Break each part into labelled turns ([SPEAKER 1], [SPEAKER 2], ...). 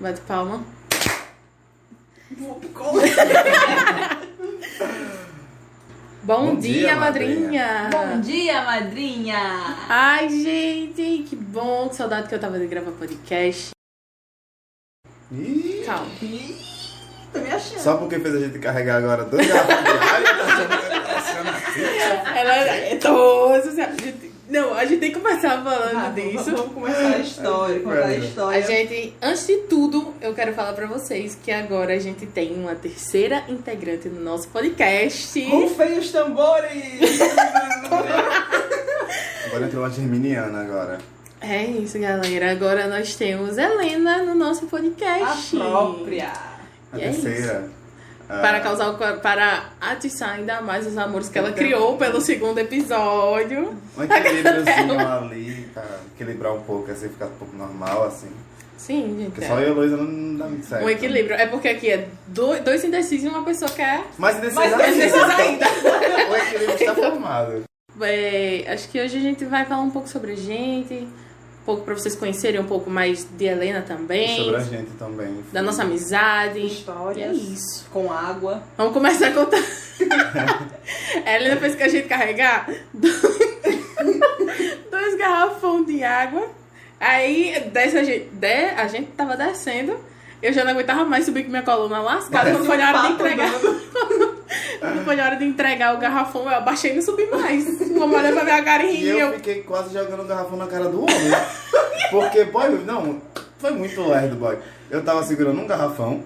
[SPEAKER 1] Bate palma.
[SPEAKER 2] Vou pro colo.
[SPEAKER 1] Bom,
[SPEAKER 3] Bom
[SPEAKER 1] dia,
[SPEAKER 3] dia,
[SPEAKER 1] madrinha.
[SPEAKER 4] Bom dia, madrinha!
[SPEAKER 1] Ai, gente, que bom, que saudade que eu tava de gravar podcast.
[SPEAKER 3] Ih,
[SPEAKER 1] Calma.
[SPEAKER 2] Ih, Tô me achando.
[SPEAKER 3] Só porque fez a gente carregar agora dois garrafas de água, tá achando que tá achando assim.
[SPEAKER 1] Ela é doce, sabe? Não, a gente tem que começar
[SPEAKER 4] um
[SPEAKER 1] falando
[SPEAKER 2] Ah, vamos-
[SPEAKER 1] disso.
[SPEAKER 2] Vamos começar a história, contar a
[SPEAKER 3] Pera.
[SPEAKER 1] A
[SPEAKER 2] história.
[SPEAKER 1] gente, antes de tudo, eu quero falar pra vocês que agora a gente tem uma terceira integrante no nosso podcast.
[SPEAKER 2] Rufem os tambores!
[SPEAKER 3] Agora entrou uma germiniana agora.
[SPEAKER 1] É isso, galera. Agora nós temos Helena no nosso
[SPEAKER 2] a
[SPEAKER 1] podcast.
[SPEAKER 2] própria.
[SPEAKER 3] A
[SPEAKER 1] E é isso.
[SPEAKER 3] terceira. ah,
[SPEAKER 1] Para causar o- para atiçar ainda mais os amores que ela criou pelo segundo episódio.
[SPEAKER 3] Um equilíbriozinho ali, pra equilibrar um pouco, assim, ficar um pouco normal, assim.
[SPEAKER 1] Sim, gente.
[SPEAKER 3] Porque
[SPEAKER 1] é.
[SPEAKER 3] só então. eu e a Luísa não dá muito certo.
[SPEAKER 1] Um equilíbrio. É porque aqui é do- dois indecisos e uma pessoa quer.
[SPEAKER 3] Mas indeciso
[SPEAKER 2] Mas indeciso ainda.
[SPEAKER 3] O equilíbrio está formado.
[SPEAKER 1] É, acho que hoje a gente vai falar um pouco sobre a gente, um pouco para vocês conhecerem um pouco mais de Helena
[SPEAKER 3] E
[SPEAKER 1] também,
[SPEAKER 3] sobre a gente também. enfim.
[SPEAKER 1] da nossa amizade. E é
[SPEAKER 2] Histórias.
[SPEAKER 1] isso.
[SPEAKER 2] Com água.
[SPEAKER 1] Vamos começar a contar. a Helena fez que a gente carregar dois, dois garrafões de água. Aí desce a gente, de, a gente tava descendo. Eu já não aguentava mais subir com minha coluna lascada. Quando foi na
[SPEAKER 3] um
[SPEAKER 1] hora de
[SPEAKER 2] Papo
[SPEAKER 1] entregar.
[SPEAKER 2] dando.
[SPEAKER 1] Quando foi na hora de entregar o garrafão, eu abaixei e não subi mais. Uma olhando pra minha cara e
[SPEAKER 3] E
[SPEAKER 1] rindo.
[SPEAKER 3] eu
[SPEAKER 1] Eu...
[SPEAKER 3] fiquei quase jogando o garrafão na cara do homem. Porque, boy, não, foi muito lerdo, boy. Eu tava segurando um garrafão,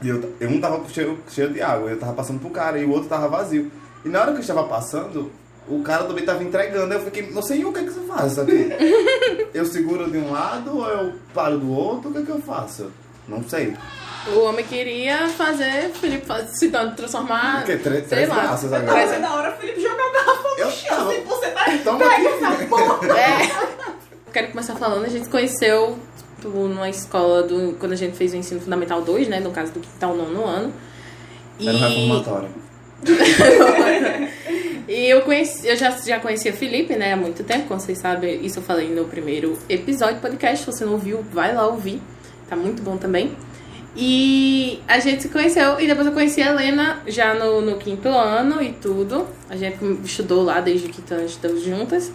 [SPEAKER 3] e eu, t- um tava com cheio, cheio de água, eu tava passando pro cara, e o outro tava vazio. E na hora que eu estava passando, o cara também tava entregando, eu fiquei, não sei o que é que você faz aqui. eu seguro de um lado, ou eu paro do outro, o que é que eu faço? Não sei.
[SPEAKER 1] O homme queria fazer Felipe fa- se tan- transformar.
[SPEAKER 3] Porque três,
[SPEAKER 1] Ah, sei
[SPEAKER 3] três
[SPEAKER 1] lá.
[SPEAKER 3] braços
[SPEAKER 2] Vai ser
[SPEAKER 3] agora.
[SPEAKER 2] é da hora o Felipe jogar o garrafão
[SPEAKER 3] Eu
[SPEAKER 2] no chão.
[SPEAKER 3] tava-
[SPEAKER 2] Assim, você tá
[SPEAKER 3] Toma aqui. né?
[SPEAKER 1] É. Quero começar falando, a gente se conheceu tipo, numa escola do. Quando a gente fez o ensino fundamental 2, né? No caso do quinto ao nono ano. E,
[SPEAKER 3] Era um reformatório.
[SPEAKER 1] e eu conheci, eu já, já conhecia Felipe, né, há muito tempo, como vocês sabem, isso eu falei no primeiro episódio do podcast. Se você não ouviu, vai lá ouvir. Tá muito bom também. E a gente se conheceu, e depois eu conheci a Helena já no, no quinto ano e tudo. A gente estudou lá desde o quinto ano, estudamos juntas.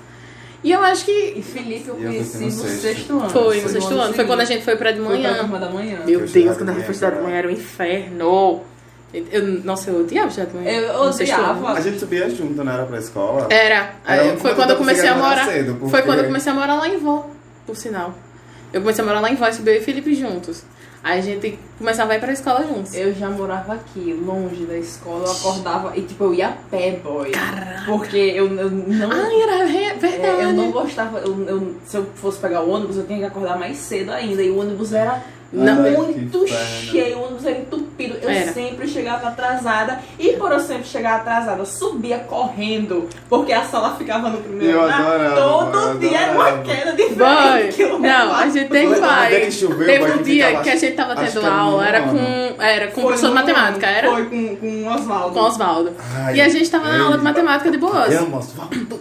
[SPEAKER 1] E eu acho que
[SPEAKER 4] E Felipe, eu
[SPEAKER 3] E eu
[SPEAKER 4] conheci
[SPEAKER 3] fui
[SPEAKER 4] no
[SPEAKER 3] no
[SPEAKER 4] sexto,
[SPEAKER 3] sexto.
[SPEAKER 4] ano.
[SPEAKER 1] Foi no sexto ano. Foi quando a
[SPEAKER 4] seguinte.
[SPEAKER 1] gente foi pra de
[SPEAKER 4] Foi pra
[SPEAKER 1] manhã.
[SPEAKER 4] turma da manhã.
[SPEAKER 1] Meu
[SPEAKER 3] Eu
[SPEAKER 1] Deus,
[SPEAKER 3] estudava
[SPEAKER 1] quando a
[SPEAKER 3] de
[SPEAKER 1] gente foi
[SPEAKER 3] manhã,
[SPEAKER 1] estudar de
[SPEAKER 3] cara.
[SPEAKER 1] manhã era um inferno. Eu, nossa, eu odiava estudar de manhã.
[SPEAKER 4] Eu
[SPEAKER 1] no sexto
[SPEAKER 4] odiava.
[SPEAKER 1] ano.
[SPEAKER 3] A gente subia junto, não era pra escola?
[SPEAKER 1] Era.
[SPEAKER 3] Era
[SPEAKER 1] Aí
[SPEAKER 3] um
[SPEAKER 1] É, foi
[SPEAKER 3] que
[SPEAKER 1] quando eu comecei a
[SPEAKER 3] conseguia
[SPEAKER 1] morar.
[SPEAKER 3] cedo,
[SPEAKER 1] Foi
[SPEAKER 3] porque-
[SPEAKER 1] quando eu comecei a morar lá em Vó, por sinal. Eu comecei a morar lá em Vó, e subi eu e Felipe juntos. Aí a gente começava a ir pra escola juntos.
[SPEAKER 4] Eu já morava aqui, longe da escola. Eu acordava e, tipo, eu ia a pé, boy. Caraca. Porque eu, eu não...
[SPEAKER 1] Ai, Ah, era re- verdade.
[SPEAKER 4] é, eu não gostava, eu, eu- se eu fosse pegar o ônibus, eu tinha que acordar mais cedo ainda. E o ônibus era
[SPEAKER 1] Não.
[SPEAKER 3] Ai,
[SPEAKER 4] muito
[SPEAKER 3] que inferno.
[SPEAKER 4] cheio, o ônibus era entupido. Eu
[SPEAKER 1] Era.
[SPEAKER 4] sempre chegava atrasada. E por eu sempre chegar atrasada, eu subia correndo, porque a sala ficava no primeiro
[SPEAKER 3] Eu
[SPEAKER 4] andar.
[SPEAKER 3] adorava,
[SPEAKER 4] Todo
[SPEAKER 3] eu
[SPEAKER 4] dia era uma
[SPEAKER 3] adorava.
[SPEAKER 4] queda de
[SPEAKER 1] Boy, não, a
[SPEAKER 4] mas
[SPEAKER 1] gente tem
[SPEAKER 3] Lembra quando ele
[SPEAKER 1] mais.
[SPEAKER 3] choveu,
[SPEAKER 1] Teve
[SPEAKER 3] boy,
[SPEAKER 1] um
[SPEAKER 3] que
[SPEAKER 1] dia
[SPEAKER 3] ficava-
[SPEAKER 1] que a gente tava
[SPEAKER 3] acho que é
[SPEAKER 1] tendo
[SPEAKER 3] era no
[SPEAKER 1] aula, era
[SPEAKER 3] nono.
[SPEAKER 1] com. Era com professor de matemática, era?
[SPEAKER 4] Foi com, com o Oswaldo.
[SPEAKER 1] Com Oswaldo.
[SPEAKER 3] Ai,
[SPEAKER 1] E a gente tava na
[SPEAKER 3] ei.
[SPEAKER 1] aula de matemática de boas.
[SPEAKER 3] Eu, moço, vamos.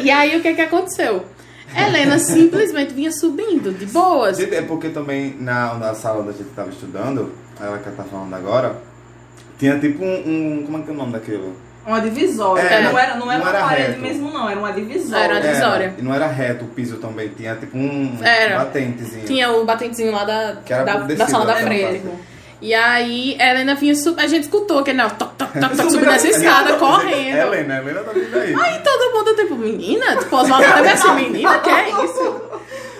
[SPEAKER 1] E aí o que que aconteceu? Helena simplesmente vinha subindo de boas.
[SPEAKER 3] Gente, É porque também na, na sala onde a gente tava estudando, ela que tá falando agora, tinha tipo um. um- como é que é o nome daquilo?
[SPEAKER 4] Uma divisória.
[SPEAKER 3] É,
[SPEAKER 4] Um não era, não era
[SPEAKER 3] não
[SPEAKER 4] uma
[SPEAKER 3] era
[SPEAKER 4] parede
[SPEAKER 3] reto.
[SPEAKER 4] mesmo, não. Era um uma divisória.
[SPEAKER 1] Era uma
[SPEAKER 3] Era,
[SPEAKER 1] divisória.
[SPEAKER 3] e não era reto o piso também, tinha tipo um
[SPEAKER 1] Era.
[SPEAKER 3] batentezinho.
[SPEAKER 1] Tinha o batentezinho lá da,
[SPEAKER 3] Que era
[SPEAKER 1] da,
[SPEAKER 3] descido,
[SPEAKER 1] da sala da
[SPEAKER 3] né?
[SPEAKER 1] frente. E aí Helena vinha sub... A gente escutou que não, toc, toc, toc, toc, subindo essa escada, correndo.
[SPEAKER 3] assim, né? Helena, Helena tá vindo aí.
[SPEAKER 1] E todo mundo, tipo, menina? Tipo, Oswaldo também é assim, menina? Que é isso?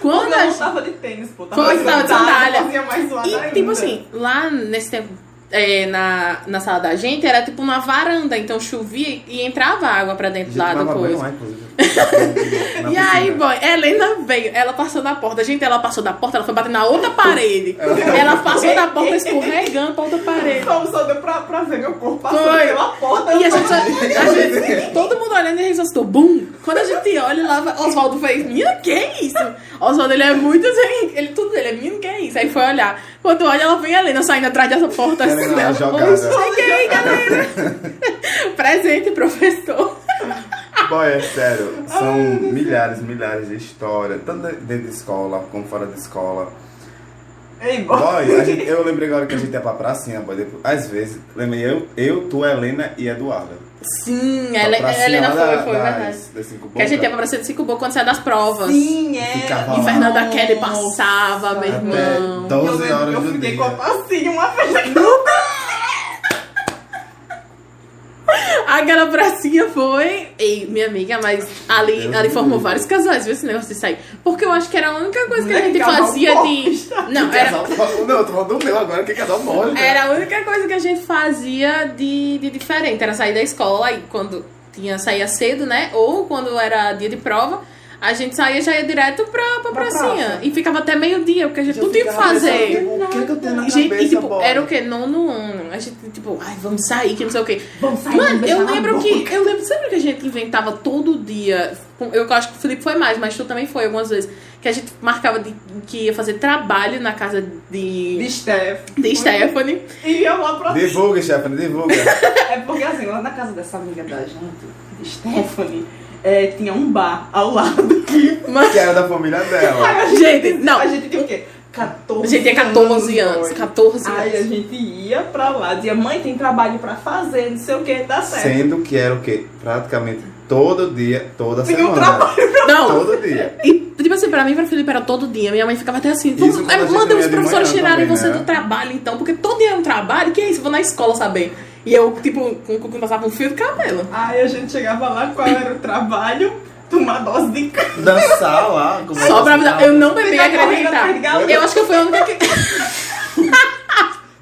[SPEAKER 1] Quando
[SPEAKER 4] Porque
[SPEAKER 1] a
[SPEAKER 4] eu
[SPEAKER 1] gente...
[SPEAKER 4] não tava de tênis, pô.
[SPEAKER 1] Foi, tava de sandália.
[SPEAKER 4] Fazia mais zoada
[SPEAKER 1] E,
[SPEAKER 4] ainda.
[SPEAKER 1] tipo assim, lá nesse tempo, é, na, na sala da gente, era tipo uma varanda, então chovia e entrava água pra dentro lá do coisa.
[SPEAKER 3] Lá, inclusive. Na
[SPEAKER 1] E aí,
[SPEAKER 3] piscina.
[SPEAKER 1] boy, Helena veio, ela passou da porta. Gente, ela passou da porta, ela foi bater na outra parede. Ela passou da porta escorregando pra outra parede.
[SPEAKER 4] Só, Então, só deu pra, pra ver meu corpo passando
[SPEAKER 1] Foi.
[SPEAKER 4] pela porta.
[SPEAKER 1] E a gente, a gente- todo mundo olhando e ressuscitou. Bum! Quando a gente olha lá, Oswaldo fez, minha, que é isso? Oswaldo, ele é muito assim, ele, tudo dele é minha, que é isso? Aí foi olhar. Quando olha, ela vem a Helena saindo atrás dessa porta.
[SPEAKER 3] Helena,
[SPEAKER 1] assim, ela,
[SPEAKER 3] jogada.
[SPEAKER 1] "Oi, cheguei, galera! Presente, professor.
[SPEAKER 3] Boy, é sério, são milhares, milhares de histórias, tanto dentro de escola como fora de escola.
[SPEAKER 4] Ei, boy.
[SPEAKER 3] Boy, a gente- eu lembrei agora que a gente ia pra pracinha, boy. Depois- Às vezes, lembrei eu, eu, tu, Helena e Eduarda.
[SPEAKER 1] Sim,
[SPEAKER 3] Pra
[SPEAKER 1] a Ele- a
[SPEAKER 3] pracinha
[SPEAKER 1] Helena
[SPEAKER 3] lá
[SPEAKER 1] foi,
[SPEAKER 3] da-
[SPEAKER 1] foi,
[SPEAKER 3] das-
[SPEAKER 1] verdade.
[SPEAKER 3] das cinco
[SPEAKER 1] Que a gente ia
[SPEAKER 3] bocas.
[SPEAKER 1] pra praça de cinco bocas quando saia das provas.
[SPEAKER 4] Sim, é.
[SPEAKER 3] Ficava
[SPEAKER 1] E
[SPEAKER 3] lá.
[SPEAKER 1] Fernanda Kelly passava,
[SPEAKER 3] É
[SPEAKER 1] meu
[SPEAKER 3] Até
[SPEAKER 1] irmão.
[SPEAKER 3] 12
[SPEAKER 4] eu,
[SPEAKER 3] horas
[SPEAKER 4] eu
[SPEAKER 3] do
[SPEAKER 4] fiquei
[SPEAKER 3] dia.
[SPEAKER 4] com a passinha uma vez aqui.
[SPEAKER 1] Aquela pracinha foi. Ei, minha amiga, mas ali,
[SPEAKER 3] Deus
[SPEAKER 1] ali
[SPEAKER 3] me
[SPEAKER 1] formou
[SPEAKER 3] livre.
[SPEAKER 1] vários casais, viu esse negócio de sair. Porque eu acho que era a única coisa que a
[SPEAKER 4] Não é
[SPEAKER 1] gente
[SPEAKER 4] casal
[SPEAKER 1] fazia de. Não,
[SPEAKER 3] Que
[SPEAKER 1] era,
[SPEAKER 3] casal fo- Não, eu tô falando do meu agora, que casal mole. né?
[SPEAKER 1] Era a única coisa que a gente fazia de, de diferente. Era sair da escola e quando tinha saía cedo, né? Ou quando era dia de prova, a gente saía e já ia direto pra, pra pracinha.
[SPEAKER 4] praça.
[SPEAKER 1] E ficava até meio-dia, porque a gente
[SPEAKER 3] Eu
[SPEAKER 1] não tinha o que
[SPEAKER 3] ficava
[SPEAKER 1] fazer.
[SPEAKER 3] pensando, tipo, O que é que eu tenho na
[SPEAKER 1] Gente,
[SPEAKER 3] cabeça,
[SPEAKER 1] e tipo,
[SPEAKER 3] boy?
[SPEAKER 1] era o quê? Nono ano. A gente, tipo, ai, vamos sair, que não sei o quê.
[SPEAKER 4] Vamos sair,
[SPEAKER 1] Mano,
[SPEAKER 4] vamos
[SPEAKER 1] eu
[SPEAKER 4] beijar na
[SPEAKER 1] lembro
[SPEAKER 4] boca.
[SPEAKER 1] que. Eu lembro, sempre que a gente inventava todo dia? com- Eu acho que o Felipe foi mais, mas tu também foi algumas vezes. Que a gente marcava de, que ia fazer trabalho na casa de.
[SPEAKER 4] De Steph.
[SPEAKER 1] de Stephanie.
[SPEAKER 4] E eu vou pra
[SPEAKER 3] Divulga, Stephanie, divulga.
[SPEAKER 4] É porque assim, lá na casa dessa amiga da gente, de Stephanie, é, tinha um bar ao lado.
[SPEAKER 3] que era da família dela.
[SPEAKER 1] Gente, não.
[SPEAKER 4] A gente tinha o quê? 14
[SPEAKER 1] A gente tinha 14 anos.
[SPEAKER 4] boy.
[SPEAKER 1] 14
[SPEAKER 4] Aí a
[SPEAKER 1] anos.
[SPEAKER 4] gente ia pra lá, dizia, mãe, tem trabalho pra fazer, não sei o que, tá certo.
[SPEAKER 3] Sendo que era o quê? Praticamente todo dia, toda
[SPEAKER 4] Tinha um
[SPEAKER 3] semana.
[SPEAKER 1] Não.
[SPEAKER 3] Todo dia.
[SPEAKER 1] E, tipo assim, pra mim e pra Felipe era todo dia. Minha mãe ficava até assim, "Vamos-
[SPEAKER 3] quando
[SPEAKER 1] é,
[SPEAKER 3] a gente
[SPEAKER 1] manda
[SPEAKER 3] não
[SPEAKER 1] os
[SPEAKER 3] ia de
[SPEAKER 1] professores
[SPEAKER 3] manhã
[SPEAKER 1] tirarem
[SPEAKER 3] também,
[SPEAKER 1] você
[SPEAKER 3] né?
[SPEAKER 1] do trabalho, então, porque todo dia é um trabalho, que é isso? Vou na escola saber. E eu, tipo, com o cu que passava um fio de cabelo.
[SPEAKER 4] Aí a gente chegava lá, qual era o trabalho? Tomar dose de cana.
[SPEAKER 3] Dançar lá. como é
[SPEAKER 1] Só pra
[SPEAKER 3] dançar.
[SPEAKER 1] avisar, eu não bebi,
[SPEAKER 4] Fica correndo atrás de
[SPEAKER 1] acreditar.
[SPEAKER 4] galo.
[SPEAKER 1] Eu acho que eu fui a única que.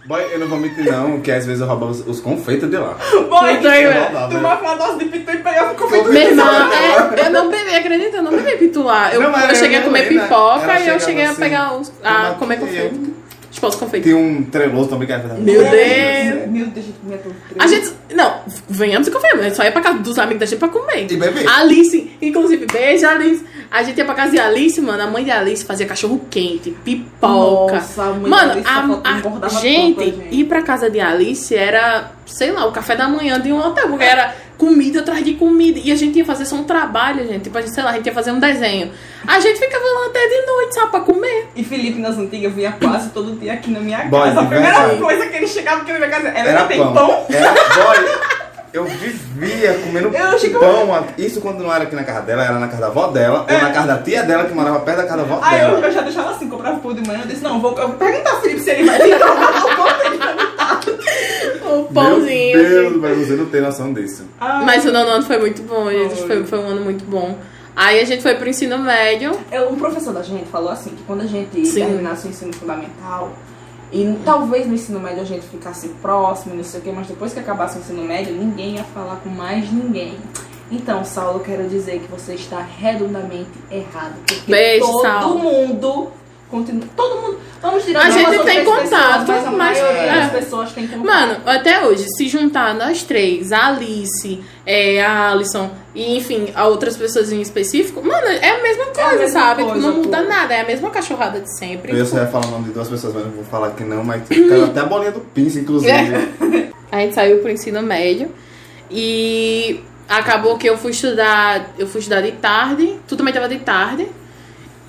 [SPEAKER 3] Boy, eu não vou mentir não, que às vezes eu roubava os, os confeitos de lá.
[SPEAKER 4] Boy,
[SPEAKER 1] Não tem,
[SPEAKER 3] Eu né?
[SPEAKER 1] velho.
[SPEAKER 3] roubava, eu-
[SPEAKER 4] tomava uma dose de pitu e pegava o comigo.
[SPEAKER 1] Meu irmão, é, eu não bebi, acredita? Eu não bebi pituá. Eu,
[SPEAKER 3] Não, mas
[SPEAKER 1] eu
[SPEAKER 3] era
[SPEAKER 1] cheguei a
[SPEAKER 3] minha
[SPEAKER 1] comer
[SPEAKER 3] mãe, né? Ela
[SPEAKER 1] pipoca e eu
[SPEAKER 3] chegava
[SPEAKER 1] cheguei a
[SPEAKER 3] assim,
[SPEAKER 1] pegar os. a
[SPEAKER 3] toma
[SPEAKER 1] comer
[SPEAKER 3] aqui,
[SPEAKER 1] confeito. Esposa confeito.
[SPEAKER 3] Tinha um treloso também que era...
[SPEAKER 1] Meu Deus.
[SPEAKER 3] né?
[SPEAKER 4] Meu Deus, gente, minha dor.
[SPEAKER 3] um-
[SPEAKER 1] A gente. Não, venhamos e confiamos. A gente só ia pra casa dos amigos da gente pra comer.
[SPEAKER 3] E beber.
[SPEAKER 4] Ah,
[SPEAKER 1] Alice, inclusive, beijo, Alice. A gente ia pra casa de Alice, mano. A mãe de Alice fazia cachorro quente, pipoca.
[SPEAKER 4] Nossa, a mãe
[SPEAKER 1] mano,
[SPEAKER 4] desse sapato
[SPEAKER 1] a, a
[SPEAKER 4] engordava
[SPEAKER 1] gente,
[SPEAKER 4] tanto, gente.
[SPEAKER 1] ir pra casa de Alice era, sei lá, o café da manhã de um hotel, porque era comida atrás de comida. E a gente ia fazer só um trabalho, gente. Tipo, a gente, sei lá, a gente ia fazer um desenho. A gente ficava lá até de noite, sabe, pra comer.
[SPEAKER 4] E Felipe nas antigas vinha quase todo dia aqui na minha
[SPEAKER 3] Boy,
[SPEAKER 4] casa. A
[SPEAKER 3] de
[SPEAKER 4] primeira
[SPEAKER 3] verdade.
[SPEAKER 4] coisa que ele chegava aqui na minha casa era,
[SPEAKER 3] Era
[SPEAKER 4] tem
[SPEAKER 3] pão.
[SPEAKER 4] pão?
[SPEAKER 3] Era boy. Eu vivia comendo
[SPEAKER 4] Eu achei que eu-
[SPEAKER 3] pão. Isso quando não era aqui na casa dela, era na casa da avó dela, ou na casa da tia dela, que morava perto da casa da avó
[SPEAKER 4] Aí É. eu,
[SPEAKER 3] dela.
[SPEAKER 4] eu já deixava assim, comprava pão de manhã, eu disse, não, vou, eu vou perguntar ao Felipe se ele vai vir comprar o pão dele pra mim.
[SPEAKER 1] O pãozinho.
[SPEAKER 3] Meu Deus, mas você não tem noção disso.
[SPEAKER 4] Ah,
[SPEAKER 1] Mas o nono ano foi muito bom, gente.
[SPEAKER 4] Foi.
[SPEAKER 1] Foi, foi um ano muito bom. Aí a gente foi pro ensino médio.
[SPEAKER 4] eu- um professor da gente falou assim, que quando a gente
[SPEAKER 1] Sim.
[SPEAKER 4] terminasse o ensino fundamental, e talvez no ensino médio a gente ficasse próximo, não sei o quê, mas depois que acabasse o ensino médio, ninguém ia falar com mais ninguém. Então, Saulo, quero dizer que você está redondamente errado. Porque
[SPEAKER 1] Beijo,
[SPEAKER 4] todo
[SPEAKER 1] Saulo.
[SPEAKER 4] mundo continua. Todo mundo. Vamos tirar
[SPEAKER 1] A
[SPEAKER 4] de
[SPEAKER 1] gente
[SPEAKER 4] umas
[SPEAKER 1] tem
[SPEAKER 4] outras pessoas,
[SPEAKER 1] contato,
[SPEAKER 4] mas a
[SPEAKER 1] mas-
[SPEAKER 4] maioria
[SPEAKER 1] é.
[SPEAKER 4] das pessoas tem contato.
[SPEAKER 1] Mano, até hoje, se juntar nós três, a Alice, é, a Alison e enfim, a outras pessoas em específico, mano, é a mesma coisa,
[SPEAKER 4] mesma
[SPEAKER 1] sabe? Tipo,
[SPEAKER 4] coisa,
[SPEAKER 1] não muda
[SPEAKER 4] pô.
[SPEAKER 1] nada, é a mesma cachorrada de sempre.
[SPEAKER 3] Eu só ia falar o nome de duas pessoas, mas não vou falar que não, mas caiu até a bolinha do pince, inclusive.
[SPEAKER 1] É. A gente saiu pro ensino médio e acabou que eu fui estudar, eu fui estudar de tarde, tu também tava de tarde.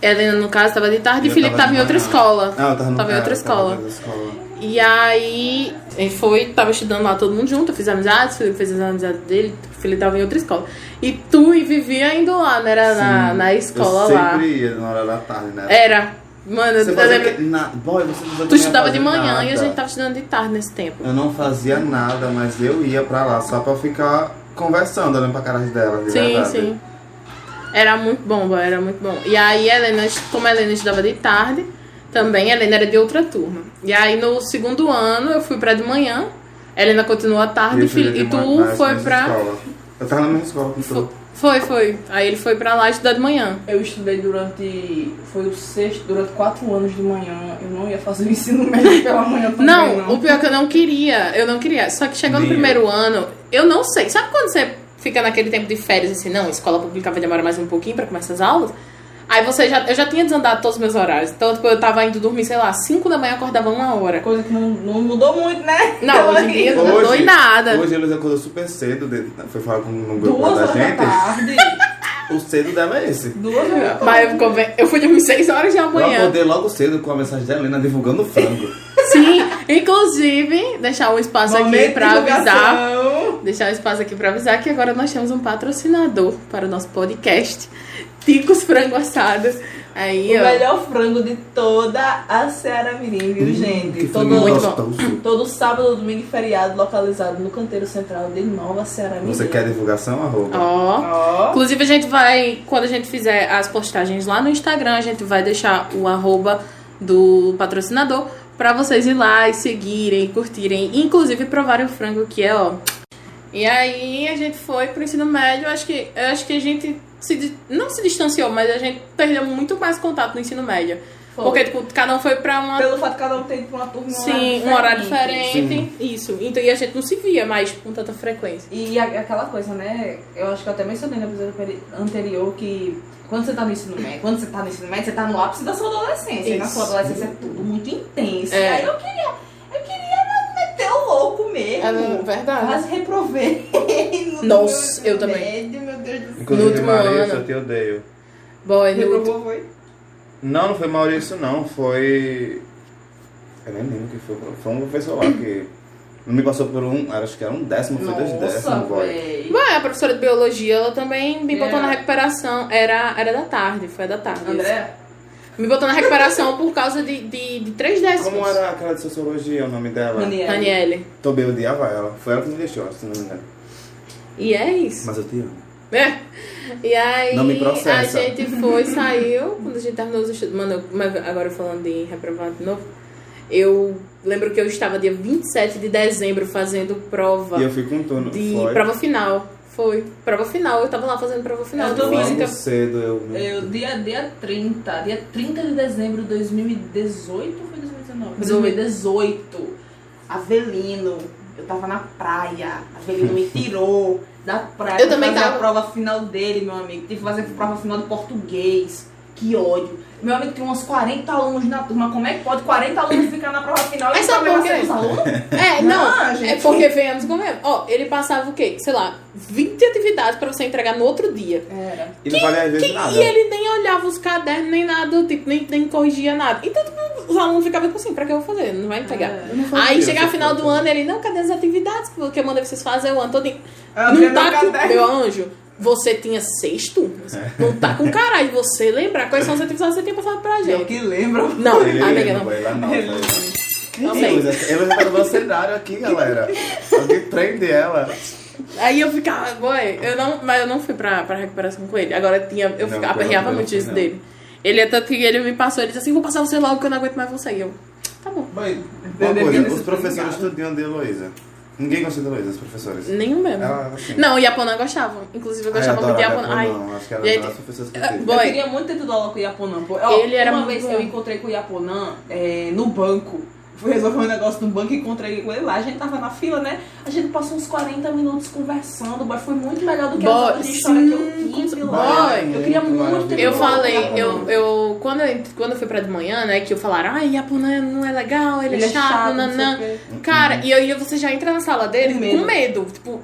[SPEAKER 1] Helena, no caso, tava de tarde e
[SPEAKER 3] Eu
[SPEAKER 1] Felipe
[SPEAKER 3] tava
[SPEAKER 1] tava
[SPEAKER 3] de
[SPEAKER 1] em outra
[SPEAKER 3] manhã.
[SPEAKER 1] escola.
[SPEAKER 3] Não, Ah, eu tava, no
[SPEAKER 1] Tava em outra
[SPEAKER 3] eu
[SPEAKER 1] escola.
[SPEAKER 3] Tava em outra escola.
[SPEAKER 1] E aí, ele foi, tava estudando lá todo mundo junto, eu fiz amizades, Felipe fez as amizades dele, o Felipe tava em outra escola. E tu e vivia indo lá, né? Era na,
[SPEAKER 3] Sim,
[SPEAKER 1] na escola
[SPEAKER 3] eu
[SPEAKER 1] lá.
[SPEAKER 3] sempre ia na hora da tarde, né?
[SPEAKER 1] Era. Mano, eu,
[SPEAKER 3] Você
[SPEAKER 1] eu
[SPEAKER 3] fazia
[SPEAKER 1] lembro.
[SPEAKER 3] o quê? Na- Boy, você não
[SPEAKER 1] Tu estudava de
[SPEAKER 3] fazia
[SPEAKER 1] manhã e a
[SPEAKER 3] nada.
[SPEAKER 1] gente tava estudando de tarde nesse tempo.
[SPEAKER 3] Eu não fazia nada, mas eu ia pra lá só pra ficar conversando, olhando pra caras dela, de
[SPEAKER 1] sim,
[SPEAKER 3] É verdade.
[SPEAKER 1] sim. Era muito bom, boy, era muito bom. E aí, Helena, como a Helena estudava de tarde, também a Helena era de outra turma. E aí, no segundo ano, eu fui pra de manhã, a Helena continuou à tarde
[SPEAKER 3] eu
[SPEAKER 1] e, Fili-
[SPEAKER 3] cheguei
[SPEAKER 1] Ah, e
[SPEAKER 3] de
[SPEAKER 1] tu
[SPEAKER 3] manhã na
[SPEAKER 1] foi
[SPEAKER 3] mesma
[SPEAKER 1] pra.
[SPEAKER 3] escola. Eu tava na mesma escola com
[SPEAKER 1] Fo-
[SPEAKER 3] tu.
[SPEAKER 1] Foi, foi. Aí ele foi pra lá estudar de manhã.
[SPEAKER 4] Eu estudei durante. Foi o sexto, durante quatro anos de manhã. Eu não ia fazer o ensino médio pela manhã também.
[SPEAKER 1] Não,
[SPEAKER 4] Não,
[SPEAKER 1] o pior é que eu não queria. Eu não queria. Só que chegou no
[SPEAKER 3] Nem eu.
[SPEAKER 1] primeiro ano, eu não sei. Sabe quando você fica naquele tempo de férias assim, não, escola pública vai demorar mais um pouquinho pra começar as aulas? Aí você já, eu já tinha desandado todos os meus horários. Então, tipo, eu tava indo dormir, sei lá, 5 da manhã, eu acordava uma
[SPEAKER 2] É
[SPEAKER 1] hora.
[SPEAKER 4] Coisa que não, não mudou muito, né?
[SPEAKER 1] Não, hoje em dia eu não dou em nada.
[SPEAKER 3] Hoje eles acordou super cedo, de- foi falar com um grupo
[SPEAKER 4] Duas
[SPEAKER 3] da
[SPEAKER 4] horas da
[SPEAKER 3] gente.
[SPEAKER 4] tarde.
[SPEAKER 3] O cedo dela é esse.
[SPEAKER 2] Duas vezes.
[SPEAKER 1] Mas eu, conven- eu fui dormir 6 horas da
[SPEAKER 3] Eu
[SPEAKER 1] manhã.
[SPEAKER 3] acordei logo cedo com a mensagem da Helena divulgando o frango.
[SPEAKER 1] Sim, inclusive, deixar um espaço aqui
[SPEAKER 2] Momento
[SPEAKER 1] pra avisar.
[SPEAKER 2] divulgação.
[SPEAKER 1] Deixar um espaço aqui pra avisar que agora nós temos um patrocinador para o nosso podcast. Ticos Frango Assado. Aí,
[SPEAKER 2] O
[SPEAKER 1] ó.
[SPEAKER 2] melhor frango de toda a Ceará Mirim, viu, gente?
[SPEAKER 3] Hum, Que
[SPEAKER 2] Todo,
[SPEAKER 3] frango
[SPEAKER 1] Muito
[SPEAKER 3] gostoso.
[SPEAKER 2] todo sábado, domingo e feriado, localizado no canteiro central de Nova Ceará Mirim.
[SPEAKER 3] Você quer divulgação? Arroba.
[SPEAKER 1] Ó.
[SPEAKER 2] Ó.
[SPEAKER 1] Inclusive, a gente vai, quando a gente fizer as postagens lá no Instagram, a gente vai deixar o arroba do patrocinador pra vocês ir lá e seguirem, curtirem, inclusive provarem o frango que é, ó. E aí a gente foi pro ensino médio, acho que, eu acho que a gente se, di- não se distanciou, mas a gente perdeu muito mais contato no ensino médio.
[SPEAKER 2] Foi.
[SPEAKER 1] Porque, tipo, cada um foi pra uma
[SPEAKER 2] Pelo fato de cada um ter uma turma
[SPEAKER 1] Sim, um horário diferente. Isso. Então, e a gente não se via mais com tanta frequência.
[SPEAKER 4] E a- aquela coisa, né? Eu acho que eu até mencionei no episódio peri- anterior que quando você tá no ensino médio, quando você tá no ensino médio, você tá no ápice da sua adolescência. E na
[SPEAKER 1] Isso.
[SPEAKER 4] sua adolescência é tudo muito intenso.
[SPEAKER 1] É.
[SPEAKER 4] Aí eu queria, eu queria meter o louco mesmo.
[SPEAKER 1] É verdade.
[SPEAKER 4] Mas reprovei. no
[SPEAKER 1] Nossa,
[SPEAKER 4] meu
[SPEAKER 1] eu também.
[SPEAKER 4] Médio, meu Deus do céu.
[SPEAKER 1] No
[SPEAKER 3] Inclusive,
[SPEAKER 1] último
[SPEAKER 3] Maurício,
[SPEAKER 1] ano.
[SPEAKER 3] eu te odeio.
[SPEAKER 1] Boy, no...
[SPEAKER 2] Reprovou, foi?
[SPEAKER 3] Não, não foi Maurício, não. Foi. Eu nem lembro o que foi. Foi um professor lá que. Não me passou por um. Acho que era um décimo, foi dois
[SPEAKER 4] Nossa,
[SPEAKER 3] décimos, boy.
[SPEAKER 4] véi.
[SPEAKER 1] Ué, Ah, a professora de biologia, ela também me botou
[SPEAKER 4] É.
[SPEAKER 1] na recuperação. Era, era da tarde, foi da tarde.
[SPEAKER 4] André?
[SPEAKER 1] isso. Me botou na recuperação por causa de, de, de três décimos.
[SPEAKER 3] Como era aquela de sociologia, o nome dela?
[SPEAKER 4] Daniel.
[SPEAKER 1] Daniele.
[SPEAKER 3] Tobey odiava ela. Foi ela que me deixou, se não me engano.
[SPEAKER 1] E é isso.
[SPEAKER 3] Mas eu te amo.
[SPEAKER 1] né? E aí
[SPEAKER 3] Não me processa.
[SPEAKER 1] a gente foi, saiu, quando a gente terminou os estudos. Mano, mas agora falando de reprovado de novo, eu lembro que eu estava dia 27 de dezembro fazendo prova
[SPEAKER 3] E eu fui com turno.
[SPEAKER 1] de
[SPEAKER 3] foi.
[SPEAKER 1] prova final. Foi. Prova final, eu tava lá fazendo prova final
[SPEAKER 4] Eu
[SPEAKER 1] de
[SPEAKER 4] tô
[SPEAKER 3] Logo
[SPEAKER 1] física.
[SPEAKER 3] cedo eu.
[SPEAKER 4] Eu, É, dia, dia 30, dia 30 de dezembro de 2018 ou foi 2019? Foi
[SPEAKER 1] 18.
[SPEAKER 4] 2018. Avelino, eu tava na praia. Avelino me tirou da praia.
[SPEAKER 1] Eu
[SPEAKER 4] pra
[SPEAKER 1] também
[SPEAKER 4] fazer
[SPEAKER 1] tava.
[SPEAKER 4] a prova final dele, meu amigo. Tive que fazer a prova final de português. Que ódio. Meu amigo tem uns 40 alunos na turma. Como é que pode 40 alunos ficar na prova final
[SPEAKER 1] Mas
[SPEAKER 4] e
[SPEAKER 1] sabe
[SPEAKER 4] saber
[SPEAKER 1] por quê?
[SPEAKER 4] dos alunos?
[SPEAKER 1] É, não.
[SPEAKER 4] Ah, gente.
[SPEAKER 1] É porque venhamos e convenhamos. Ó, ele passava o quê? Sei lá, 20 atividades pra você entregar no outro dia.
[SPEAKER 4] Era.
[SPEAKER 3] E não valia às
[SPEAKER 1] Que-
[SPEAKER 3] vezes nada.
[SPEAKER 1] e ele nem olhava os cadernos, nem nada, tipo, nem, nem corrigia nada. Então, tipo, os alunos ficavam tipo assim, pra que eu vou fazer? Não vai entregar.
[SPEAKER 4] É.
[SPEAKER 1] Aí
[SPEAKER 3] Deus,
[SPEAKER 1] chegar
[SPEAKER 3] eu
[SPEAKER 1] final
[SPEAKER 3] tô-
[SPEAKER 1] do ano, ele, não, cadê as atividades que eu mandei vocês fazer o ano todo?
[SPEAKER 2] Ela
[SPEAKER 1] Não
[SPEAKER 2] abriu meu
[SPEAKER 1] tá com.
[SPEAKER 2] caderno. É.
[SPEAKER 1] Meu anjo, você tinha seis turmas. Não tá com caralho você lembrar quais são as atividades que você tinha passado pra
[SPEAKER 2] Eu
[SPEAKER 1] gente.
[SPEAKER 2] que lembro.
[SPEAKER 1] Não,
[SPEAKER 3] Ele
[SPEAKER 1] amiga,
[SPEAKER 3] lembra,
[SPEAKER 1] não.
[SPEAKER 3] boy, lá não.
[SPEAKER 2] Ele
[SPEAKER 3] tá aí.
[SPEAKER 1] Não
[SPEAKER 3] Sim,
[SPEAKER 1] sei.
[SPEAKER 3] mas Ela já tá no cenário aqui, galera. Alguém prende ela.
[SPEAKER 1] Aí eu ficava, boy, eu não, mas eu não fui pra, pra recuperação com ele. Agora tinha, eu
[SPEAKER 3] Não,
[SPEAKER 1] ficava,
[SPEAKER 3] pelo
[SPEAKER 1] aperreava
[SPEAKER 3] amor
[SPEAKER 1] muito
[SPEAKER 3] de
[SPEAKER 1] isso
[SPEAKER 3] Deus, não.
[SPEAKER 1] dele. Ele é tanto que ele me passou, ele disse assim, vou passar você logo que eu não aguento mais você. E eu, tá bom.
[SPEAKER 3] Uma
[SPEAKER 2] Bebê
[SPEAKER 3] coisa,
[SPEAKER 2] Guinness,
[SPEAKER 3] os
[SPEAKER 2] eu tô
[SPEAKER 3] professores
[SPEAKER 2] ligado.
[SPEAKER 3] estudiam de Heloísa. Ninguém gosta de Heloísa, os professores.
[SPEAKER 1] Nenhum mesmo.
[SPEAKER 3] Ela, assim, Ah,
[SPEAKER 1] Não, e a Pona gostava. Inclusive eu gostava muito de Apona. Ai,
[SPEAKER 3] Ai, não, acho que ela
[SPEAKER 1] Gente,
[SPEAKER 3] era as professoras que eu
[SPEAKER 1] ah,
[SPEAKER 3] tive.
[SPEAKER 1] bom.
[SPEAKER 4] Eu
[SPEAKER 1] Boy.
[SPEAKER 4] queria muito ter tido aula com o Iaponã. pô. Ó,
[SPEAKER 1] Ele era
[SPEAKER 4] uma
[SPEAKER 1] muito
[SPEAKER 4] vez
[SPEAKER 1] bom.
[SPEAKER 4] eu encontrei com o Iaponã é, no banco. Fui resolver um negócio no banco e encontrei com ele lá. A gente tava na fila, né? A gente passou uns 40 minutos conversando. Boy. Foi muito melhor do que a
[SPEAKER 1] Boy,
[SPEAKER 4] aula de história que
[SPEAKER 1] sim,
[SPEAKER 4] eu tive
[SPEAKER 1] com-
[SPEAKER 4] lá.
[SPEAKER 1] boy, é
[SPEAKER 4] eu queria muito ter
[SPEAKER 1] Eu
[SPEAKER 4] Não,
[SPEAKER 1] falei,
[SPEAKER 3] é
[SPEAKER 4] não.
[SPEAKER 1] eu, eu quando, eu quando eu fui pra de manhã, né, que eu falaram, ai, Iapunã não é legal, ele, é chato,
[SPEAKER 4] não sei
[SPEAKER 1] nanã.
[SPEAKER 4] o quê.
[SPEAKER 3] Uhum.
[SPEAKER 1] Cara, e aí você já entra na sala dele
[SPEAKER 4] Com
[SPEAKER 1] com medo. Tipo,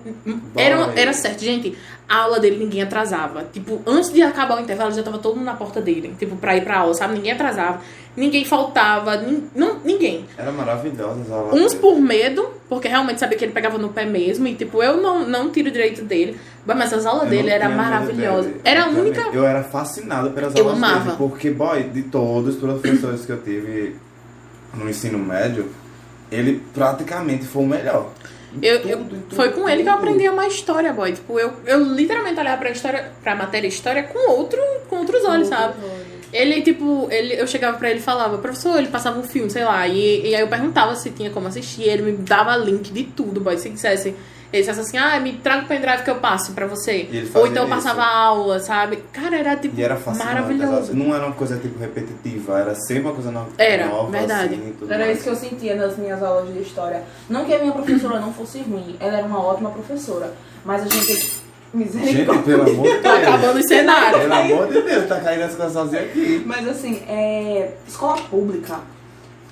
[SPEAKER 1] era, era certo, gente. A aula dele ninguém atrasava. Tipo, antes de acabar o intervalo, já tava todo mundo na porta dele. Tipo, pra ir pra aula, sabe? Ninguém atrasava. Ninguém faltava. nin- não, ninguém.
[SPEAKER 3] Era maravilhosa as aulas.
[SPEAKER 1] Uns
[SPEAKER 3] dele.
[SPEAKER 1] por medo, porque realmente sabia que ele pegava no pé mesmo. E, tipo, eu não, não tiro direito dele. Mas as aulas
[SPEAKER 3] Eu
[SPEAKER 1] dele
[SPEAKER 3] não
[SPEAKER 1] era
[SPEAKER 3] tinha medo
[SPEAKER 1] maravilhosa.
[SPEAKER 3] dele,
[SPEAKER 1] Era a
[SPEAKER 3] também.
[SPEAKER 1] única.
[SPEAKER 3] Eu era fascinado pelas
[SPEAKER 1] Eu
[SPEAKER 3] aulas dele,
[SPEAKER 1] amava.
[SPEAKER 3] porque, boy, de todos os professores que eu tive no ensino médio, ele praticamente foi o melhor. Em
[SPEAKER 1] Eu-
[SPEAKER 3] tudo,
[SPEAKER 1] eu-
[SPEAKER 3] em tudo,
[SPEAKER 1] Foi com ele que eu
[SPEAKER 3] tudo.
[SPEAKER 1] aprendi uma história, boy. Tipo, eu, eu literalmente olhava pra história, pra matéria história com outro, com outros olhos, sabe? Ele, tipo, ele, eu chegava pra ele e falava, professor, ele passava um filme, sei lá, e, e aí eu perguntava se tinha como assistir, ele me dava link de tudo, boy, se quisesse. Ele dissesse assim, ah, me traga o pendrive que eu passo pra você.
[SPEAKER 3] E ele fazia
[SPEAKER 1] Ou então eu
[SPEAKER 3] isso.
[SPEAKER 1] passava a aula, sabe? Cara, era, tipo,
[SPEAKER 3] E era fascinante. as aulas.
[SPEAKER 1] maravilhoso.
[SPEAKER 3] Não era uma coisa, tipo, repetitiva, era sempre uma coisa no-
[SPEAKER 1] Era,
[SPEAKER 3] nova,
[SPEAKER 1] verdade.
[SPEAKER 3] assim, e tudo
[SPEAKER 4] Era
[SPEAKER 3] mais.
[SPEAKER 4] isso que eu sentia nas minhas aulas de história. Não que a minha professora não fosse ruim, ela era uma ótima professora. Mas a gente.
[SPEAKER 3] Gente,
[SPEAKER 4] Misericórdia.
[SPEAKER 3] pelo amor de
[SPEAKER 1] Tá
[SPEAKER 3] Deus.
[SPEAKER 1] acabando o cenário.
[SPEAKER 3] Pelo amor de Deus, tá caindo as coisas sozinha aqui.
[SPEAKER 4] Mas assim, é... escola pública,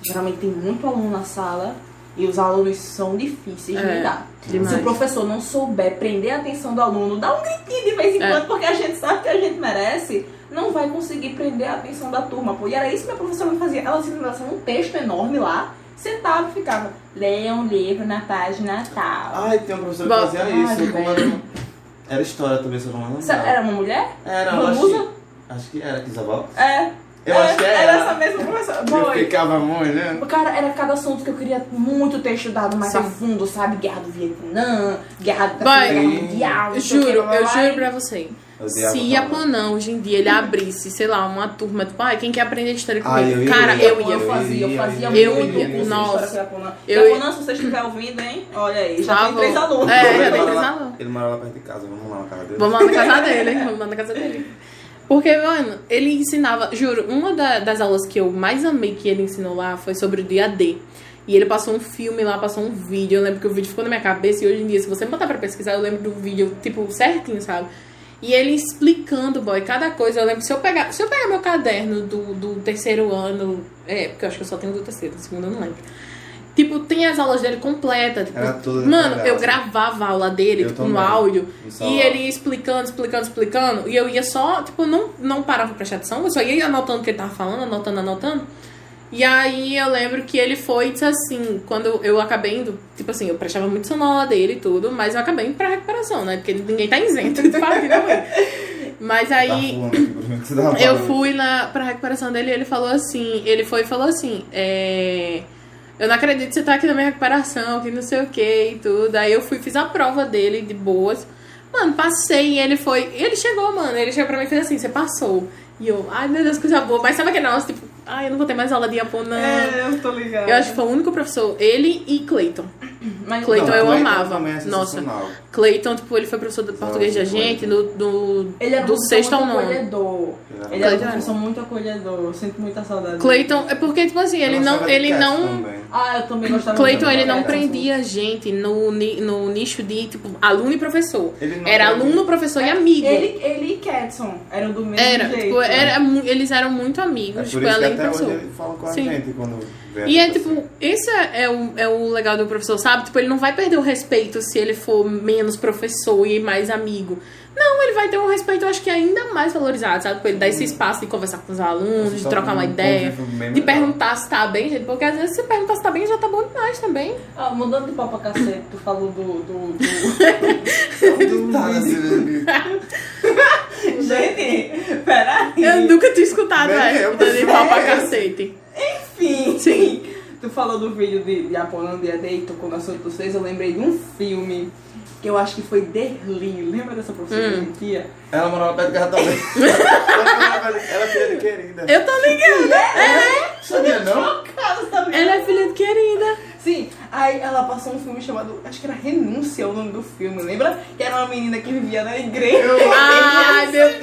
[SPEAKER 4] geralmente tem muito aluno na sala E os alunos são difíceis de
[SPEAKER 1] É,
[SPEAKER 4] lidar.
[SPEAKER 1] demais.
[SPEAKER 4] Se o professor não souber prender a atenção do aluno, dá um gritinho de vez em
[SPEAKER 1] É.
[SPEAKER 4] quando, porque a gente sabe que a gente merece, não vai conseguir prender a atenção da turma. Pô. E era isso que minha professora me fazia. Ela sempre lançava um texto enorme lá, sentava e ficava, leia um livro na página tal.
[SPEAKER 3] Ai, tem um professor que
[SPEAKER 1] Bom,
[SPEAKER 3] fazia
[SPEAKER 4] ai,
[SPEAKER 3] isso. Como era, um-
[SPEAKER 4] velho.
[SPEAKER 3] era história também, só não lembro.
[SPEAKER 4] Sa- Era uma mulher?
[SPEAKER 3] Era, eu acho
[SPEAKER 4] Vanusa?
[SPEAKER 3] que, acho que era Isabel.
[SPEAKER 4] É.
[SPEAKER 3] Eu
[SPEAKER 4] é,
[SPEAKER 3] acho que era.
[SPEAKER 4] Era essa mesma professora.
[SPEAKER 3] Eu
[SPEAKER 4] Foi.
[SPEAKER 3] ficava muito, né?
[SPEAKER 4] Cara, era cada assunto que eu queria muito ter estudado mais
[SPEAKER 1] Sim.
[SPEAKER 4] a fundo, sabe? Guerra do Vietnã, guerra da
[SPEAKER 1] Vai.
[SPEAKER 4] Guerra Mundial. não sei o
[SPEAKER 1] Juro,
[SPEAKER 4] quê, blá, blá,
[SPEAKER 1] eu
[SPEAKER 4] blá.
[SPEAKER 1] juro pra você.
[SPEAKER 3] Odiava
[SPEAKER 1] Se a
[SPEAKER 3] falar.
[SPEAKER 1] Panam hoje em dia ele abrisse, sei lá, uma turma, tipo, ai, quem quer aprender história comigo?
[SPEAKER 3] Ah, eu ia,
[SPEAKER 1] Cara,
[SPEAKER 3] eu
[SPEAKER 1] eu
[SPEAKER 3] ia,
[SPEAKER 1] ia.
[SPEAKER 3] eu
[SPEAKER 4] fazia, eu fazia
[SPEAKER 1] eu
[SPEAKER 4] muito
[SPEAKER 1] ia,
[SPEAKER 4] curso
[SPEAKER 1] nossa.
[SPEAKER 4] de história com a Conan.
[SPEAKER 1] Eu
[SPEAKER 4] Eu...
[SPEAKER 1] ia.
[SPEAKER 4] Conan, se você estiver ouvindo, hein? Olha aí, já
[SPEAKER 1] Tá
[SPEAKER 4] tem três
[SPEAKER 1] bom.
[SPEAKER 4] alunos.
[SPEAKER 1] É,
[SPEAKER 3] Ele
[SPEAKER 1] já tem
[SPEAKER 3] mora
[SPEAKER 1] três
[SPEAKER 3] lá-
[SPEAKER 1] alunos.
[SPEAKER 3] Ele mora lá perto de casa, vamos lá na casa dele.
[SPEAKER 1] Vamos lá na casa dele, hein? vamos lá na casa dele. Porque, mano, ele ensinava, juro, uma da- das aulas que eu mais amei que ele ensinou lá foi sobre o dia D. E ele passou um filme lá, passou um vídeo. Eu lembro que o vídeo ficou na minha cabeça e hoje em dia, se você me botar pra pesquisar, eu lembro do vídeo, tipo, certinho, sabe? E ele explicando, boy, cada coisa. Eu lembro, se eu pegar, se eu pegar meu caderno do, do terceiro ano, é, porque eu acho que eu só tenho do terceiro, do segundo eu não lembro. Tipo, tem as aulas dele completas. Tipo,
[SPEAKER 3] Era tudo
[SPEAKER 1] mano,
[SPEAKER 3] detalhado.
[SPEAKER 1] eu gravava a aula dele,
[SPEAKER 3] Ah, Eu
[SPEAKER 1] tipo, no
[SPEAKER 3] também.
[SPEAKER 1] áudio.
[SPEAKER 3] No
[SPEAKER 1] E
[SPEAKER 3] celular.
[SPEAKER 1] ele ia explicando, explicando, explicando. E eu ia só, tipo, eu não, não parava pra prestar atenção, eu só ia anotando o que ele tava falando, anotando, anotando. E aí eu lembro que ele foi e disse assim, quando eu acabei indo, tipo assim, eu prestava muito sonora dele e tudo, mas eu acabei indo pra recuperação, né? Porque ninguém tá isento de falar que não é. Mas
[SPEAKER 3] Tá
[SPEAKER 1] aí
[SPEAKER 3] falando aqui, por exemplo, que você tava
[SPEAKER 1] eu
[SPEAKER 3] falando.
[SPEAKER 1] fui na, pra recuperação dele e ele falou assim, ele foi e falou assim, é. Eu não acredito que você tá aqui na minha recuperação, que não sei o que e tudo. Aí eu fui, fiz a prova dele de boas. Mano, passei e ele foi. Ele chegou, mano. Ele chegou pra mim e fez assim: você passou. E eu, ai meu Deus, coisa boa. Mas sabe aquele negócio tipo, ai eu não vou ter mais aula de Japão, não.
[SPEAKER 4] É, eu tô ligada.
[SPEAKER 1] Eu acho que foi o único professor, ele e Clayton.
[SPEAKER 4] Mas
[SPEAKER 1] Cleiton
[SPEAKER 3] Não,
[SPEAKER 1] eu
[SPEAKER 3] Cleiton
[SPEAKER 1] amava.
[SPEAKER 3] também é
[SPEAKER 1] Nossa.
[SPEAKER 3] sensacional.
[SPEAKER 1] Clayton, tipo, ele foi professor de português de gente no, do,
[SPEAKER 4] ele era um
[SPEAKER 1] do
[SPEAKER 4] professor
[SPEAKER 1] sexto ao
[SPEAKER 4] muito
[SPEAKER 1] nono.
[SPEAKER 4] acolhedor.
[SPEAKER 3] Ele
[SPEAKER 4] Ele era um
[SPEAKER 1] Cleiton.
[SPEAKER 4] professor muito acolhedor. Eu sinto muita saudade.
[SPEAKER 1] Clayton, é porque, tipo assim, ele
[SPEAKER 3] Eu
[SPEAKER 1] não.
[SPEAKER 3] gostava de
[SPEAKER 1] Ele
[SPEAKER 3] Cats
[SPEAKER 1] não.
[SPEAKER 3] é também.
[SPEAKER 4] Ah, eu também gostava
[SPEAKER 1] Clayton, ele não
[SPEAKER 3] Era
[SPEAKER 1] prendia a gente no, ni- no nicho de, tipo, aluno e professor.
[SPEAKER 3] Ele não é
[SPEAKER 1] Era
[SPEAKER 3] prendia.
[SPEAKER 1] aluno, professor e amigo.
[SPEAKER 4] Ele, ele e Ketson eram do mesmo
[SPEAKER 1] Era,
[SPEAKER 4] jeito. né?
[SPEAKER 1] tipo, era, mu- eles eram muito amigos,
[SPEAKER 3] É por
[SPEAKER 1] tipo,
[SPEAKER 3] isso que
[SPEAKER 1] além do
[SPEAKER 3] até hoje
[SPEAKER 1] professor.
[SPEAKER 3] ele fala com a
[SPEAKER 1] Sim.
[SPEAKER 3] gente quando vê
[SPEAKER 1] E é
[SPEAKER 3] essa pessoa.
[SPEAKER 1] tipo, esse é, é o, é o legal do professor, sabe? Tipo, ele não vai perder o respeito se ele for menos professor e mais amigo. Não, ele vai ter um respeito, eu acho que ainda mais valorizado, sabe? Porque ele dá esse espaço de conversar com os alunos,
[SPEAKER 3] Você
[SPEAKER 1] de
[SPEAKER 3] tá
[SPEAKER 1] trocar
[SPEAKER 3] com
[SPEAKER 1] uma
[SPEAKER 3] um
[SPEAKER 1] ideia,
[SPEAKER 3] convívio bem
[SPEAKER 1] de
[SPEAKER 3] melhor.
[SPEAKER 1] perguntar se tá bem, gente. Porque às vezes se perguntar se tá bem já tá bom demais também.
[SPEAKER 4] Ah, mudando de papo a cacete, tu falou do... do, do...
[SPEAKER 3] Tá, né, Cirilo?
[SPEAKER 4] Gente, peraí.
[SPEAKER 1] Eu nunca tinha escutado
[SPEAKER 3] Nem
[SPEAKER 1] essa.
[SPEAKER 3] eu,
[SPEAKER 1] Então, ele
[SPEAKER 3] mas
[SPEAKER 1] fala pra
[SPEAKER 3] é essa.
[SPEAKER 1] cacete.
[SPEAKER 4] Enfim.
[SPEAKER 1] Sim.
[SPEAKER 4] Tu falou do vídeo de, de Apolônia Day, tocou no assunto dos seis, eu lembrei de um filme que eu acho que foi Derlin. Lembra dessa professora de Olimpia?
[SPEAKER 3] Ela morava perto de casa também. Ela morava perto- Ela é filha de querida.
[SPEAKER 1] Eu tô ligada.
[SPEAKER 3] Sabia não?
[SPEAKER 4] Cara, sabe?
[SPEAKER 1] Ela é filha de querida.
[SPEAKER 4] Sim, aí ela passou um filme chamado, acho que era Renúncia é o nome do filme, lembra? Que era uma menina que vivia na igreja.
[SPEAKER 3] Eu,
[SPEAKER 1] Ai, meu Deus.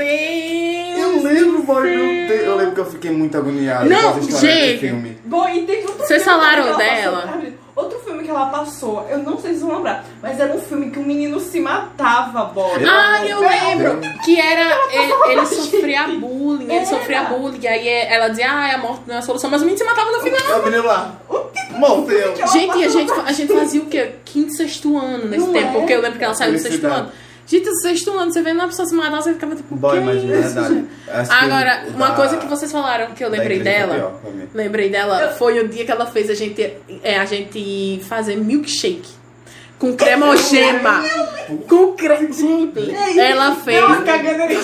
[SPEAKER 3] eu lembro, boy. meu Deus. Eu lembro que eu fiquei muito agoniado
[SPEAKER 1] Não,
[SPEAKER 3] com essa história
[SPEAKER 1] gente.
[SPEAKER 3] desse filme.
[SPEAKER 4] Bom, e teve outro
[SPEAKER 1] Vocês
[SPEAKER 4] filme
[SPEAKER 1] falaram
[SPEAKER 4] também que ela
[SPEAKER 1] dela?
[SPEAKER 4] passou, sabe? Outro filme que ela passou, eu não sei se vocês vão lembrar, mas era um filme que o menino se matava, boy.
[SPEAKER 3] Pelo
[SPEAKER 1] Ah,
[SPEAKER 3] amor
[SPEAKER 1] eu
[SPEAKER 3] de Deus.
[SPEAKER 1] lembro que era. Ele, ele
[SPEAKER 4] gente.
[SPEAKER 1] sofria bullying, ele
[SPEAKER 4] Era.
[SPEAKER 1] sofria bullying. Aí é- ela dizia, ah, a morte não é a solução, mas o menino se matava no final.
[SPEAKER 3] É o menino lá. Morreu.
[SPEAKER 1] Gente, e a gente, a gente fazia o quê? Quinto, sexto ano nesse
[SPEAKER 4] Não
[SPEAKER 1] tempo,
[SPEAKER 4] é?
[SPEAKER 1] porque eu lembro que ela saiu do sexto
[SPEAKER 3] Felicidade.
[SPEAKER 1] ano. Gente, do sexto ano, você vendo uma pessoa se matar, você ficava tipo,
[SPEAKER 3] Boy,
[SPEAKER 1] que
[SPEAKER 3] mas de
[SPEAKER 1] isso,
[SPEAKER 3] verdade.
[SPEAKER 1] gente?
[SPEAKER 3] acho que
[SPEAKER 1] Agora,
[SPEAKER 3] o
[SPEAKER 1] uma
[SPEAKER 3] da-
[SPEAKER 1] coisa que vocês falaram que eu
[SPEAKER 3] da
[SPEAKER 1] lembrei
[SPEAKER 3] igreja foi
[SPEAKER 1] dela.
[SPEAKER 3] pior pra mim.
[SPEAKER 1] Lembrei dela, foi o dia que ela fez a gente, é, a gente fazer milkshake. Com cremogema. Com creme.
[SPEAKER 4] É
[SPEAKER 1] Gente, ela fez.
[SPEAKER 4] Ela cagando ele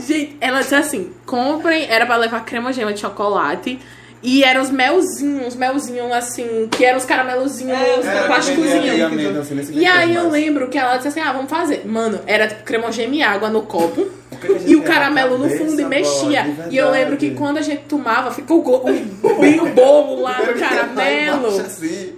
[SPEAKER 1] Gente, ela disse assim: comprem. Era pra levar cremogema de chocolate. E eram os melzinhos, os melzinhos assim, que eram os caramelozinhos,
[SPEAKER 4] É,
[SPEAKER 1] os
[SPEAKER 4] era
[SPEAKER 3] Era,
[SPEAKER 4] plásticozinho.
[SPEAKER 3] eu
[SPEAKER 1] plásticozinhos.
[SPEAKER 3] tenho medo, assim, nesse
[SPEAKER 1] E aí
[SPEAKER 3] brinquedo,
[SPEAKER 1] eu
[SPEAKER 3] mas-
[SPEAKER 1] lembro que ela disse assim: ah, vamos fazer. Mano, era tipo cremogema e água no copo.
[SPEAKER 3] que que a gente
[SPEAKER 1] E o
[SPEAKER 3] tem na
[SPEAKER 1] caramelo no
[SPEAKER 3] É, cabeça,
[SPEAKER 1] fundo e
[SPEAKER 3] boy?
[SPEAKER 1] mexia.
[SPEAKER 3] De
[SPEAKER 1] E eu lembro que
[SPEAKER 3] verdade.
[SPEAKER 1] quando a gente tomava, ficou o, go- o big bolo lá do
[SPEAKER 3] Primeiro que tá
[SPEAKER 1] caramelo.
[SPEAKER 3] embaixo, assim.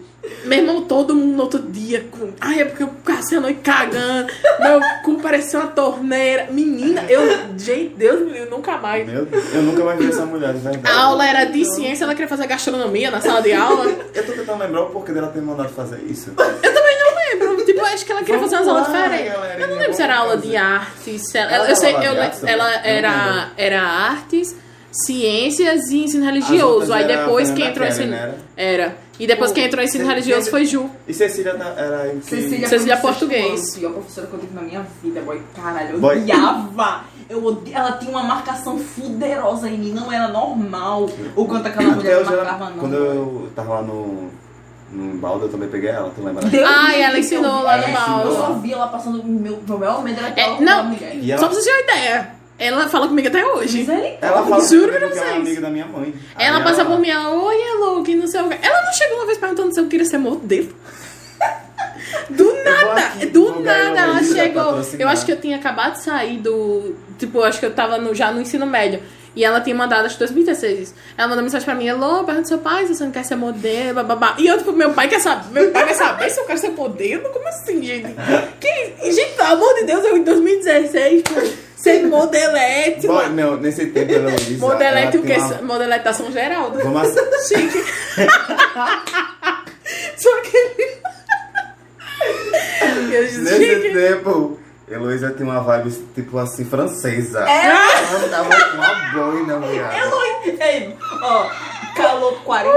[SPEAKER 1] Meu irmão, todo mundo no outro dia com. Ai, é porque eu passei a noite cagando. Meu cu parecia uma torneira. Menina, eu. Gente, Deus me livre, nunca mais.
[SPEAKER 3] Meu Deus, eu nunca mais vi essa mulher, de verdade.
[SPEAKER 1] A aula era de ciência, ela queria fazer gastronomia na sala de aula.
[SPEAKER 3] Eu tô tentando lembrar o porquê dela ter mandado fazer isso.
[SPEAKER 1] Lembro, tipo, acho que ela queria
[SPEAKER 3] Vamos
[SPEAKER 1] fazer umas aulas
[SPEAKER 3] lá,
[SPEAKER 1] diferentes.
[SPEAKER 3] galerinha,
[SPEAKER 1] Eu não lembro se era
[SPEAKER 3] vamos
[SPEAKER 1] aula de
[SPEAKER 3] fazer.
[SPEAKER 1] artes. se ela-
[SPEAKER 3] Ela
[SPEAKER 1] eu sei,
[SPEAKER 3] dava
[SPEAKER 1] eu,
[SPEAKER 3] aula de artes
[SPEAKER 1] ela
[SPEAKER 3] também? Eu não
[SPEAKER 1] era, era artes. ciências e ensino
[SPEAKER 3] As outras
[SPEAKER 1] religioso. Aí
[SPEAKER 3] era
[SPEAKER 1] depois
[SPEAKER 3] Fernanda
[SPEAKER 1] quem entrou em
[SPEAKER 3] Kelly,
[SPEAKER 1] ensino.
[SPEAKER 3] né?
[SPEAKER 1] Era. E depois quem entrou em ensino
[SPEAKER 3] Você-
[SPEAKER 1] religioso
[SPEAKER 3] você-
[SPEAKER 1] foi Ju.
[SPEAKER 3] E Cecília na- era em que...
[SPEAKER 4] Cecília,
[SPEAKER 1] Cecília
[SPEAKER 4] foi
[SPEAKER 1] Português.
[SPEAKER 4] A pior professora que eu tive na minha vida, boy. Caralho, eu
[SPEAKER 3] Boy.
[SPEAKER 4] odiava. Eu odi... Ela tinha uma marcação fuderosa em mim, não era normal o quanto aquela
[SPEAKER 3] Até
[SPEAKER 4] mulher
[SPEAKER 3] hoje Ah, ela-
[SPEAKER 4] marcava, não.
[SPEAKER 3] Quando eu tava lá no... No balde eu também peguei ela, tu lembra? né?
[SPEAKER 4] Deus
[SPEAKER 1] Ah,
[SPEAKER 4] me
[SPEAKER 1] e ela
[SPEAKER 4] livre,
[SPEAKER 1] ensinou
[SPEAKER 4] eu-
[SPEAKER 1] lá
[SPEAKER 3] no
[SPEAKER 4] é,
[SPEAKER 3] Mauro.
[SPEAKER 4] Eu só vi ela passando. Meu, meu maior medo era
[SPEAKER 1] É,
[SPEAKER 4] aquela
[SPEAKER 1] não.
[SPEAKER 4] mulher.
[SPEAKER 3] E ela-
[SPEAKER 1] Só pra vocês terem uma ideia. Ela fala comigo até hoje.
[SPEAKER 4] Misericórdia.
[SPEAKER 3] Ela fala
[SPEAKER 1] Juro
[SPEAKER 3] comigo
[SPEAKER 1] pra
[SPEAKER 3] que ela é
[SPEAKER 1] vocês.
[SPEAKER 3] amiga da minha mãe. Aí
[SPEAKER 1] Ela passa por mim, ela, oi, hello, que não sei o que. Ela não chegou uma vez perguntando se eu queria ser modelo. Do
[SPEAKER 3] vou
[SPEAKER 1] nada,
[SPEAKER 3] aqui
[SPEAKER 1] do
[SPEAKER 3] divulgar
[SPEAKER 1] nada
[SPEAKER 3] uma
[SPEAKER 1] ela
[SPEAKER 3] medida
[SPEAKER 1] chegou.
[SPEAKER 3] patrocinada.
[SPEAKER 1] Eu acho que eu tinha acabado de sair do. Tipo, eu acho que eu tava no- já no ensino médio. E ela tinha mandado, acho que 2016. Ela mandou mensagem pra mim: Hello, pergunta do seu pai se você não quer ser modelo, bababá. E eu, tipo, meu pai quer saber. Meu pai quer saber se eu quero ser modelo? Como assim, gente? Que, gente, pelo amor de Deus, eu em 2016, pô, sendo modelete.
[SPEAKER 3] Boy, não, nesse tempo ela disse...
[SPEAKER 1] Modelete o
[SPEAKER 3] ela
[SPEAKER 1] quê?
[SPEAKER 3] tem uma-
[SPEAKER 1] Modelete da tá São Geraldo.
[SPEAKER 3] Vamos ass-
[SPEAKER 1] Chique. Só que ele. Eu disse,
[SPEAKER 3] Nesse
[SPEAKER 1] Chique.
[SPEAKER 3] tempo, Heloísa tem uma vibe tipo assim, francesa.
[SPEAKER 1] É.
[SPEAKER 3] Ela tava com uma né, boina, viado.
[SPEAKER 4] Ei, ó, calor 40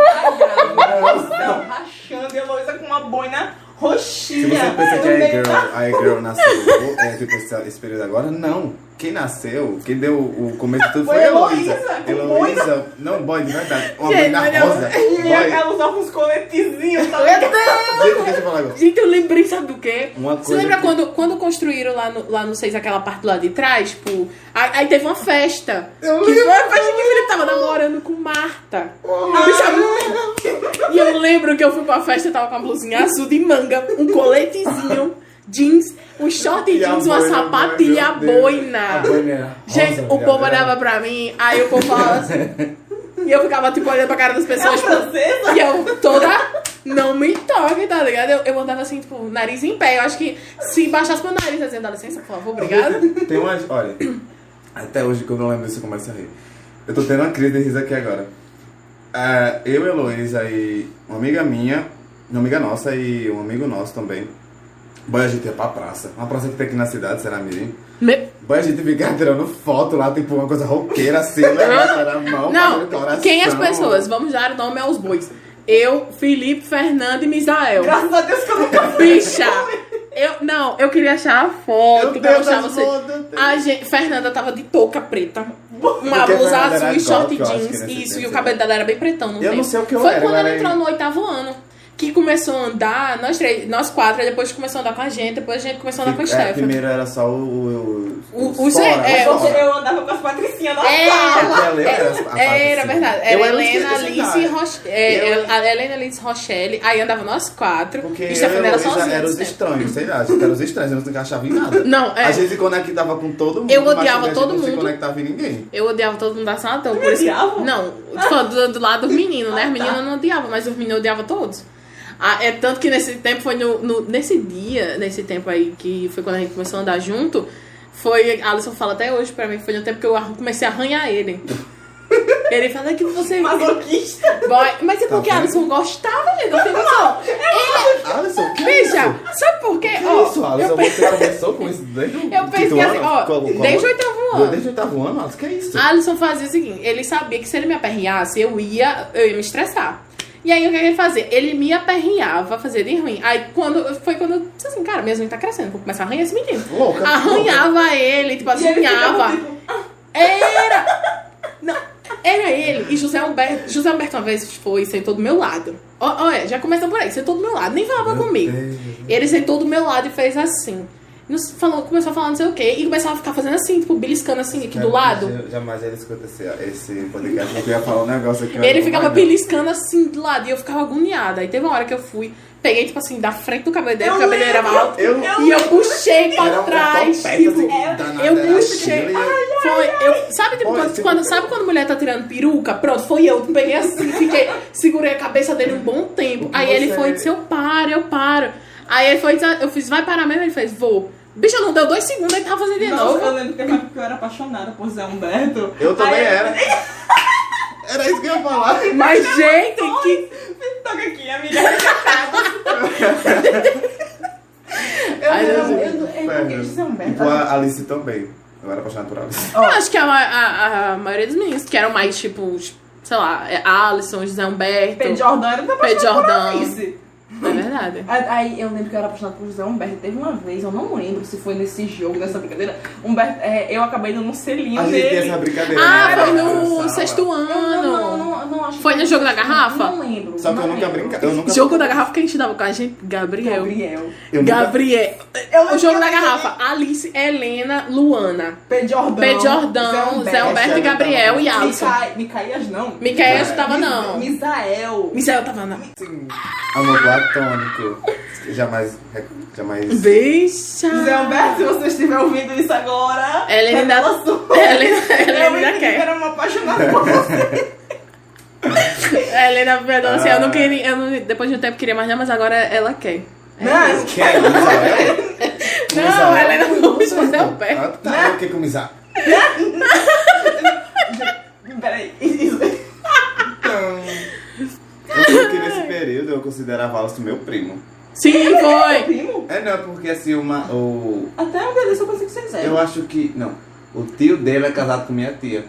[SPEAKER 4] graus, céu rachando e a Heloísa com uma boina
[SPEAKER 3] Se
[SPEAKER 4] roxinha.
[SPEAKER 3] você pensa que
[SPEAKER 4] no
[SPEAKER 3] a
[SPEAKER 4] meio da-
[SPEAKER 3] girl, a girl nasceu é, tipo, esse, esse período agora, não. Quem nasceu, quem deu o começo de tudo foi,
[SPEAKER 4] Foi
[SPEAKER 3] Heloísa.
[SPEAKER 4] Heloísa, com
[SPEAKER 3] Heloísa, não, boy, de verdade. Uma
[SPEAKER 1] Gente,
[SPEAKER 3] boina
[SPEAKER 1] mas eu-
[SPEAKER 3] rosa.
[SPEAKER 4] E
[SPEAKER 3] Boy,
[SPEAKER 4] ela usava uns coletezinhos, tá ligado?
[SPEAKER 3] gente, deixa eu falar agora.
[SPEAKER 1] Gente, eu lembrei, sabe do quê?
[SPEAKER 3] Uma
[SPEAKER 1] Você
[SPEAKER 3] coisa
[SPEAKER 1] lembra
[SPEAKER 3] que-
[SPEAKER 1] quando, quando construíram lá no, lá no seis aquela parte lá de trás? Tipo, aí, aí teve uma festa.
[SPEAKER 3] Eu
[SPEAKER 1] que
[SPEAKER 3] lembro.
[SPEAKER 1] foi a festa que ele tava namorando com Marta.
[SPEAKER 4] é
[SPEAKER 1] Bicha- E eu lembro que eu fui pra festa, eu tava com uma blusinha azul de manga, um coletezinho, jeans, um short
[SPEAKER 3] E a
[SPEAKER 1] jeans, uma
[SPEAKER 3] boina,
[SPEAKER 1] sapatilha e a
[SPEAKER 3] boy, meu Deus.
[SPEAKER 1] boina.
[SPEAKER 3] A boina é era
[SPEAKER 1] Gente,
[SPEAKER 3] rosa,
[SPEAKER 1] o povo
[SPEAKER 3] viado, era-
[SPEAKER 1] olhava pra mim, aí o povo falava assim. e eu ficava, tipo, olhando pra cara das pessoas.
[SPEAKER 4] um
[SPEAKER 1] tipo,
[SPEAKER 4] é francesa?
[SPEAKER 1] e eu toda. Não me toque, tá ligado? Eu, eu andava assim, tipo, nariz em pé. Eu acho que se baixasse meu nariz, assim, dá licença, por favor, obrigado.
[SPEAKER 3] Tem umas. Olha, até hoje que eu não lembro disso, eu começo a rir. Eu tô tendo uma crise de riso aqui agora. Ah, eu, Heloísa e uma amiga minha, uma amiga nossa e um amigo nosso também. Boy, a gente ia pra praça. Uma praça que tem aqui na cidade, será mirim?
[SPEAKER 1] Me-
[SPEAKER 3] Boy, a gente fica tirando foto lá, tipo uma coisa roqueira assim, levanta na mão,
[SPEAKER 1] Não,
[SPEAKER 3] fazendo coração.
[SPEAKER 1] quem é as pessoas? Vamos dar nome aos bois. Eu, Felipe, Fernando e Misael.
[SPEAKER 4] Graças a Deus que eu nunca
[SPEAKER 1] Bicha! Eu, não, eu queria achar a
[SPEAKER 3] Meu
[SPEAKER 1] foto pra
[SPEAKER 3] Deus,
[SPEAKER 1] mostrar
[SPEAKER 3] as
[SPEAKER 1] você.
[SPEAKER 3] fotos.
[SPEAKER 1] A gente- Fernanda tava de touca preta, uma
[SPEAKER 3] Porque a
[SPEAKER 1] blusa
[SPEAKER 3] Fernanda
[SPEAKER 1] azul
[SPEAKER 3] era
[SPEAKER 1] e short
[SPEAKER 3] gótica, eu acho
[SPEAKER 1] jeans.
[SPEAKER 3] que nesse
[SPEAKER 1] Isso, e
[SPEAKER 3] tempo,
[SPEAKER 1] o
[SPEAKER 3] né?
[SPEAKER 1] cabelo dela era bem pretão, não
[SPEAKER 3] Eu não sei o que eu
[SPEAKER 1] Foi
[SPEAKER 3] era,
[SPEAKER 1] quando
[SPEAKER 3] eu
[SPEAKER 1] ela
[SPEAKER 3] era
[SPEAKER 1] entrou no oitavo ano. Que começou a andar, nós três, nós quatro, aí depois começou a andar com a gente, depois a gente começou a andar com a
[SPEAKER 3] É,
[SPEAKER 1] Stephanie.
[SPEAKER 3] primeiro era só o. O.
[SPEAKER 1] O- o- é,
[SPEAKER 3] o.
[SPEAKER 1] o-
[SPEAKER 3] Sora.
[SPEAKER 4] Eu andava com as patricinhas na
[SPEAKER 1] É.
[SPEAKER 4] sala.
[SPEAKER 3] Porque a Helena era, a
[SPEAKER 1] Era
[SPEAKER 3] parte,
[SPEAKER 1] verdade.
[SPEAKER 3] assim. Eu
[SPEAKER 1] Era
[SPEAKER 3] um
[SPEAKER 1] Helena
[SPEAKER 3] esquecido,
[SPEAKER 1] Alice
[SPEAKER 3] cara.
[SPEAKER 1] Rochelle. É,
[SPEAKER 3] Eu-
[SPEAKER 1] ela- a Helena Alice Rochelle. Aí andava nós quatro.
[SPEAKER 3] Porque
[SPEAKER 1] e
[SPEAKER 3] eu
[SPEAKER 1] Stephanie
[SPEAKER 3] era,
[SPEAKER 1] era sozinha.
[SPEAKER 3] era os
[SPEAKER 1] nesse tempo.
[SPEAKER 3] estranhos, sei lá, a gente era os estranhos, eu não se encaixava em nada.
[SPEAKER 1] Não, é.
[SPEAKER 3] A gente se conectava com todo mundo.
[SPEAKER 1] Eu
[SPEAKER 3] mas
[SPEAKER 1] odiava
[SPEAKER 3] também a gente
[SPEAKER 1] todo
[SPEAKER 3] não se
[SPEAKER 1] mundo.
[SPEAKER 3] conectava em ninguém.
[SPEAKER 1] Eu odiava todo mundo da sala, então por isso.
[SPEAKER 4] odiava?
[SPEAKER 1] Não, tô falando do, do lado dos meninos, né?
[SPEAKER 4] Ah,
[SPEAKER 1] Os meninos
[SPEAKER 4] tá.
[SPEAKER 1] eu não odiava, mas os meninos odiavam todos. Ah, é tanto que nesse tempo foi no, no- Nesse dia, nesse tempo aí que foi quando a gente começou a andar junto, foi. A Alisson fala até hoje pra mim, foi no tempo que eu arran- comecei a arranhar ele. Ele fala "É que você.
[SPEAKER 4] Masoquista.
[SPEAKER 1] Boy, mas é
[SPEAKER 3] Tá
[SPEAKER 1] porque a
[SPEAKER 3] vendo?
[SPEAKER 1] Alisson gostava, gente. Não tem noção.
[SPEAKER 3] Alisson, que
[SPEAKER 1] Veja,
[SPEAKER 3] isso?
[SPEAKER 1] sabe por quê?
[SPEAKER 3] Que
[SPEAKER 1] Ó,
[SPEAKER 3] isso, Alisson?
[SPEAKER 1] eu,
[SPEAKER 3] Você começou com isso desde o
[SPEAKER 1] eu
[SPEAKER 3] quinto
[SPEAKER 1] pensei assim,
[SPEAKER 3] ano?
[SPEAKER 1] ó,
[SPEAKER 3] Qual- qual-
[SPEAKER 1] desde o oitavo ano. Ah,
[SPEAKER 3] Desde o oitavo ano, Alisson, que é isso?
[SPEAKER 1] Alisson fazia o seguinte, ele sabia que se ele me aperreasse, eu ia, eu ia me estressar. E aí o que que ele fazia? Ele me aperreava, fazia de ruim. Aí quando foi quando eu disse assim, cara, minha unha tá crescendo, vou começar a arranhar esse menino.
[SPEAKER 3] Louca.
[SPEAKER 1] Arranhava ele, tipo,
[SPEAKER 4] Tá E ele ficava
[SPEAKER 1] assunhava.
[SPEAKER 4] tipo, ah,
[SPEAKER 1] Era! Não, era ele e José Humberto. José Humberto uma vez foi, sentou do meu lado. Ó, Olha, já começa por aí, sentou do meu lado, nem falava
[SPEAKER 3] Meu
[SPEAKER 1] comigo.
[SPEAKER 3] Deus.
[SPEAKER 1] Ele sentou do meu lado e fez assim. Não se- Falou, começou a falar não sei o quê. E começava a ficar fazendo assim, tipo, beliscando assim aqui do
[SPEAKER 3] Cara,
[SPEAKER 1] lado.
[SPEAKER 3] já- Jamais ele escuta esse, esse podcast, porque eu ia falar um negócio aqui.
[SPEAKER 1] Ele
[SPEAKER 3] mas-
[SPEAKER 1] ficava
[SPEAKER 3] mas não.
[SPEAKER 1] beliscando assim do lado e eu ficava agoniada. Aí teve uma hora que eu fui, peguei, tipo assim, da frente do cabelo dele,
[SPEAKER 4] Eu
[SPEAKER 1] o cabelo dele era
[SPEAKER 4] lembro.
[SPEAKER 1] alto.
[SPEAKER 3] Eu-
[SPEAKER 1] E eu puxei
[SPEAKER 3] Era
[SPEAKER 1] pra
[SPEAKER 3] um
[SPEAKER 1] trás.
[SPEAKER 3] topete,
[SPEAKER 1] Tipo,
[SPEAKER 3] assim,
[SPEAKER 4] eu-
[SPEAKER 3] danada,
[SPEAKER 1] eu
[SPEAKER 3] era
[SPEAKER 1] puxei.
[SPEAKER 3] aquilo, e eu-
[SPEAKER 1] Foi, eu, sabe, tipo,
[SPEAKER 3] Olha,
[SPEAKER 1] quando,
[SPEAKER 3] tipo-
[SPEAKER 1] quando- sabe quando a mulher tá tirando peruca? Pronto, foi eu. Peguei assim, fiquei, segurei a cabeça dele um bom tempo. Aí ele
[SPEAKER 3] Você- é?
[SPEAKER 1] foi e disse: Eu paro, eu paro. Aí ele foi, e disse, eu fiz, vai parar mesmo? Ele fez, vou. Bicho, não deu dois segundos, ele tava fazendo de
[SPEAKER 4] Nossa, eu
[SPEAKER 1] novo.
[SPEAKER 4] lembro que teve uma época que eu era apaixonada por Zé Humberto.
[SPEAKER 3] Eu também
[SPEAKER 4] Aí-
[SPEAKER 3] era. Era isso que eu ia falar.
[SPEAKER 1] Mas, gente, que
[SPEAKER 4] Me Toca aqui, amiga. recatada. Eu
[SPEAKER 1] Ai,
[SPEAKER 4] era-
[SPEAKER 1] Jesus.
[SPEAKER 4] eu- é eu- eu- eu- Zé
[SPEAKER 1] é
[SPEAKER 3] E
[SPEAKER 4] Humberto.
[SPEAKER 3] com a Tipo, Alice também. Eu era apaixonado por Alice.
[SPEAKER 1] Eu acho que a, ma- a- a maioria dos meninos que eram mais, tipo, sei lá, é Alisson, José Humberto.
[SPEAKER 4] Pedro Jordan era da
[SPEAKER 1] Pedro Jordão.
[SPEAKER 4] Alice.
[SPEAKER 1] É verdade.
[SPEAKER 4] A- Aí eu lembro que eu era apaixonada por José Humberto. Teve uma vez, eu não lembro se foi nesse jogo, nessa brincadeira. Humberto, é, eu acabei dando um selinho
[SPEAKER 3] A gente tem
[SPEAKER 4] nele.
[SPEAKER 3] essa brincadeira.
[SPEAKER 1] Ah,
[SPEAKER 3] né?
[SPEAKER 1] foi no
[SPEAKER 3] Sala.
[SPEAKER 1] sexto
[SPEAKER 4] Eu não, não,
[SPEAKER 1] ano.
[SPEAKER 4] não, não acho
[SPEAKER 1] Foi
[SPEAKER 4] que-
[SPEAKER 1] no jogo da garrafa?
[SPEAKER 4] Não lembro.
[SPEAKER 3] Só que eu
[SPEAKER 4] não
[SPEAKER 3] nunca
[SPEAKER 4] lembro.
[SPEAKER 3] brinca. Eu nunca.
[SPEAKER 1] Jogo da garrafa que a gente dava com a gente. Gabriel.
[SPEAKER 4] Gabriel.
[SPEAKER 3] Eu nunca...
[SPEAKER 1] Gabriel. É o jogo da garrafa. Alice, Helena, Luana.
[SPEAKER 4] Pedro Jordão.
[SPEAKER 1] Pedro Jordão, Zé Humberto e Gabriel e Alisson.
[SPEAKER 4] Mica- Micaías não.
[SPEAKER 1] Micael estava não.
[SPEAKER 4] Misael.
[SPEAKER 1] Misael tava não.
[SPEAKER 3] Sim. Amor platônico. Jamais. Jamais.
[SPEAKER 1] Deixa.
[SPEAKER 4] José Humberto, se você estiver ouvindo isso agora.
[SPEAKER 1] Ela ainda-
[SPEAKER 4] revelação.
[SPEAKER 1] Helena,
[SPEAKER 4] Eu
[SPEAKER 1] Helena
[SPEAKER 4] ainda
[SPEAKER 1] ainda quer.
[SPEAKER 4] era uma apaixonada por você.
[SPEAKER 1] Helena perdoa, assim,
[SPEAKER 3] Ah.
[SPEAKER 1] eu não queria. Eu não, depois de um tempo queria mais não, mas agora ela quer.
[SPEAKER 4] Não,
[SPEAKER 3] Que é Isabel?
[SPEAKER 1] Não,
[SPEAKER 3] Isabel?
[SPEAKER 1] Helena não usa né, o seu pé.
[SPEAKER 3] Ah, tá. Eu fiquei com Isabel.
[SPEAKER 4] Peraí, isso.
[SPEAKER 3] Eu que nesse período eu considerava Alice meu primo.
[SPEAKER 1] Sim, foi!
[SPEAKER 4] Primo?
[SPEAKER 3] É não, porque assim, uma, o.
[SPEAKER 4] Até um deles eu pensei que vocês eram.
[SPEAKER 3] Eu acho que. Não. O tio dele é casado com minha tia.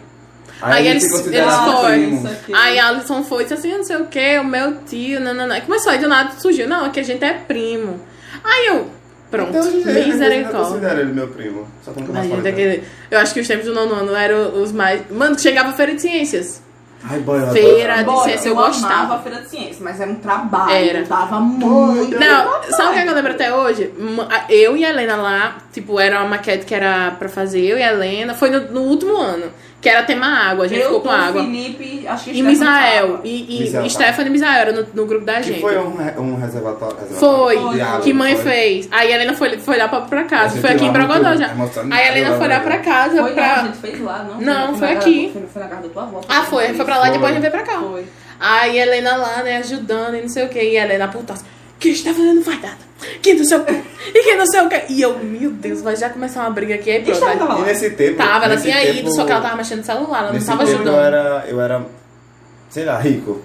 [SPEAKER 1] Aí
[SPEAKER 3] ele
[SPEAKER 1] eles-
[SPEAKER 3] se considerava
[SPEAKER 1] eles foram,
[SPEAKER 3] primo.
[SPEAKER 4] isso aqui.
[SPEAKER 1] Aí Alisson foi e disse assim, não sei o que, o meu tio, não, não, não. Aí começou, aí do nada surgiu, não, é que a gente é primo. Aí eu, pronto,
[SPEAKER 3] Então, gente, Eu não
[SPEAKER 1] misericórdia.
[SPEAKER 3] considero ele meu primo. Só que eu nunca
[SPEAKER 1] Ai,
[SPEAKER 3] mais
[SPEAKER 1] gente,
[SPEAKER 3] falei. dele.
[SPEAKER 1] aquele- Eu acho que os tempos do nono ano eram os mais. Mano, que chegava a feira de ciências.
[SPEAKER 3] Ai, boy, eu
[SPEAKER 1] Feira
[SPEAKER 3] adoro.
[SPEAKER 1] de
[SPEAKER 4] Bora,
[SPEAKER 1] ciência, eu
[SPEAKER 4] amava
[SPEAKER 1] gostava.
[SPEAKER 4] a feira de ciência, mas era um trabalho.
[SPEAKER 1] Era.
[SPEAKER 4] Dava muito.
[SPEAKER 1] Não, sabe o que é que eu lembro até hoje? Uma- a- Eu e a Helena lá, tipo, era uma maquete que era pra fazer, eu e a Helena. Foi no, no último ano, que era tema água, a gente
[SPEAKER 4] eu,
[SPEAKER 1] ficou com
[SPEAKER 4] tu,
[SPEAKER 1] água.
[SPEAKER 4] Felipe, acho que
[SPEAKER 1] E
[SPEAKER 4] Stefano
[SPEAKER 1] Misael,
[SPEAKER 4] tava.
[SPEAKER 1] e,
[SPEAKER 3] Misael
[SPEAKER 1] e
[SPEAKER 3] tava.
[SPEAKER 1] Stephanie e Misael era no, no grupo da gente.
[SPEAKER 3] Que foi um, re- um reservatório.
[SPEAKER 1] Foi,
[SPEAKER 3] reservatório de água,
[SPEAKER 1] que mãe
[SPEAKER 3] foi. é
[SPEAKER 1] fez. Aí a Helena foi, foi lá pra, pra
[SPEAKER 3] A
[SPEAKER 1] casa.
[SPEAKER 3] gente
[SPEAKER 1] Foi aqui
[SPEAKER 3] lá
[SPEAKER 1] em Brogodó
[SPEAKER 3] muito
[SPEAKER 1] já.
[SPEAKER 3] emocionado,
[SPEAKER 1] Aí a Helena foi lá pra casa.
[SPEAKER 4] Foi lá,
[SPEAKER 1] pra...
[SPEAKER 4] a gente fez lá, não?
[SPEAKER 1] Não,
[SPEAKER 4] na-
[SPEAKER 1] foi
[SPEAKER 4] na
[SPEAKER 1] aqui.
[SPEAKER 4] casa- Foi, foi na casa da tua avó.
[SPEAKER 1] Ah, foi. Foi pra lá e
[SPEAKER 3] Foi.
[SPEAKER 1] depois a gente veio pra cá.
[SPEAKER 4] Foi.
[SPEAKER 1] Aí a Helena lá, né, ajudando e não sei o que. E a Helena putaça. Que está fazendo faz nada. Que não sei o que. E que não sei o que. E eu, meu Deus, vai já começar uma briga aqui. Aí
[SPEAKER 4] E
[SPEAKER 1] pronto.
[SPEAKER 4] Stefano
[SPEAKER 1] Aí-
[SPEAKER 4] tava
[SPEAKER 3] E
[SPEAKER 4] lá.
[SPEAKER 3] nesse tempo.
[SPEAKER 1] Tava, ela
[SPEAKER 3] nesse
[SPEAKER 1] tinha
[SPEAKER 3] tempo,
[SPEAKER 1] ido, só que ela tava mexendo no celular. Ela não
[SPEAKER 3] Nesse
[SPEAKER 1] tava
[SPEAKER 3] tempo eu
[SPEAKER 1] ajudando.
[SPEAKER 3] era, eu era, sei lá, rico.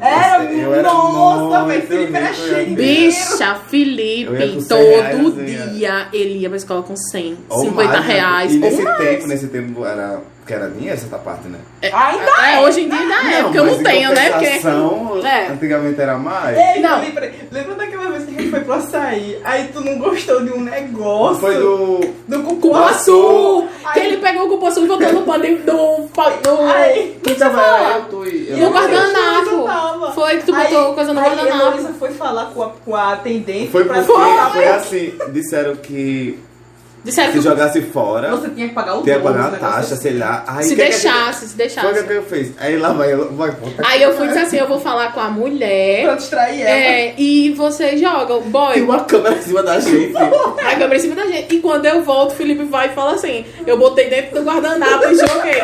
[SPEAKER 4] Era,
[SPEAKER 3] Eu era
[SPEAKER 4] nossa, velho,
[SPEAKER 3] muito
[SPEAKER 4] Felipe era
[SPEAKER 3] rico,
[SPEAKER 4] cheio de
[SPEAKER 3] eu-
[SPEAKER 4] dinheiro.
[SPEAKER 1] Bicha,
[SPEAKER 3] Eu ia com
[SPEAKER 1] Felipe,
[SPEAKER 3] 100 reais,
[SPEAKER 1] todo
[SPEAKER 3] eu ia.
[SPEAKER 1] dia ele ia pra escola com 100,
[SPEAKER 3] Ou
[SPEAKER 1] 50
[SPEAKER 3] mais, né?
[SPEAKER 1] reais. Um
[SPEAKER 3] E
[SPEAKER 1] ou
[SPEAKER 3] nesse
[SPEAKER 1] mais.
[SPEAKER 3] tempo, nesse tempo era. Que era dinheiro essa parte, né?
[SPEAKER 4] Ainda
[SPEAKER 1] É, hoje em dia ainda é, porque eu
[SPEAKER 3] mas
[SPEAKER 1] não
[SPEAKER 3] em
[SPEAKER 1] tenho, né? Porque.
[SPEAKER 3] compensação,
[SPEAKER 1] É.
[SPEAKER 3] Antigamente era mais.
[SPEAKER 4] Ei,
[SPEAKER 1] Não.
[SPEAKER 4] Felipe, lembra daquela vez que a gente foi pro açaí? Aí tu não gostou de um negócio
[SPEAKER 3] Foi do.
[SPEAKER 4] do
[SPEAKER 1] Cupuaçu! Que
[SPEAKER 4] Aí-
[SPEAKER 1] ele pegou o cupuaçu e botou no pano do.
[SPEAKER 4] Aí,
[SPEAKER 1] do
[SPEAKER 3] Que tava eu, tu e. eu
[SPEAKER 1] no
[SPEAKER 3] não sei.
[SPEAKER 1] guardanapo.
[SPEAKER 4] Eu tava.
[SPEAKER 1] Foi que tu botou coisa no
[SPEAKER 4] aí
[SPEAKER 1] guardanapo.
[SPEAKER 4] A Heloísa foi falar com a, com a atendente
[SPEAKER 3] Foi
[SPEAKER 4] pra
[SPEAKER 3] porque
[SPEAKER 4] falar,
[SPEAKER 3] foi assim. Disseram que
[SPEAKER 1] Disseram
[SPEAKER 3] se
[SPEAKER 1] que
[SPEAKER 3] jogasse fora,
[SPEAKER 4] Você tinha que pagar o
[SPEAKER 3] tinha que
[SPEAKER 4] dobro,
[SPEAKER 3] pagar
[SPEAKER 4] um
[SPEAKER 3] a
[SPEAKER 4] negócio
[SPEAKER 3] taxa,
[SPEAKER 4] assim.
[SPEAKER 3] sei lá. Aí,
[SPEAKER 1] se
[SPEAKER 3] que que-
[SPEAKER 1] deixasse, se
[SPEAKER 3] Foi o que, que
[SPEAKER 1] deixasse.
[SPEAKER 3] eu fiz. Aí lá vai, eu- vai, puta
[SPEAKER 1] Aí eu fui dizer assim: eu vou falar com a mulher.
[SPEAKER 4] Pra distrair ela.
[SPEAKER 1] É, e você joga o
[SPEAKER 3] Tem
[SPEAKER 1] boy.
[SPEAKER 3] uma câmera em cima da gente. Ah,
[SPEAKER 1] Aí câmera em cima da gente. E quando eu volto, o Felipe vai e fala assim: eu botei dentro do guardanapo e joguei.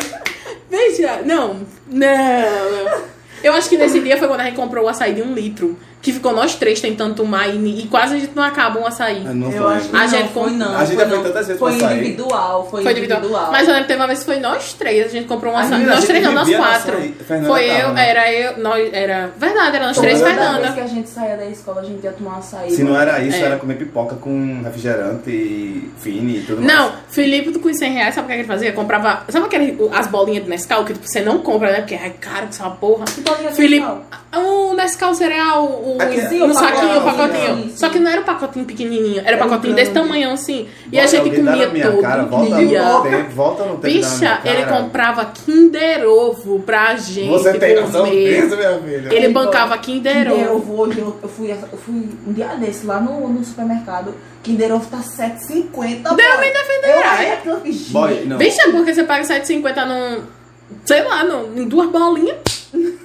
[SPEAKER 1] Veja, não, não, não. Eu acho que nesse dia foi quando a gente comprou o açaí de um litro. Que ficou nós três tentando tomar e, e quase a gente não acaba um açaí.
[SPEAKER 3] Eu não
[SPEAKER 4] Eu acho
[SPEAKER 3] lembro.
[SPEAKER 4] que
[SPEAKER 1] A
[SPEAKER 4] não,
[SPEAKER 1] gente
[SPEAKER 4] foi
[SPEAKER 1] com-
[SPEAKER 4] não.
[SPEAKER 3] A gente
[SPEAKER 4] foi
[SPEAKER 3] já foi
[SPEAKER 4] não.
[SPEAKER 3] tantas vezes pra
[SPEAKER 4] Foi
[SPEAKER 3] sair.
[SPEAKER 4] individual, foi,
[SPEAKER 1] Foi individual. Mas eu lembro que teve uma vez que foi nós três, a gente comprou um
[SPEAKER 3] A
[SPEAKER 1] açaí.
[SPEAKER 3] menina, a
[SPEAKER 1] Nós
[SPEAKER 3] gente
[SPEAKER 1] três, não, nós
[SPEAKER 3] vivia no
[SPEAKER 1] quatro.
[SPEAKER 3] açaí. Fernanda né?
[SPEAKER 1] Foi
[SPEAKER 3] tava,
[SPEAKER 1] eu,
[SPEAKER 3] né?
[SPEAKER 1] era eu, nós, era. Verdade, era nós três,
[SPEAKER 3] Toda vez
[SPEAKER 1] Fernanda.
[SPEAKER 4] que a gente saía da escola, a gente ia tomar um açaí.
[SPEAKER 3] Se não era isso,
[SPEAKER 1] É.
[SPEAKER 3] era comer pipoca com refrigerante e fine e tudo mais.
[SPEAKER 1] Não, Felipe com os 100 reais, sabe o que ele fazia? Comprava. Sabe aquele, as bolinhas do Nescau que tipo, você não compra, né? Porque é caro que essa porra.
[SPEAKER 4] Que bolinha de
[SPEAKER 1] Felipe.
[SPEAKER 4] sal?
[SPEAKER 1] O Nescau cereal, o,
[SPEAKER 3] Aqui, é
[SPEAKER 1] o-
[SPEAKER 3] sim,
[SPEAKER 1] no
[SPEAKER 4] o
[SPEAKER 1] saquinho, o
[SPEAKER 4] pacotinho,
[SPEAKER 1] pacotinho.
[SPEAKER 4] sim, sim.
[SPEAKER 1] Só que não era o pacotinho pequenininho, era o
[SPEAKER 4] Era um
[SPEAKER 1] pacotinho desse
[SPEAKER 4] grande.
[SPEAKER 1] tamanho assim. E
[SPEAKER 3] Bota
[SPEAKER 1] a gente
[SPEAKER 3] alguém dar na
[SPEAKER 1] comia
[SPEAKER 3] minha
[SPEAKER 1] todo
[SPEAKER 3] cara, volta
[SPEAKER 1] dia.
[SPEAKER 3] no tempo, volta no tempo da minha
[SPEAKER 1] Bicha,
[SPEAKER 3] cara.
[SPEAKER 1] ele comprava Kinder Ovo pra gente
[SPEAKER 3] Você tem noção
[SPEAKER 1] comer.
[SPEAKER 3] disso, minha filha?
[SPEAKER 1] Ele bancava Kinder
[SPEAKER 4] Kinder
[SPEAKER 1] Ovo.
[SPEAKER 4] Ovo hoje, eu, eu fui, eu fui um dia desse lá no, no supermercado. Kinder Ovo tá 7,50.
[SPEAKER 1] Deus me né?
[SPEAKER 4] defenderá.
[SPEAKER 1] defenderá.
[SPEAKER 3] Boy, não.
[SPEAKER 1] é Bicha, porque você paga 7,50 num. Sei lá, num, em duas bolinhas.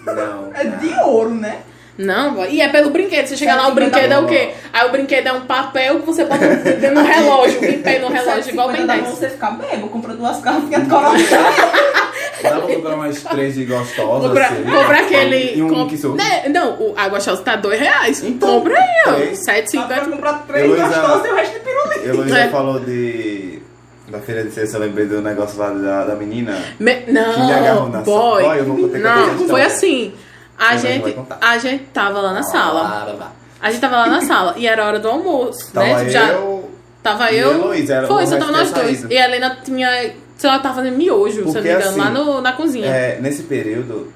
[SPEAKER 3] Não.
[SPEAKER 4] É de ouro, né?
[SPEAKER 1] Não, vó. e é pelo brinquedo. Você chega lá, o
[SPEAKER 4] 7,50
[SPEAKER 1] brinquedo é o quê? Aí o brinquedo é um papel que você bota dentro do relógio, em pé no um relógio, igual
[SPEAKER 4] 7,50
[SPEAKER 1] bem
[SPEAKER 4] dá pra
[SPEAKER 1] 10.
[SPEAKER 4] você ficar bebo, compra duas garrafinhas de coronel.
[SPEAKER 3] Dá pra comprar umas três de gostosa.
[SPEAKER 1] Compra,
[SPEAKER 3] assim,
[SPEAKER 1] compra aquele.
[SPEAKER 3] E um
[SPEAKER 1] com-
[SPEAKER 3] que sou.
[SPEAKER 1] né? Não, o água Chelsea tá dois reais.
[SPEAKER 3] Então,
[SPEAKER 1] compra aí, ó.
[SPEAKER 3] três.
[SPEAKER 4] Dá pra
[SPEAKER 1] 7,50.
[SPEAKER 4] comprar três
[SPEAKER 3] Heloísa-
[SPEAKER 4] gostosas e o resto de pirulito.
[SPEAKER 3] Heloísa
[SPEAKER 1] É.
[SPEAKER 3] falou de. Da feira de ciência, eu lembrei do negócio lá da, da menina.
[SPEAKER 1] Me-
[SPEAKER 3] que me agarrou
[SPEAKER 1] Não,
[SPEAKER 3] na
[SPEAKER 1] boy.
[SPEAKER 3] Boy, eu vou contar que eu tenho
[SPEAKER 1] Não,
[SPEAKER 3] essa
[SPEAKER 1] foi
[SPEAKER 3] história.
[SPEAKER 1] assim. A
[SPEAKER 3] Minha mãe
[SPEAKER 1] gente,
[SPEAKER 3] vai contar.
[SPEAKER 1] a gente tava lá na sala.
[SPEAKER 3] Ah, lá, lá, lá.
[SPEAKER 1] A gente tava lá na sala e era hora do almoço,
[SPEAKER 3] Tava
[SPEAKER 1] né? Tipo, já-
[SPEAKER 3] eu,
[SPEAKER 1] Tava
[SPEAKER 3] E
[SPEAKER 1] eu.
[SPEAKER 3] a Heloísa, era
[SPEAKER 1] foi,
[SPEAKER 3] o
[SPEAKER 1] só tava nós
[SPEAKER 3] resto da
[SPEAKER 1] dois.
[SPEAKER 3] Saída.
[SPEAKER 1] E a Helena tinha. Sei lá, tava fazendo miojo, se eu não
[SPEAKER 3] Porque,
[SPEAKER 1] me engano, lá
[SPEAKER 3] assim,
[SPEAKER 1] no, na cozinha.
[SPEAKER 3] É, nesse período,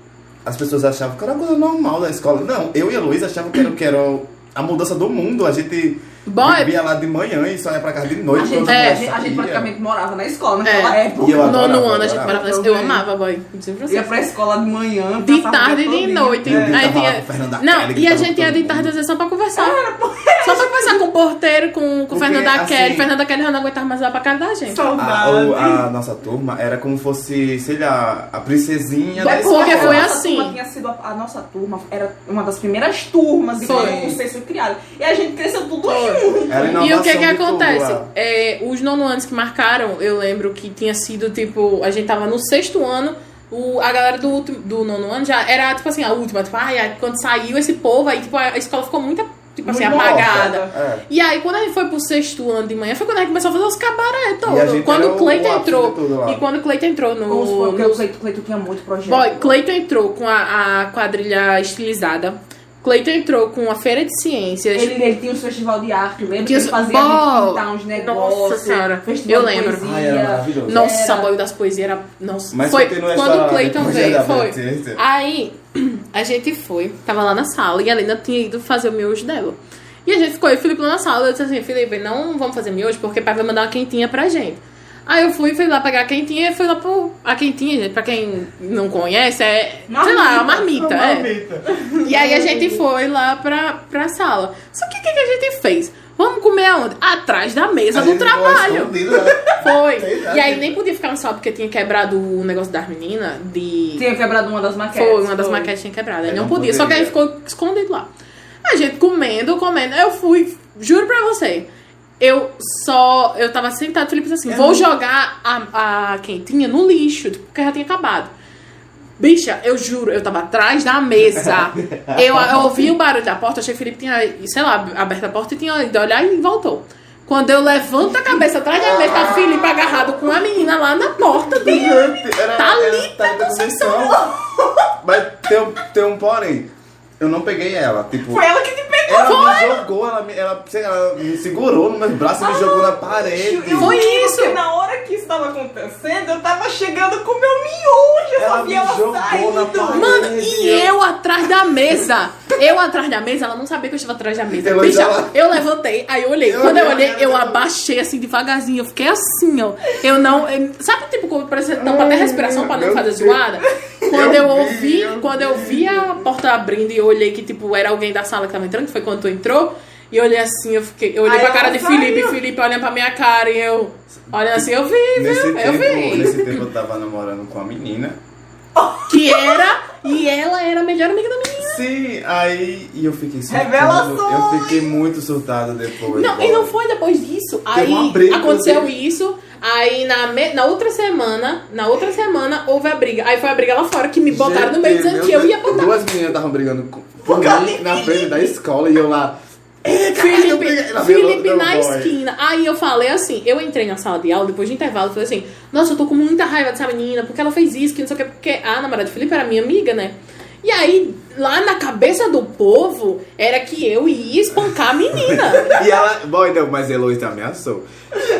[SPEAKER 3] as pessoas achavam que era coisa normal da escola. Não, eu e a Luísa achavam que era, que era a mudança do mundo. A gente
[SPEAKER 1] Boy,
[SPEAKER 3] vivia lá de manhã e só ia pra casa de
[SPEAKER 4] A
[SPEAKER 3] noite.
[SPEAKER 4] gente,
[SPEAKER 3] todo
[SPEAKER 1] é,
[SPEAKER 3] mundo
[SPEAKER 4] a gente- a gente
[SPEAKER 3] saía.
[SPEAKER 4] praticamente morava na escola né?
[SPEAKER 1] É.
[SPEAKER 4] naquela
[SPEAKER 3] E
[SPEAKER 4] época.
[SPEAKER 3] eu adorava,
[SPEAKER 1] nono ano a gente
[SPEAKER 3] adorava.
[SPEAKER 1] morava na escola. Eu
[SPEAKER 4] Também.
[SPEAKER 1] amava, boy. Não sei pra
[SPEAKER 4] Ia
[SPEAKER 1] você.
[SPEAKER 4] pra escola de manhã,
[SPEAKER 1] De
[SPEAKER 4] passava o dia
[SPEAKER 1] tarde e de
[SPEAKER 4] todinho.
[SPEAKER 1] noite. é.
[SPEAKER 3] E o Vitor
[SPEAKER 1] Aí
[SPEAKER 3] falava
[SPEAKER 1] tinha-
[SPEAKER 3] com Fernanda
[SPEAKER 1] Não,
[SPEAKER 3] Kelly,
[SPEAKER 1] e a
[SPEAKER 3] gritava
[SPEAKER 1] gente
[SPEAKER 3] com
[SPEAKER 1] ia
[SPEAKER 3] todo
[SPEAKER 1] de
[SPEAKER 3] mundo.
[SPEAKER 1] tarde às vezes só pra conversar. Só pra conversar com o porteiro, com, com
[SPEAKER 3] Porque,
[SPEAKER 1] Fernanda
[SPEAKER 3] assim,
[SPEAKER 1] Kelly. Fernanda Kelly já não aguentava mais lá pra casa da gente.
[SPEAKER 3] A,
[SPEAKER 4] Saudade.
[SPEAKER 3] Ah, o- a nossa turma era como fosse, sei lá, a princesinha da
[SPEAKER 1] É
[SPEAKER 3] escola.
[SPEAKER 1] porque foi
[SPEAKER 4] a nossa
[SPEAKER 1] assim.
[SPEAKER 4] Turma tinha sido a, a nossa turma era uma das primeiras turmas de
[SPEAKER 1] Foi.
[SPEAKER 4] que o sexto criado. E a gente cresceu tudo
[SPEAKER 1] Foi.
[SPEAKER 4] junto.
[SPEAKER 3] Era a
[SPEAKER 1] assim. E o
[SPEAKER 3] inovação
[SPEAKER 1] que que
[SPEAKER 3] de tudo,
[SPEAKER 1] acontece?
[SPEAKER 3] a-
[SPEAKER 1] É, os nono anos que marcaram, eu lembro que tinha sido, tipo, a gente tava no sexto ano, o, a galera do, último- do nono ano já era, tipo assim, a última. Tipo, ai, ai, quando saiu esse povo, aí tipo, a escola ficou muito, tipo assim,
[SPEAKER 3] Muito
[SPEAKER 1] apagada.
[SPEAKER 3] morta. É.
[SPEAKER 1] E aí, quando a gente foi pro sexto ano de manhã, foi quando a gente começou a fazer os cabaré
[SPEAKER 3] E a
[SPEAKER 1] todo.
[SPEAKER 3] gente
[SPEAKER 1] Então, Quando
[SPEAKER 3] era
[SPEAKER 1] o Cleiton
[SPEAKER 3] ápice de
[SPEAKER 1] entrou.
[SPEAKER 3] tudo lá.
[SPEAKER 1] E quando o Cleiton entrou no.
[SPEAKER 4] Como se foi, porque
[SPEAKER 1] no-
[SPEAKER 4] o Cleiton, Cleiton tinha muito projeto.
[SPEAKER 1] Boy, Cleiton entrou com a, a quadrilha estilizada. Cleiton entrou com a feira de ciências.
[SPEAKER 4] Ele, ele tinha os festival de arte, lembra? Que
[SPEAKER 1] Tinha
[SPEAKER 4] ele
[SPEAKER 1] os-
[SPEAKER 4] fazia a
[SPEAKER 1] Boy!
[SPEAKER 4] gente pintar uns negócios.
[SPEAKER 1] Nossa Senhora,
[SPEAKER 4] festival
[SPEAKER 1] eu
[SPEAKER 4] de
[SPEAKER 1] lembro.
[SPEAKER 4] poesia.
[SPEAKER 3] Ai, Ah, era maravilhoso.
[SPEAKER 1] Nossa,
[SPEAKER 4] Era.
[SPEAKER 1] o boy das poesias era. Nossa,
[SPEAKER 3] Mas
[SPEAKER 1] foi
[SPEAKER 3] continua a
[SPEAKER 1] quando o
[SPEAKER 3] história,
[SPEAKER 1] Cleiton
[SPEAKER 3] depois
[SPEAKER 1] veio.
[SPEAKER 3] da
[SPEAKER 1] Foi.
[SPEAKER 3] adolescência.
[SPEAKER 1] Aí a gente foi, tava lá na sala e a Lena tinha ido fazer o miojo dela. E a gente ficou, eu e o Felipe lá na sala. Eu disse assim: Felipe, não vamos fazer miojo porque o pai vai mandar uma quentinha pra gente. Aí eu fui, fui lá pegar a quentinha e fui lá pro. A quentinha, gente, pra quem não conhece, é. sei lá, uma marmita.
[SPEAKER 3] Uma
[SPEAKER 1] é.
[SPEAKER 3] marmita.
[SPEAKER 1] E aí a gente foi lá pra, pra sala. Só que o que, que a gente fez? Vamos comer aonde? Atrás da mesa
[SPEAKER 3] A
[SPEAKER 1] do
[SPEAKER 3] gente ficou
[SPEAKER 1] trabalho.
[SPEAKER 3] escondido, né?
[SPEAKER 1] Foi.
[SPEAKER 3] Sei lá,
[SPEAKER 1] E aí
[SPEAKER 3] gente.
[SPEAKER 1] nem podia ficar no sal porque tinha quebrado o negócio das meninas de.
[SPEAKER 4] Tinha quebrado uma das maquetes.
[SPEAKER 1] Foi, uma das maquetes tinha quebrado. Aí
[SPEAKER 3] Eu
[SPEAKER 1] não
[SPEAKER 3] não
[SPEAKER 1] podia, só que aí
[SPEAKER 3] poderia.
[SPEAKER 1] ficou escondido lá. A gente comendo, comendo. Eu fui, juro pra você. Eu só. Eu tava sentado, Felipe disse assim:
[SPEAKER 3] Eu
[SPEAKER 1] vou
[SPEAKER 3] não-
[SPEAKER 1] jogar a, a quentinha no lixo, tipo, porque já tinha acabado. Bicha, eu juro, eu tava atrás da mesa. Eu, eu ouvi o barulho da porta, achei que o Felipe tinha, sei lá, aberto a porta e tinha ido olhar e voltou. Quando eu levanto a cabeça atrás da mesa, tá o Felipe agarrado com a menina lá na porta dele.
[SPEAKER 3] Gente, era,
[SPEAKER 1] Thalita
[SPEAKER 3] era Thalita Conceição. Mas tem, um- tem um porém. Eu não peguei ela. Tipo,
[SPEAKER 4] Foi ela que te pegou.
[SPEAKER 3] ela me jogou, ela me, ela, sei lá, ela me segurou no meu braço e me jogou na
[SPEAKER 1] Ah,
[SPEAKER 3] parede.
[SPEAKER 4] Eu
[SPEAKER 1] Foi
[SPEAKER 4] lembro
[SPEAKER 1] isso.
[SPEAKER 4] que Na hora que isso tava acontecendo, eu tava chegando com meu miojo. Eu
[SPEAKER 3] Ela
[SPEAKER 4] só vi
[SPEAKER 3] me
[SPEAKER 4] ela
[SPEAKER 3] jogou na
[SPEAKER 4] saindo.
[SPEAKER 3] parede.
[SPEAKER 1] Mano, e eu atrás da mesa. Eu atrás da mesa, ela não sabia que eu estava atrás da mesa.
[SPEAKER 3] Eu
[SPEAKER 1] Bicha,
[SPEAKER 3] olhava-
[SPEAKER 1] eu levantei, aí eu olhei.
[SPEAKER 3] Eu
[SPEAKER 1] Quando eu
[SPEAKER 3] olhei,
[SPEAKER 1] olhei, eu
[SPEAKER 3] eu olhava-
[SPEAKER 1] abaixei assim devagarzinho. Eu fiquei assim, ó. Eu não. eu- sabe tipo quando parece tampa até a respiração pra não
[SPEAKER 3] Meu
[SPEAKER 1] fazer
[SPEAKER 3] Deus.
[SPEAKER 1] zoada? Quando eu,
[SPEAKER 3] Eu
[SPEAKER 1] ouvi,
[SPEAKER 3] vi, eu
[SPEAKER 1] quando eu vi
[SPEAKER 3] vi.
[SPEAKER 1] a porta abrindo e eu olhei que, tipo, era alguém da sala que tava entrando, que foi quando tu entrou. E eu olhei assim, eu fiquei. Eu olhei
[SPEAKER 4] Aí
[SPEAKER 1] pra cara
[SPEAKER 4] ela
[SPEAKER 1] de Felipe,
[SPEAKER 4] saiu.
[SPEAKER 1] Felipe olhando pra minha cara e eu. Olhando assim, eu vi,
[SPEAKER 3] Nesse
[SPEAKER 1] viu? Eu
[SPEAKER 3] tempo,
[SPEAKER 1] vi.
[SPEAKER 3] nesse tempo eu tava namorando com a menina.
[SPEAKER 1] Que era. E ela era a melhor amiga da menina.
[SPEAKER 3] Sim, aí e eu fiquei surtado.
[SPEAKER 4] Revelações!
[SPEAKER 3] Eu fiquei muito surtado depois.
[SPEAKER 1] Não, e não foi depois disso.
[SPEAKER 3] uma
[SPEAKER 1] Aí
[SPEAKER 3] briga,
[SPEAKER 1] aconteceu
[SPEAKER 3] né?
[SPEAKER 1] isso. Aí na, me- na outra semana, na outra semana, houve a briga. Aí foi a briga lá fora que me botaram no meio
[SPEAKER 3] Gente,
[SPEAKER 1] dizendo
[SPEAKER 3] meu
[SPEAKER 1] que eu
[SPEAKER 3] Deus,
[SPEAKER 1] ia botar.
[SPEAKER 3] Duas meninas estavam brigando com- por mim na frente da escola e eu lá. eu
[SPEAKER 1] Felipe,
[SPEAKER 3] briguei- ela
[SPEAKER 1] Felipe
[SPEAKER 3] virou-
[SPEAKER 1] na
[SPEAKER 3] não, boy.
[SPEAKER 1] esquina. Aí eu falei assim, eu entrei na sala de aula, depois de intervalo, falei assim, nossa, eu tô com muita raiva dessa menina, porque ela fez isso, que não sei o que, porque a namorada de Felipe era minha amiga, né? E aí, lá na cabeça do povo, era que eu ia espancar a menina.
[SPEAKER 3] E ela. Bom, não, mas Heloísa ameaçou.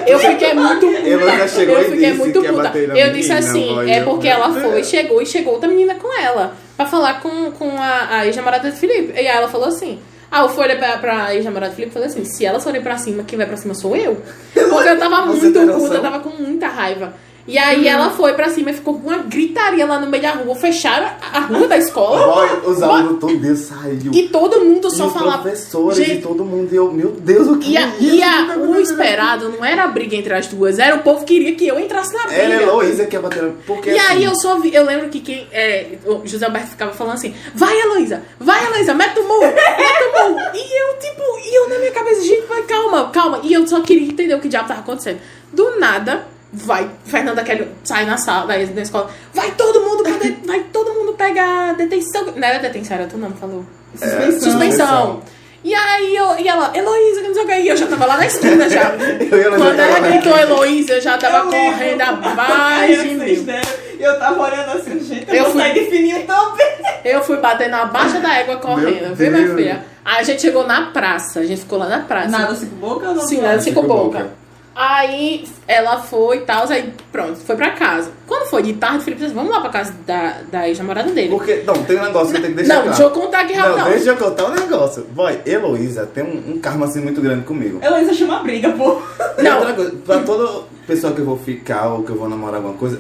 [SPEAKER 1] Eu fiquei muito puta.
[SPEAKER 3] Ela já chegou
[SPEAKER 1] eu
[SPEAKER 3] e
[SPEAKER 1] fiquei
[SPEAKER 3] disse
[SPEAKER 1] muito
[SPEAKER 3] que ia
[SPEAKER 1] puta.
[SPEAKER 3] bater na
[SPEAKER 1] eu disse
[SPEAKER 3] menina,
[SPEAKER 1] assim,
[SPEAKER 3] voz,
[SPEAKER 1] é
[SPEAKER 3] eu-
[SPEAKER 1] porque ela foi, chegou e chegou outra menina com ela. Pra falar com, com a, a ex-namorada de Felipe. E aí ela falou assim. Ah, eu fui olhar pra, pra ex-namorada de Felipe e falei assim: se elas forem pra cima, quem vai pra cima sou eu. Porque eu tava
[SPEAKER 3] Você
[SPEAKER 1] muito
[SPEAKER 3] tem noção?
[SPEAKER 1] puta, eu tava com muita raiva. E aí ela foi pra cima e ficou com uma gritaria lá no meio da rua. Fecharam a- a rua da escola.
[SPEAKER 3] Boy, os alunos todos saíram.
[SPEAKER 1] E todo mundo
[SPEAKER 3] E
[SPEAKER 1] só
[SPEAKER 3] os
[SPEAKER 1] falava.
[SPEAKER 3] professores
[SPEAKER 1] Gente,
[SPEAKER 3] e todo mundo. E eu, meu Deus, o que
[SPEAKER 1] E, a,
[SPEAKER 3] é isso?
[SPEAKER 1] e a- o esperado não era a briga entre as duas, era o povo que queria que eu entrasse na briga.
[SPEAKER 3] Era É, né, Heloísa que ia bater. Porque,
[SPEAKER 1] E aí
[SPEAKER 3] assim,
[SPEAKER 1] eu só vi, eu lembro que quem, é, o José Alberto ficava falando assim, vai Heloísa, vai Heloísa, mete o mão, mete o mão. E eu, tipo, e eu na minha cabeça, gente, vai, calma, calma. E eu só queria entender o que diabo tava acontecendo. Do nada, vai, Fernanda Kelly sai na sala, da, da escola, vai todo mundo, pra de- vai todo mundo pegar detenção. Não era detenção, era tu não, falou.
[SPEAKER 3] É.
[SPEAKER 4] Suspensão.
[SPEAKER 1] Suspensão. E aí eu, e ela, Heloísa, que não sei o que, e eu já tava lá na esquina já.
[SPEAKER 3] Eu ia lá
[SPEAKER 1] Quando
[SPEAKER 3] já
[SPEAKER 1] ela
[SPEAKER 3] tava lá.
[SPEAKER 1] gritou Heloísa, eu já tava
[SPEAKER 4] Eu lembro.
[SPEAKER 1] correndo
[SPEAKER 4] Aí
[SPEAKER 1] abaixo de mim.
[SPEAKER 4] vocês deram. E eu tava olhando assim, gente, eu,
[SPEAKER 1] Eu
[SPEAKER 4] vou
[SPEAKER 1] fui-
[SPEAKER 4] sair de fininho também.
[SPEAKER 1] Eu fui bater na baixa da égua correndo,
[SPEAKER 3] Meu
[SPEAKER 1] viu, minha
[SPEAKER 3] Deus.
[SPEAKER 1] filha? Aí a gente chegou na praça, a gente ficou lá na praça.
[SPEAKER 4] Nada, cinco bocas?
[SPEAKER 1] Sim, nada,
[SPEAKER 3] Cinco
[SPEAKER 1] cinco boca.
[SPEAKER 3] boca.
[SPEAKER 1] Aí ela foi e tal, aí pronto, foi pra casa. Quando foi de tarde, o Felipe disse, vamos lá pra casa da, da ex-namorada dele.
[SPEAKER 3] Porque, não, tem um negócio que eu tenho que deixar
[SPEAKER 1] Não,
[SPEAKER 3] claro.
[SPEAKER 1] deixa eu contar aqui
[SPEAKER 3] Não,
[SPEAKER 1] rapidão.
[SPEAKER 3] deixa eu contar um negócio. Boy, Heloísa tem um, um karma assim muito grande comigo.
[SPEAKER 4] Heloísa chama briga, pô.
[SPEAKER 3] E
[SPEAKER 1] Não.
[SPEAKER 3] outra coisa, pra toda pessoa que eu vou ficar ou que eu vou namorar alguma coisa,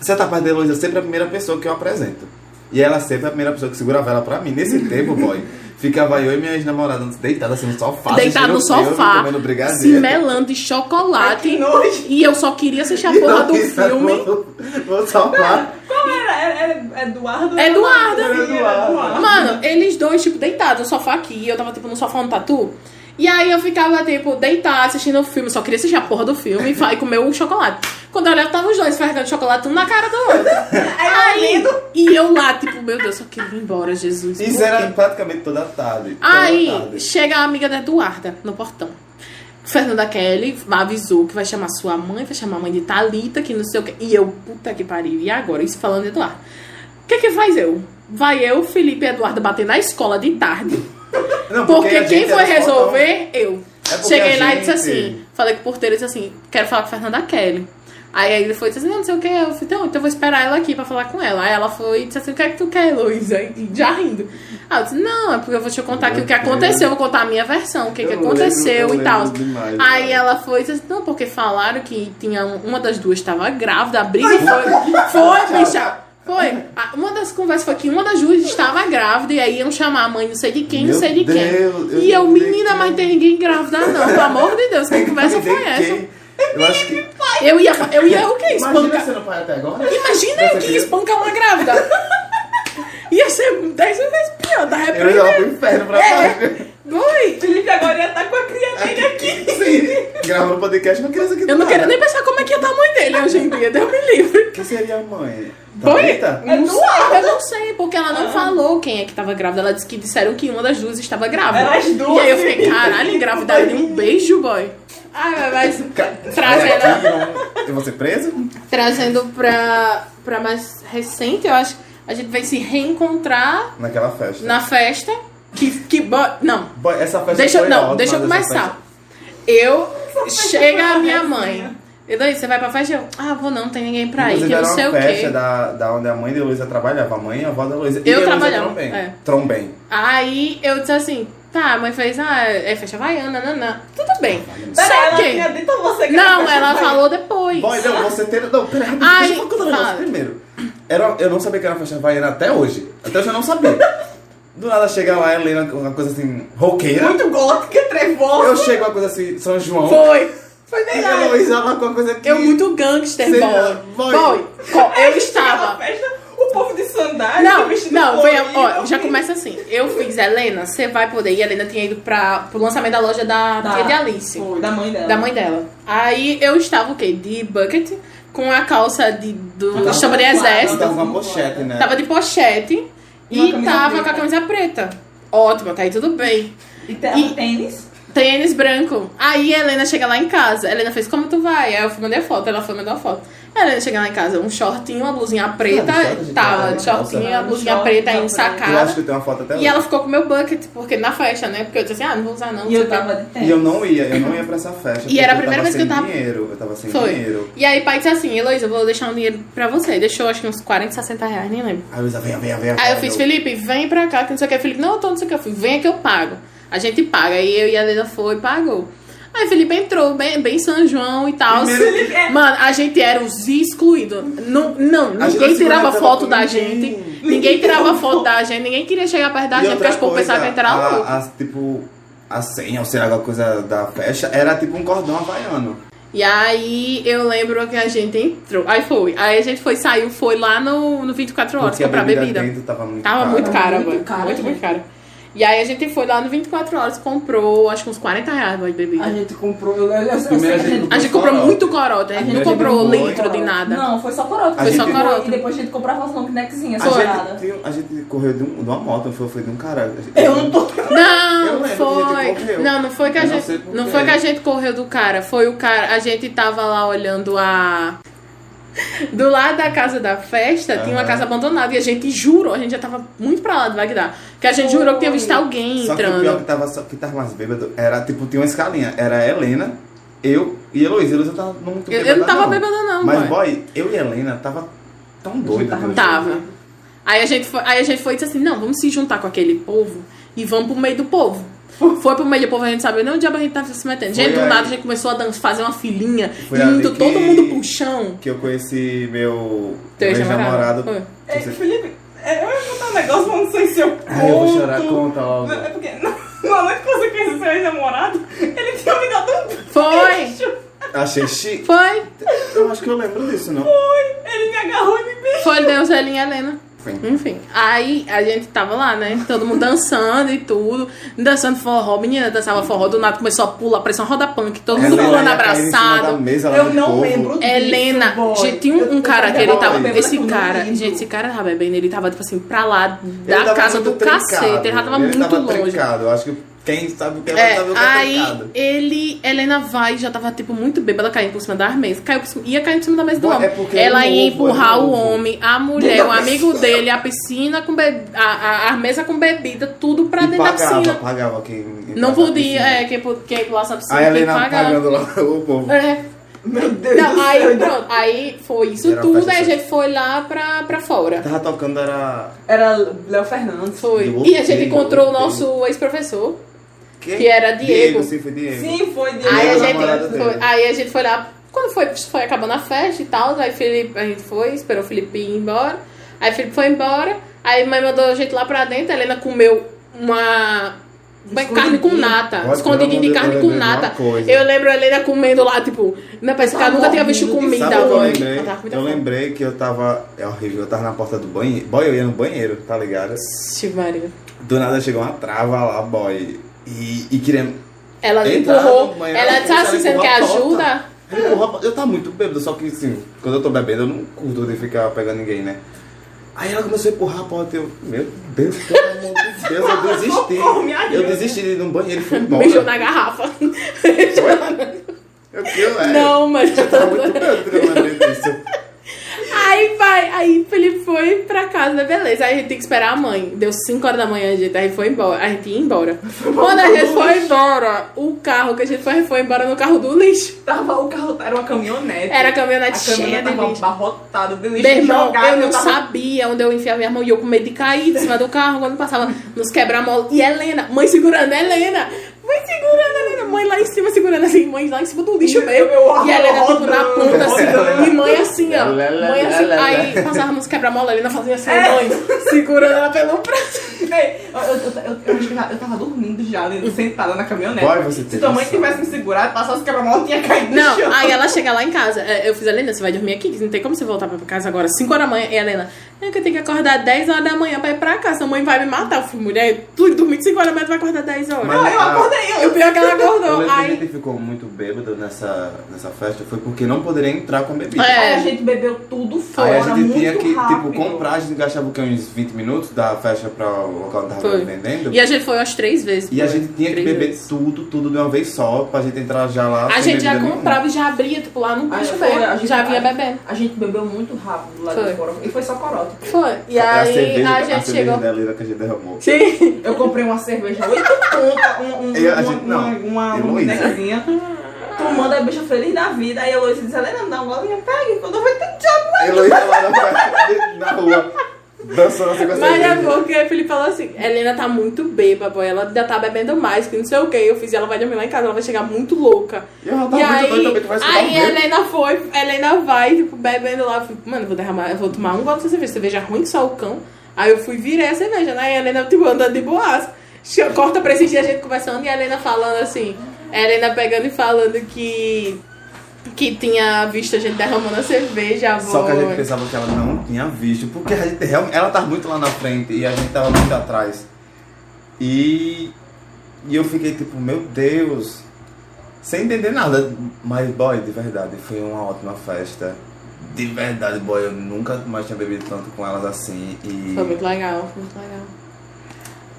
[SPEAKER 3] certa parte da Heloísa é sempre a primeira pessoa que eu apresento. E ela sempre é a primeira pessoa que segura a vela pra mim. Nesse tempo, boy, ficava eu e minha ex-namorada deitada assim no sofá.
[SPEAKER 1] Deitada no
[SPEAKER 3] assistindo um filme,
[SPEAKER 1] sofá,
[SPEAKER 3] comendo
[SPEAKER 1] se
[SPEAKER 3] brigadeiro. É
[SPEAKER 1] melando de chocolate.
[SPEAKER 4] Que nojo.
[SPEAKER 1] E eu só queria assistir a porra do
[SPEAKER 3] Heloísa
[SPEAKER 1] filme.
[SPEAKER 3] no- é No sofá.
[SPEAKER 4] Qual era? Era, era Eduardo?
[SPEAKER 1] É Eduardo.
[SPEAKER 4] Era
[SPEAKER 3] Eduardo.
[SPEAKER 4] Eduardo.
[SPEAKER 1] Mano, eles dois, tipo, deitados, o sofá aqui, e eu tava, tipo, no sofá no tatu. E aí eu ficava, tipo, deitada, assistindo o filme, só queria assistir a porra do filme e, fa- e comer um chocolate. Quando eu olhava, tava os dois ferrando chocolate, um na cara do outro. Aí, e eu lá, tipo, meu Deus, só queria ir embora, Jesus. por
[SPEAKER 3] Isso
[SPEAKER 1] quê?
[SPEAKER 3] era praticamente toda tarde. toda
[SPEAKER 1] Aí
[SPEAKER 3] tarde.
[SPEAKER 1] chega a amiga da Eduarda no portão. Fernanda Kelly avisou que vai chamar sua mãe, vai chamar a mãe de Thalita, que não sei o que. E eu, puta que pariu, e agora? Isso falando de Eduardo. O que que faz eu? Vai eu, Felipe e Eduardo bater na escola de tarde.
[SPEAKER 3] Não,
[SPEAKER 1] Porque,
[SPEAKER 3] a gente
[SPEAKER 1] quem
[SPEAKER 3] era
[SPEAKER 1] foi
[SPEAKER 3] fodão.
[SPEAKER 1] resolver, eu.
[SPEAKER 3] É porque
[SPEAKER 1] Cheguei
[SPEAKER 3] a
[SPEAKER 1] lá e disse
[SPEAKER 3] gente-
[SPEAKER 1] assim, falei com o porteiro e disse assim, quero falar com a Fernanda Kelly. Aí ele foi e disse assim, não, não sei o que, eu falei, então, então eu vou esperar ela aqui pra falar com ela. Aí ela foi e disse assim, o que é que tu quer, Luísa? E Já rindo. Aí eu disse, não, é porque eu vou te contar aqui o que
[SPEAKER 3] Meu Deus.
[SPEAKER 1] aconteceu, eu vou contar a minha versão, o que,
[SPEAKER 3] Eu
[SPEAKER 1] que
[SPEAKER 3] lembro,
[SPEAKER 1] aconteceu
[SPEAKER 3] eu
[SPEAKER 1] e tal.
[SPEAKER 3] lembro demais,
[SPEAKER 1] Aí
[SPEAKER 3] cara.
[SPEAKER 1] ela foi e disse assim, não, porque falaram que tinha um- uma das duas estava grávida, a briga foi. Foi, bicha! Foi. A- Uma das conversas foi que uma das duas estava grávida e aí iam chamar a mãe não sei de quem, não
[SPEAKER 3] Meu
[SPEAKER 1] sei de quem.
[SPEAKER 3] Deus, eu
[SPEAKER 1] e eu,
[SPEAKER 3] não sei
[SPEAKER 1] menina,
[SPEAKER 3] quem.
[SPEAKER 1] mas tem ninguém grávida não, pelo amor de Deus, que conversa
[SPEAKER 3] Ninguém
[SPEAKER 1] foi essa?
[SPEAKER 3] quem. Eu acho que.
[SPEAKER 1] Eu ia, eu ia é o que?
[SPEAKER 3] Imagina
[SPEAKER 1] Espancar.
[SPEAKER 3] sendo pai até agora.
[SPEAKER 1] Imagina eu
[SPEAKER 3] Você
[SPEAKER 1] que
[SPEAKER 3] viu?
[SPEAKER 1] espancar uma grávida. Ia ser dez vezes pior, tá
[SPEAKER 3] Eu ia lá pro
[SPEAKER 1] repreendendo.
[SPEAKER 3] inferno pra
[SPEAKER 1] É.
[SPEAKER 3] é.
[SPEAKER 1] Oi.
[SPEAKER 4] Felipe agora ia estar com a criatura aqui.
[SPEAKER 3] Sim, gravando um podcast com a criança aqui do
[SPEAKER 1] Eu não
[SPEAKER 3] nada.
[SPEAKER 1] quero nem pensar como é que ia estar a mãe dele hoje em dia, Deus me livre.
[SPEAKER 3] Quem seria a mãe? Tá
[SPEAKER 1] Foi?
[SPEAKER 3] Thalita?
[SPEAKER 1] Eu não, sei, eu não sei, porque ela não falou quem é que tava grávida. Ela disse que disseram que uma das duas estava grávida.
[SPEAKER 4] Eram as
[SPEAKER 1] E
[SPEAKER 4] duas.
[SPEAKER 1] aí eu fiquei, caralho, engravidar de um beijo, boy. Ai, mas trazendo,
[SPEAKER 3] Ela- Eu vou ser preso?
[SPEAKER 1] trazendo pra, pra mais recente, eu acho. A gente vai se reencontrar
[SPEAKER 3] Naquela festa.
[SPEAKER 1] na festa. Que, que bo- Não,
[SPEAKER 3] Boy, essa festa
[SPEAKER 1] Deixa,
[SPEAKER 3] foi
[SPEAKER 1] não,
[SPEAKER 3] ótima,
[SPEAKER 1] deixa eu
[SPEAKER 3] essa
[SPEAKER 1] começar.
[SPEAKER 3] festa-
[SPEAKER 1] Eu chega a minha
[SPEAKER 4] uma
[SPEAKER 1] mãe.
[SPEAKER 4] resenha.
[SPEAKER 1] E daí, você vai pra festa? Eu, ah, vou não, tem ninguém pra ir,
[SPEAKER 3] Inclusive,
[SPEAKER 1] que não
[SPEAKER 3] era
[SPEAKER 1] sei
[SPEAKER 3] uma
[SPEAKER 1] o quê.
[SPEAKER 3] festa da, da onde a mãe de Luísa trabalhava, a mãe e a avó da Luísa.
[SPEAKER 1] Eu
[SPEAKER 3] e
[SPEAKER 1] trabalhava,
[SPEAKER 3] Trombem.
[SPEAKER 1] é.
[SPEAKER 3] Trombem.
[SPEAKER 1] Aí eu disse assim, tá, a mãe fez, ah, é festa vaiana, nanã. Tudo bem.
[SPEAKER 4] Pera,
[SPEAKER 1] Só
[SPEAKER 4] ela
[SPEAKER 1] que-
[SPEAKER 4] tinha dito a você que
[SPEAKER 1] Não,
[SPEAKER 4] era
[SPEAKER 1] ela
[SPEAKER 4] pra chamar
[SPEAKER 1] falou depois.
[SPEAKER 3] Boy, não, então, você teve. Não, pera, rapidinho,
[SPEAKER 1] Ai,
[SPEAKER 3] deixa eu contar um negócio
[SPEAKER 1] fala.
[SPEAKER 3] primeiro. Era, eu não sabia que era festa havaiana até hoje. Até hoje eu não sabia. Do nada chega lá, Helena, com uma coisa assim,
[SPEAKER 4] ele.
[SPEAKER 3] roqueira.
[SPEAKER 4] Muito gótica, trevosa.
[SPEAKER 3] Eu chego com uma coisa assim, São João.
[SPEAKER 1] Foi.
[SPEAKER 4] Foi
[SPEAKER 3] E
[SPEAKER 4] verdade.
[SPEAKER 3] a Luísa lá com uma coisa que.
[SPEAKER 1] Eu muito gangster,
[SPEAKER 3] Sei
[SPEAKER 1] boy.
[SPEAKER 3] lá,
[SPEAKER 1] Boy,
[SPEAKER 3] boy.
[SPEAKER 1] co- eu
[SPEAKER 4] Chega na
[SPEAKER 1] estava...
[SPEAKER 4] festa, o povo de sandália, tá
[SPEAKER 1] Não,
[SPEAKER 4] vestido
[SPEAKER 1] não, foi,
[SPEAKER 4] colorido.
[SPEAKER 1] ó, já começa assim. Eu fiz Helena, você vai poder. E a Helena tinha ido pra, pro lançamento da loja da,
[SPEAKER 4] Da-
[SPEAKER 1] tia de Alice.
[SPEAKER 4] Foi, da mãe dela.
[SPEAKER 1] Da mãe dela. Aí eu estava o quê? De bucket, com a calça de, do
[SPEAKER 3] Tava
[SPEAKER 1] chama de
[SPEAKER 4] com guarda,
[SPEAKER 1] exército.
[SPEAKER 3] Ela tava com uma pochete, né?
[SPEAKER 1] Tava de pochete
[SPEAKER 4] E uma
[SPEAKER 1] e,
[SPEAKER 4] camisa
[SPEAKER 1] tava
[SPEAKER 4] preta.
[SPEAKER 1] com a camisa preta. Ótimo, até aí tudo bem.
[SPEAKER 4] E tem
[SPEAKER 1] E-
[SPEAKER 4] tênis.
[SPEAKER 1] Tênis branco. Aí a Helena chega lá em casa. A Helena fez, como tu vai? Aí eu fui, mandei a foto, ela foi mandar a foto. A Helena chega lá em casa, um shortinho, uma blusinha preta.
[SPEAKER 3] Ah, de short,
[SPEAKER 1] tava
[SPEAKER 3] de
[SPEAKER 1] de
[SPEAKER 3] calça.
[SPEAKER 1] shortinho, a
[SPEAKER 4] Um
[SPEAKER 1] blusinha
[SPEAKER 4] short,
[SPEAKER 1] preta aí
[SPEAKER 4] calça preta.
[SPEAKER 3] Eu acho
[SPEAKER 1] ensacada.
[SPEAKER 3] que eu tenho uma foto até hoje.
[SPEAKER 1] E ela ficou com meu bucket, porque na festa, né? Porque eu disse assim, ah, não vou usar não. não
[SPEAKER 4] E
[SPEAKER 1] sei
[SPEAKER 4] eu
[SPEAKER 1] o quê.
[SPEAKER 4] tava de tênis.
[SPEAKER 3] E eu não ia, eu não ia pra essa festa.
[SPEAKER 1] E era a
[SPEAKER 3] porque
[SPEAKER 1] primeira vez que eu tava-
[SPEAKER 3] sem dinheiro, eu tava sem
[SPEAKER 1] Foi.
[SPEAKER 3] dinheiro.
[SPEAKER 1] E aí pai disse assim, Heloísa, eu vou deixar um dinheiro pra você. Deixou acho que uns 40, 60 reais, nem lembro.
[SPEAKER 3] Aí a Luísa, venha, venha, venha.
[SPEAKER 1] Aí eu fiz, Felipe, vem pra cá, que não sei o que. Felipe, não, eu tô não sei o que. Eu fui, venha que eu pago. A gente paga. Aí eu e a Leila foi e pagou. Aí Felipe entrou, bem, bem São João e tal.
[SPEAKER 3] Primeiro-
[SPEAKER 4] Felipe, é-
[SPEAKER 1] Mano, a gente era os excluídos. Não, não
[SPEAKER 3] A gente
[SPEAKER 1] ninguém
[SPEAKER 3] não se
[SPEAKER 1] tirava
[SPEAKER 3] conectava
[SPEAKER 1] foto
[SPEAKER 3] com
[SPEAKER 1] da
[SPEAKER 3] ninguém.
[SPEAKER 1] gente. Ninguém tirava foto da gente. Ninguém queria chegar perto da
[SPEAKER 3] E
[SPEAKER 1] gente, porque
[SPEAKER 3] outra
[SPEAKER 1] as pessoas
[SPEAKER 3] coisa,
[SPEAKER 1] pensavam que a gente era
[SPEAKER 3] a-
[SPEAKER 1] louco.
[SPEAKER 3] a- Tipo, a senha, ou sei lá, alguma coisa da festa, era tipo um cordão havaiano.
[SPEAKER 1] E aí eu lembro que a gente entrou. Aí foi. Aí a gente foi, saiu, foi lá no, no 24 horas
[SPEAKER 3] Porque a
[SPEAKER 1] comprar
[SPEAKER 3] bebida,
[SPEAKER 1] bebida.
[SPEAKER 3] dentro tava muito
[SPEAKER 1] Tava
[SPEAKER 3] cara.
[SPEAKER 1] muito cara,
[SPEAKER 4] Muito né?
[SPEAKER 1] mano.
[SPEAKER 4] cara,
[SPEAKER 1] muito,
[SPEAKER 4] gente.
[SPEAKER 1] muito cara. E aí a gente foi lá no 24 horas, comprou acho que uns 40 reais de bebida.
[SPEAKER 4] A gente comprou. Eu, eu, eu, sei
[SPEAKER 3] Primeiro
[SPEAKER 4] que
[SPEAKER 3] a gente
[SPEAKER 1] A gente comprou
[SPEAKER 3] Corote.
[SPEAKER 1] muito corota, a gente não
[SPEAKER 3] gente
[SPEAKER 1] comprou
[SPEAKER 3] comprou
[SPEAKER 1] litro de nada.
[SPEAKER 4] Não, foi só corote.
[SPEAKER 3] A Foi só gente-
[SPEAKER 1] corote.
[SPEAKER 4] E depois a gente comprava as long neckzinhas,
[SPEAKER 3] A
[SPEAKER 4] estourada.
[SPEAKER 3] gente, tinha- a gente correu de, um- de uma moto, não foi, foi de um cara. A gente-
[SPEAKER 4] Eu não tô.
[SPEAKER 1] Não,
[SPEAKER 3] Eu lembro é que a gente
[SPEAKER 1] foi.
[SPEAKER 3] correu.
[SPEAKER 1] Não, não foi que a
[SPEAKER 3] Eu não
[SPEAKER 1] gente.
[SPEAKER 3] sei por
[SPEAKER 1] Não
[SPEAKER 3] quê.
[SPEAKER 1] foi que a gente correu do cara. Foi o cara. A gente tava lá olhando a. Do lado da casa da festa, tinha uma
[SPEAKER 3] Aham.
[SPEAKER 1] casa abandonada. E a gente jurou, a gente já tava muito pra lá do Bagdá. Que a gente jurou que tinha visto alguém
[SPEAKER 3] Só que o pior que
[SPEAKER 1] entrando.
[SPEAKER 3] tava, só que tava mais bêbado era, tipo, tinha uma escalinha. Era a Helena, eu e Heloísa. Heloísa tava, não,
[SPEAKER 1] Eu, eu não tava bêbada, não, boy.
[SPEAKER 3] Mas, boy, eu e Helena tava tão doida. aquele
[SPEAKER 1] Tava. Aí a, gente foi, aí a gente foi e disse assim, não, vamos se juntar com aquele povo e vamos pro meio do povo. Foi pro meio do povo, a gente sabia não onde a gente tava se metendo.
[SPEAKER 3] Foi
[SPEAKER 1] Gente, do
[SPEAKER 3] aí-
[SPEAKER 1] nada a gente começou a dançar, fazer uma filinha,
[SPEAKER 3] Foi
[SPEAKER 1] e
[SPEAKER 3] ali
[SPEAKER 1] indo
[SPEAKER 3] que-
[SPEAKER 1] todo mundo pro chão.
[SPEAKER 3] Que eu conheci meu meu
[SPEAKER 1] Teu
[SPEAKER 3] ex-namorado.
[SPEAKER 1] ex-namorado.
[SPEAKER 4] É,
[SPEAKER 3] Você-
[SPEAKER 4] Felipe, é, eu ia contar um negócio, mas não sei se eu conto.
[SPEAKER 3] Ai, eu vou chorar, conta logo.
[SPEAKER 4] É porque na na noite que você conheceu seu ex-namorado, ele tinha me dado um
[SPEAKER 1] Foi!
[SPEAKER 4] beijo.
[SPEAKER 3] Achei chique.
[SPEAKER 1] Foi!
[SPEAKER 3] Eu acho que eu lembro disso, não.
[SPEAKER 4] Foi. Ele me agarrou e me beijou.
[SPEAKER 1] Foi Deus, Elinha e Helena.
[SPEAKER 3] Enfim.
[SPEAKER 1] Enfim, aí a gente tava lá, né? Todo mundo dançando e tudo. Dançando forró. Menina dançava forró. Do nada começou a pular, parecia uma roda punk. Todo mundo
[SPEAKER 3] Helena
[SPEAKER 1] pulando
[SPEAKER 3] ia cair em cima da
[SPEAKER 1] abraçado.
[SPEAKER 3] mesa lá
[SPEAKER 2] Eu
[SPEAKER 3] no
[SPEAKER 2] não
[SPEAKER 3] povo.
[SPEAKER 2] lembro disso.
[SPEAKER 1] Helena,
[SPEAKER 2] boy.
[SPEAKER 1] gente, tinha um, um
[SPEAKER 2] Eu-
[SPEAKER 1] cara
[SPEAKER 2] eu
[SPEAKER 1] que ele
[SPEAKER 2] tava
[SPEAKER 1] tava.
[SPEAKER 2] bêbada
[SPEAKER 1] Esse
[SPEAKER 2] com o
[SPEAKER 1] cara,
[SPEAKER 2] menino.
[SPEAKER 1] gente, esse cara tava bebendo, ele tava, tipo assim, pra lá da
[SPEAKER 3] tava
[SPEAKER 1] casa
[SPEAKER 3] muito
[SPEAKER 1] do
[SPEAKER 3] trincado. né?
[SPEAKER 1] cacete. Ele já tava
[SPEAKER 3] ele
[SPEAKER 1] muito
[SPEAKER 3] tava
[SPEAKER 1] longe.
[SPEAKER 3] Trincado. Eu acho que quem sabe o que é,
[SPEAKER 1] É,
[SPEAKER 3] sabe o que é
[SPEAKER 1] aí
[SPEAKER 3] trincado.
[SPEAKER 1] ele, Helena vai, já tava tipo muito bêbada, caindo por cima das mesas. Caiu por cima- ia cair por cima da mesa do
[SPEAKER 3] Bom, é
[SPEAKER 1] homem.
[SPEAKER 3] porque
[SPEAKER 1] Ela
[SPEAKER 3] é
[SPEAKER 1] ia
[SPEAKER 3] novo, é
[SPEAKER 1] empurrar o
[SPEAKER 3] novo.
[SPEAKER 1] homem, a mulher, o amigo dele, a piscina com be- a, a, a mesa com bebida, tudo pra
[SPEAKER 3] E
[SPEAKER 1] dentro da
[SPEAKER 3] pagava,
[SPEAKER 1] piscina.
[SPEAKER 3] pagava quem.
[SPEAKER 1] Não podia, é,
[SPEAKER 3] é.
[SPEAKER 1] quem, pu- quem pulasse a piscina,
[SPEAKER 3] Aí a
[SPEAKER 1] quem
[SPEAKER 3] Helena
[SPEAKER 1] pagava.
[SPEAKER 3] pagando lá o povo.
[SPEAKER 1] É.
[SPEAKER 4] Meu Deus
[SPEAKER 1] Não,
[SPEAKER 4] do
[SPEAKER 1] aí
[SPEAKER 4] céu.
[SPEAKER 1] pronto, aí foi isso
[SPEAKER 3] Era
[SPEAKER 1] tudo,
[SPEAKER 3] festa
[SPEAKER 1] aí a
[SPEAKER 3] só.
[SPEAKER 1] gente foi lá pra, pra fora.
[SPEAKER 3] Tava tocando, era.
[SPEAKER 2] Era Léo Fernandes.
[SPEAKER 1] Foi.
[SPEAKER 3] Eu
[SPEAKER 1] E a gente
[SPEAKER 3] odeio,
[SPEAKER 1] encontrou o
[SPEAKER 3] odeio.
[SPEAKER 1] nosso ex-professor.
[SPEAKER 3] Quem?
[SPEAKER 1] Que era Diego.
[SPEAKER 3] Diego, sim, foi Diego.
[SPEAKER 2] Sim, foi dele.
[SPEAKER 1] Aí
[SPEAKER 3] Era
[SPEAKER 1] a,
[SPEAKER 3] o namorado
[SPEAKER 1] gente
[SPEAKER 3] dele.
[SPEAKER 1] foi, aí a gente foi lá, quando foi, foi acabando a festa e tal, aí Felipe, a gente foi, esperou o Felipe ir embora. Aí o Felipe foi embora, aí a mãe mandou a gente lá pra dentro, a Helena comeu uma. uma carne com nata,
[SPEAKER 3] Olha,
[SPEAKER 1] escondidinho de
[SPEAKER 3] pelo amor
[SPEAKER 1] carne
[SPEAKER 3] de
[SPEAKER 1] com
[SPEAKER 3] Deus,
[SPEAKER 1] nata.
[SPEAKER 3] eu lembrei de uma coisa.
[SPEAKER 1] Eu lembro a Helena comendo lá, tipo, na parece que ela nunca tinha visto
[SPEAKER 2] morrendo de
[SPEAKER 1] comida.
[SPEAKER 3] Sabe o
[SPEAKER 1] mãe. Ela tava
[SPEAKER 3] que eu lembrei?
[SPEAKER 1] com muita
[SPEAKER 3] Eu
[SPEAKER 1] fome.
[SPEAKER 3] lembrei que eu tava. É horrível, eu tava na porta do banheiro. Boy, eu ia no banheiro, tá ligado?
[SPEAKER 1] Ixi, Maria.
[SPEAKER 3] Do nada chegou uma trava lá, boy. E, e queria.
[SPEAKER 1] Ela me
[SPEAKER 3] Entraram no
[SPEAKER 1] empurrou.
[SPEAKER 3] banheiro,
[SPEAKER 1] Ela
[SPEAKER 3] ela
[SPEAKER 1] disse assim, você não
[SPEAKER 3] empurrou
[SPEAKER 1] quer
[SPEAKER 3] a porta.
[SPEAKER 1] ajuda?
[SPEAKER 3] Eu, rapaz, eu tava muito bêbado, só que assim, quando eu tô bebendo, eu não curto de ficar pegando ninguém, né? Aí ela começou a empurrar a porta e eu, meu Deus, pelo amor de Deus, eu desisti. Eu desisti de ir no banheiro e fui embora.
[SPEAKER 1] Mijou na garrafa.
[SPEAKER 3] Eu, eu, é,
[SPEAKER 1] Não, mas
[SPEAKER 3] eu tava muito bêbado quando eu lembrei disso.
[SPEAKER 1] Aí vai, aí ele foi pra casa, né? beleza. Aí a gente tem que esperar a mãe. Deu 5 horas da manhã, gente. Aí foi embora. A gente ia embora. Quando a gente foi embora, o carro que a gente foi, foi embora no carro do lixo.
[SPEAKER 4] Tava o carro, era uma caminhonete.
[SPEAKER 1] Era É a
[SPEAKER 4] a
[SPEAKER 1] caminhonete cheia
[SPEAKER 4] caminhonete
[SPEAKER 1] de
[SPEAKER 4] tava
[SPEAKER 1] lixo.
[SPEAKER 4] abarrotada de lixo
[SPEAKER 1] Meu irmão,
[SPEAKER 4] jogado,
[SPEAKER 1] eu não
[SPEAKER 4] tava-
[SPEAKER 1] sabia onde eu enfiava minha mão e eu com medo de cair de cima do carro quando passava nos quebra-mola. E Helena, mãe segurando, Helena! Mãe segurando, Helena! Mãe lá em cima segurando assim, mãe lá em cima do lixo mesmo.
[SPEAKER 4] Eu-
[SPEAKER 1] E Helena tipo na ponta assim, e mãe assim, ó.
[SPEAKER 3] Lá, lá,
[SPEAKER 1] Mãe assim,
[SPEAKER 3] lá, lá,
[SPEAKER 1] aí passava nos quebra-mola, Helena fazia assim, mãe, segurando ela pelo braço.
[SPEAKER 4] Ei, Eu, eu, eu, eu acho que eu já- eu tava dormindo já, né, sentada na caminhonete.
[SPEAKER 3] Vai, você
[SPEAKER 4] Se
[SPEAKER 3] tem
[SPEAKER 4] tua mãe
[SPEAKER 3] noção.
[SPEAKER 4] tivesse me segurado, passasse quebra-mola, eu tinha caído no chão.
[SPEAKER 1] Não, aí ela chega lá em casa. é, Eu fiz, Helena, você vai dormir aqui, não tem como você voltar pra casa agora, 5 horas da manhã. E a Helena, é que eu tenho que acordar 10 horas da manhã pra ir pra casa, a mãe vai me matar. Eu fui, mulher, tu dormindo 5 horas da manhã, tu vai acordar 10 horas.
[SPEAKER 3] Mas-
[SPEAKER 4] eu acordei, eu,
[SPEAKER 1] O pior é que ela
[SPEAKER 3] Eu
[SPEAKER 1] acordou.
[SPEAKER 3] lembro que a
[SPEAKER 1] Aí,
[SPEAKER 3] gente ficou muito bêbado nessa, nessa festa, foi porque não poderia entrar com bebida.
[SPEAKER 1] É.
[SPEAKER 4] Aí a gente bebeu tudo
[SPEAKER 3] Aí
[SPEAKER 4] fora,
[SPEAKER 3] a gente
[SPEAKER 4] muito
[SPEAKER 3] tinha que,
[SPEAKER 4] rápido.
[SPEAKER 3] tipo, comprar, a gente gastava o quê? Uns 20 minutos da festa pra o local onde tava
[SPEAKER 1] Foi.
[SPEAKER 3] vendendo.
[SPEAKER 1] e a gente foi umas três vezes.
[SPEAKER 3] E a
[SPEAKER 1] foi.
[SPEAKER 3] gente tinha que
[SPEAKER 1] Três
[SPEAKER 3] beber
[SPEAKER 1] vezes.
[SPEAKER 3] tudo, tudo de uma vez só, pra gente entrar já lá.
[SPEAKER 1] A
[SPEAKER 3] sem
[SPEAKER 1] gente já
[SPEAKER 3] bebida nenhuma.
[SPEAKER 1] comprava e já abria, tipo, lá no
[SPEAKER 4] Aí
[SPEAKER 1] bicho
[SPEAKER 4] foi, a
[SPEAKER 1] mesmo.
[SPEAKER 4] gente-
[SPEAKER 1] Já vinha
[SPEAKER 4] aí-
[SPEAKER 1] bebendo.
[SPEAKER 4] A gente bebeu muito rápido lá
[SPEAKER 1] Foi.
[SPEAKER 4] de fora. E foi só corote.
[SPEAKER 1] Foi. E
[SPEAKER 3] É
[SPEAKER 1] aí a,
[SPEAKER 3] a
[SPEAKER 1] gente
[SPEAKER 3] cerveja
[SPEAKER 1] chegou.
[SPEAKER 3] da Lira que a gente derramou.
[SPEAKER 1] Sim.
[SPEAKER 4] Eu comprei uma cerveja oito ponta, um, um,
[SPEAKER 3] Eu- a
[SPEAKER 4] uma-
[SPEAKER 3] gente- não,
[SPEAKER 4] uma, uma, uma
[SPEAKER 3] Heloísa.
[SPEAKER 4] bonequinha. Tomando a bicha feliz da vida. Aí a Heloísa diz, Helena, me dá um gole, eu pega. Quando eu vou ter diabo.
[SPEAKER 3] Heloísa lá na, frente, na rua, dançando assim com a
[SPEAKER 1] Mas é
[SPEAKER 3] cerveja.
[SPEAKER 1] porque o Felipe falou assim: Helena tá muito bêbada, boy. Ela já tá bebendo mais, que não sei o que. Eu fiz, ela vai dormir lá em casa, ela vai chegar muito louca.
[SPEAKER 3] E Tá eu já tava
[SPEAKER 1] E
[SPEAKER 3] muito doido
[SPEAKER 1] aí,
[SPEAKER 3] também, tu vai escutar
[SPEAKER 1] aí
[SPEAKER 3] o meu.
[SPEAKER 1] Helena foi, Helena vai, tipo, bebendo lá. Eu fui, mano, eu vou derramar, eu vou tomar um gole de cerveja. Cerveja ruim que só o cão. Aí eu fui virei a cerveja, né? E a Helena, tipo, andando de boas. Corta pra esse dia a gente conversando e a Helena falando assim. A Helena pegando e falando que. Que tinha visto a gente derramando a cerveja, avô.
[SPEAKER 3] Só que a gente pensava que ela não tinha visto, porque a gente realmente. Ela tava muito lá na frente e a gente tava muito atrás. E. E eu fiquei tipo, meu Deus. Sem entender nada. Mas, boy, de verdade, foi uma ótima festa. De verdade, boy, eu nunca mais tinha bebido tanto com elas assim. E.
[SPEAKER 1] Foi muito legal, foi muito legal.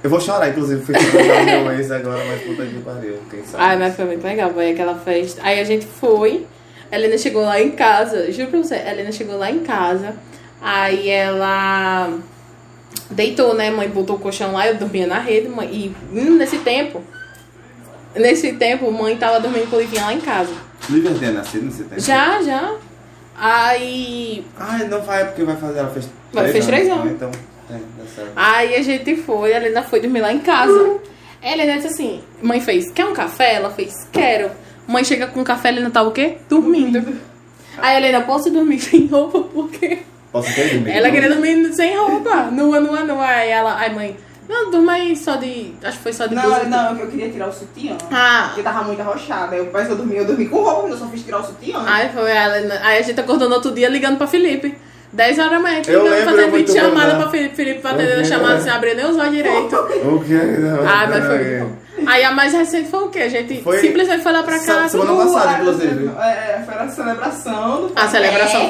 [SPEAKER 3] Eu vou chorar, inclusive, fui contar meu ex agora, mas puta que pariu, quem sabe.
[SPEAKER 1] Ai, mas foi muito legal, foi aquela festa. Aí a gente foi, a Helena chegou lá em casa, juro pra você, a Helena chegou lá em casa, aí ela deitou, né? Mãe botou o colchão lá, eu dormia na rede, mãe, e hum, nesse tempo, nesse tempo, mãe tava dormindo com o Livinha lá em casa.
[SPEAKER 3] Liberty é nascido nesse tempo?
[SPEAKER 1] Já, já. Aí.
[SPEAKER 3] Ai, Ah, não vai, porque vai fazer. Ela fez
[SPEAKER 1] Ela fez três anos.
[SPEAKER 3] Então, tem, dá certo.
[SPEAKER 1] Aí a gente foi, a Helena foi dormir lá em
[SPEAKER 4] Uhum.
[SPEAKER 1] casa. A Helena disse assim: mãe fez, quer um café? Ela fez, quero. Mãe chega com café, a Helena tá o quê? Dormindo.
[SPEAKER 4] Uhum.
[SPEAKER 1] Aí a Helena, posso dormir sem roupa? Por quê?
[SPEAKER 3] Posso ter
[SPEAKER 4] Uhum.
[SPEAKER 3] dormido?
[SPEAKER 1] Ela queria dormir sem roupa, nua, nua, nua. Aí ela, ai mãe, não, durma aí só de. Acho que foi só de blusa.
[SPEAKER 4] Não, não, eu queria tirar o sutiã.
[SPEAKER 1] Ah,
[SPEAKER 4] Porque tava muito arrochada. Eu parece que eu dormi, eu dormi com roupa, mas eu só fiz tirar o sutiã.
[SPEAKER 3] Ah,
[SPEAKER 1] aí foi a Helena. Aí a gente acordou no outro dia ligando pra Felipe. 10 horas da manhã, que
[SPEAKER 3] Eu
[SPEAKER 1] ligando
[SPEAKER 3] lembro
[SPEAKER 1] fazendo
[SPEAKER 3] muito
[SPEAKER 1] 20 chamadas
[SPEAKER 3] bom, né?
[SPEAKER 1] pra Felipe. Felipe pra
[SPEAKER 3] Eu
[SPEAKER 1] atender a
[SPEAKER 3] lembro,
[SPEAKER 1] chamada
[SPEAKER 3] né?
[SPEAKER 1] sem abrir nem os olhos direito.
[SPEAKER 3] O quê?
[SPEAKER 1] Ah, mas foi muito bom. Aí a mais recente foi o quê? A gente
[SPEAKER 3] é. Foi-
[SPEAKER 1] simplesmente foi lá pra
[SPEAKER 3] Sa-
[SPEAKER 1] casa.
[SPEAKER 3] semana passada, inclusive.
[SPEAKER 4] É, é, foi a celebração do
[SPEAKER 1] A celebração do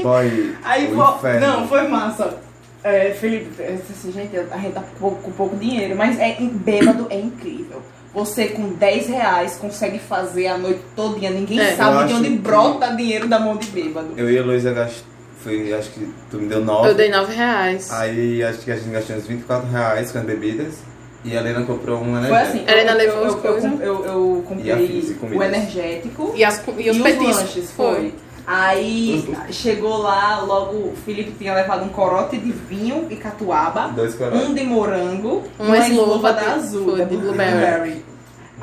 [SPEAKER 1] podcast.
[SPEAKER 3] Boy,
[SPEAKER 4] Aí,
[SPEAKER 3] o
[SPEAKER 4] pô,
[SPEAKER 3] inferno.
[SPEAKER 4] não, foi massa. É, Felipe, eu disse assim, gente, a gente tá com pouco, com pouco dinheiro, mas é em- bêbado é incrível. Você com 10 reais consegue fazer a noite todinha. Ninguém
[SPEAKER 1] É.
[SPEAKER 3] Eu
[SPEAKER 4] sabe de
[SPEAKER 3] acho
[SPEAKER 4] onde
[SPEAKER 3] que-
[SPEAKER 4] brota dinheiro da mão de bêbado.
[SPEAKER 3] Eu e a Luísa gast... foi, acho que tu me deu nove.
[SPEAKER 1] Eu dei 9 reais.
[SPEAKER 3] Aí acho que a gente gastou uns 24 reais com as bebidas. E a Helena comprou um
[SPEAKER 4] Foi assim.
[SPEAKER 1] Ela ainda
[SPEAKER 4] eu-
[SPEAKER 1] levou
[SPEAKER 4] eu-
[SPEAKER 1] as
[SPEAKER 4] eu-
[SPEAKER 1] coisas.
[SPEAKER 4] Eu, eu, eu
[SPEAKER 3] E a
[SPEAKER 4] comprei
[SPEAKER 3] Fizz e comidas.
[SPEAKER 4] o energético
[SPEAKER 1] E, as, co- e os petiscos.
[SPEAKER 4] lanches, foi. Aí chegou lá, logo o Felipe tinha levado um corote de vinho e catuaba,
[SPEAKER 3] Dois coroas.
[SPEAKER 4] um de morango e
[SPEAKER 1] Uma
[SPEAKER 4] uma
[SPEAKER 1] esluva
[SPEAKER 4] esluva
[SPEAKER 1] Um de-
[SPEAKER 4] da azul,
[SPEAKER 1] foi,
[SPEAKER 4] da
[SPEAKER 1] de
[SPEAKER 4] blueberry.
[SPEAKER 3] blueberry.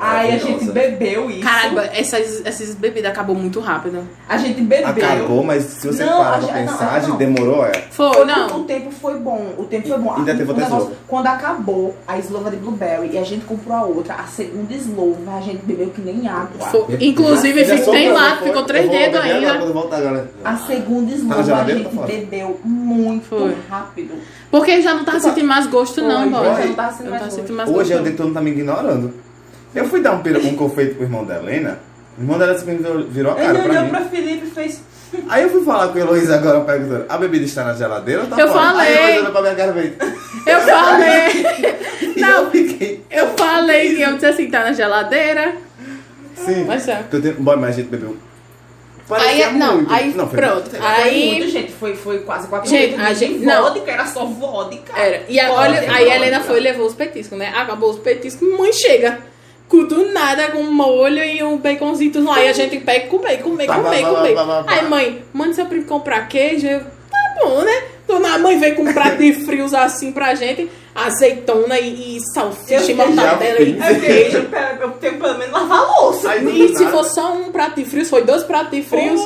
[SPEAKER 4] Aí a gente
[SPEAKER 3] Maravilhosa.
[SPEAKER 4] bebeu isso.
[SPEAKER 1] Caralho, essas, essas bebidas acabou muito rápido.
[SPEAKER 4] A gente bebeu.
[SPEAKER 3] Acabou, mas se você
[SPEAKER 4] Não,
[SPEAKER 3] parar
[SPEAKER 4] a
[SPEAKER 3] pra
[SPEAKER 4] gente- não,
[SPEAKER 3] pensar, a gente
[SPEAKER 4] não.
[SPEAKER 3] demorou, é.
[SPEAKER 1] Foi,
[SPEAKER 4] Foi-
[SPEAKER 1] não.
[SPEAKER 4] O tempo foi bom, o tempo foi bom.
[SPEAKER 3] Ainda
[SPEAKER 4] Ah,
[SPEAKER 3] teve
[SPEAKER 4] o
[SPEAKER 3] outra
[SPEAKER 4] negócio-
[SPEAKER 3] esluva.
[SPEAKER 4] Quando acabou a esluva de blueberry e a gente comprou a outra, a segunda esluva, a gente bebeu que nem água.
[SPEAKER 1] Foi- Inclusive,
[SPEAKER 3] Já
[SPEAKER 1] fica- tem
[SPEAKER 3] sobrou,
[SPEAKER 1] lá,
[SPEAKER 3] não foi?
[SPEAKER 1] ficou três
[SPEAKER 3] Eu vou
[SPEAKER 1] dedos né?
[SPEAKER 3] beber Agora,
[SPEAKER 1] ainda.
[SPEAKER 3] quando eu voltar agora.
[SPEAKER 4] A segunda
[SPEAKER 3] Tá na
[SPEAKER 4] esluva a
[SPEAKER 3] geladeira,
[SPEAKER 4] gente
[SPEAKER 3] tá fora?
[SPEAKER 4] bebeu muito
[SPEAKER 1] Foi.
[SPEAKER 4] rápido.
[SPEAKER 1] Porque já não tava sentindo mais gosto, não,
[SPEAKER 4] Foi,
[SPEAKER 1] boy.
[SPEAKER 4] já não tava
[SPEAKER 1] Eu
[SPEAKER 4] sentindo
[SPEAKER 1] tava
[SPEAKER 4] mais
[SPEAKER 1] sentindo
[SPEAKER 4] gosto.
[SPEAKER 1] mais
[SPEAKER 3] Hoje o
[SPEAKER 1] gosto.
[SPEAKER 3] Detuno tá me ignorando. Eu fui dar um, pir- um confeito pro irmão da Helena. O irmão dela simplesmente virou- virou a cara pra mim.
[SPEAKER 4] Felipe e fez.
[SPEAKER 3] Aí eu fui falar com a Heloísa agora, perguntando: a bebida está na geladeira ou tá
[SPEAKER 1] Eu
[SPEAKER 3] fora?
[SPEAKER 1] falei.
[SPEAKER 3] Aí a Heloísa olhou pra minha cara e fez,
[SPEAKER 1] Eu falei,
[SPEAKER 3] e
[SPEAKER 1] Não.
[SPEAKER 3] eu fiquei.
[SPEAKER 1] eu falei que eu disse assim, tá na geladeira.
[SPEAKER 3] Sim.
[SPEAKER 1] Mas é.
[SPEAKER 3] Porque eu tenho- Bom, mas a gente bebeu. Parecia
[SPEAKER 1] Aí, não,
[SPEAKER 3] muito.
[SPEAKER 1] aí,
[SPEAKER 3] foi-
[SPEAKER 1] pronto.
[SPEAKER 4] Foi
[SPEAKER 1] Aí,
[SPEAKER 4] muito, gente. Foi, foi quase quatro
[SPEAKER 1] Gente,
[SPEAKER 4] litros
[SPEAKER 1] a
[SPEAKER 4] de
[SPEAKER 1] gente- não.
[SPEAKER 4] vodka, era só vodka.
[SPEAKER 1] Era. E agora,
[SPEAKER 4] Vodka,
[SPEAKER 1] aí a
[SPEAKER 4] vodka.
[SPEAKER 1] Helena foi e levou os petiscos, né? Acabou os petiscos, mãe chega. com Do nada com molho e um baconzito lá. E a gente pega e come, come,
[SPEAKER 3] Pá,
[SPEAKER 1] come,
[SPEAKER 3] pá, pá,
[SPEAKER 1] come.
[SPEAKER 3] pá, pá, pá.
[SPEAKER 1] Aí, mãe, manda seu primo comprar queijo. Eu, tá bom, né? Dona mãe veio com um prato de frios assim pra gente. Azeitona e, e salsicha, e
[SPEAKER 4] Eu
[SPEAKER 1] mortadela
[SPEAKER 3] já
[SPEAKER 1] e
[SPEAKER 3] fiz.
[SPEAKER 4] Eu tenho,
[SPEAKER 1] queijo.
[SPEAKER 4] eu tenho- É eu tenho pelo menos lavar a louça.
[SPEAKER 3] Aí, do
[SPEAKER 1] E se
[SPEAKER 3] nada-
[SPEAKER 1] for só um prato de frios, foi dois pratos de frios.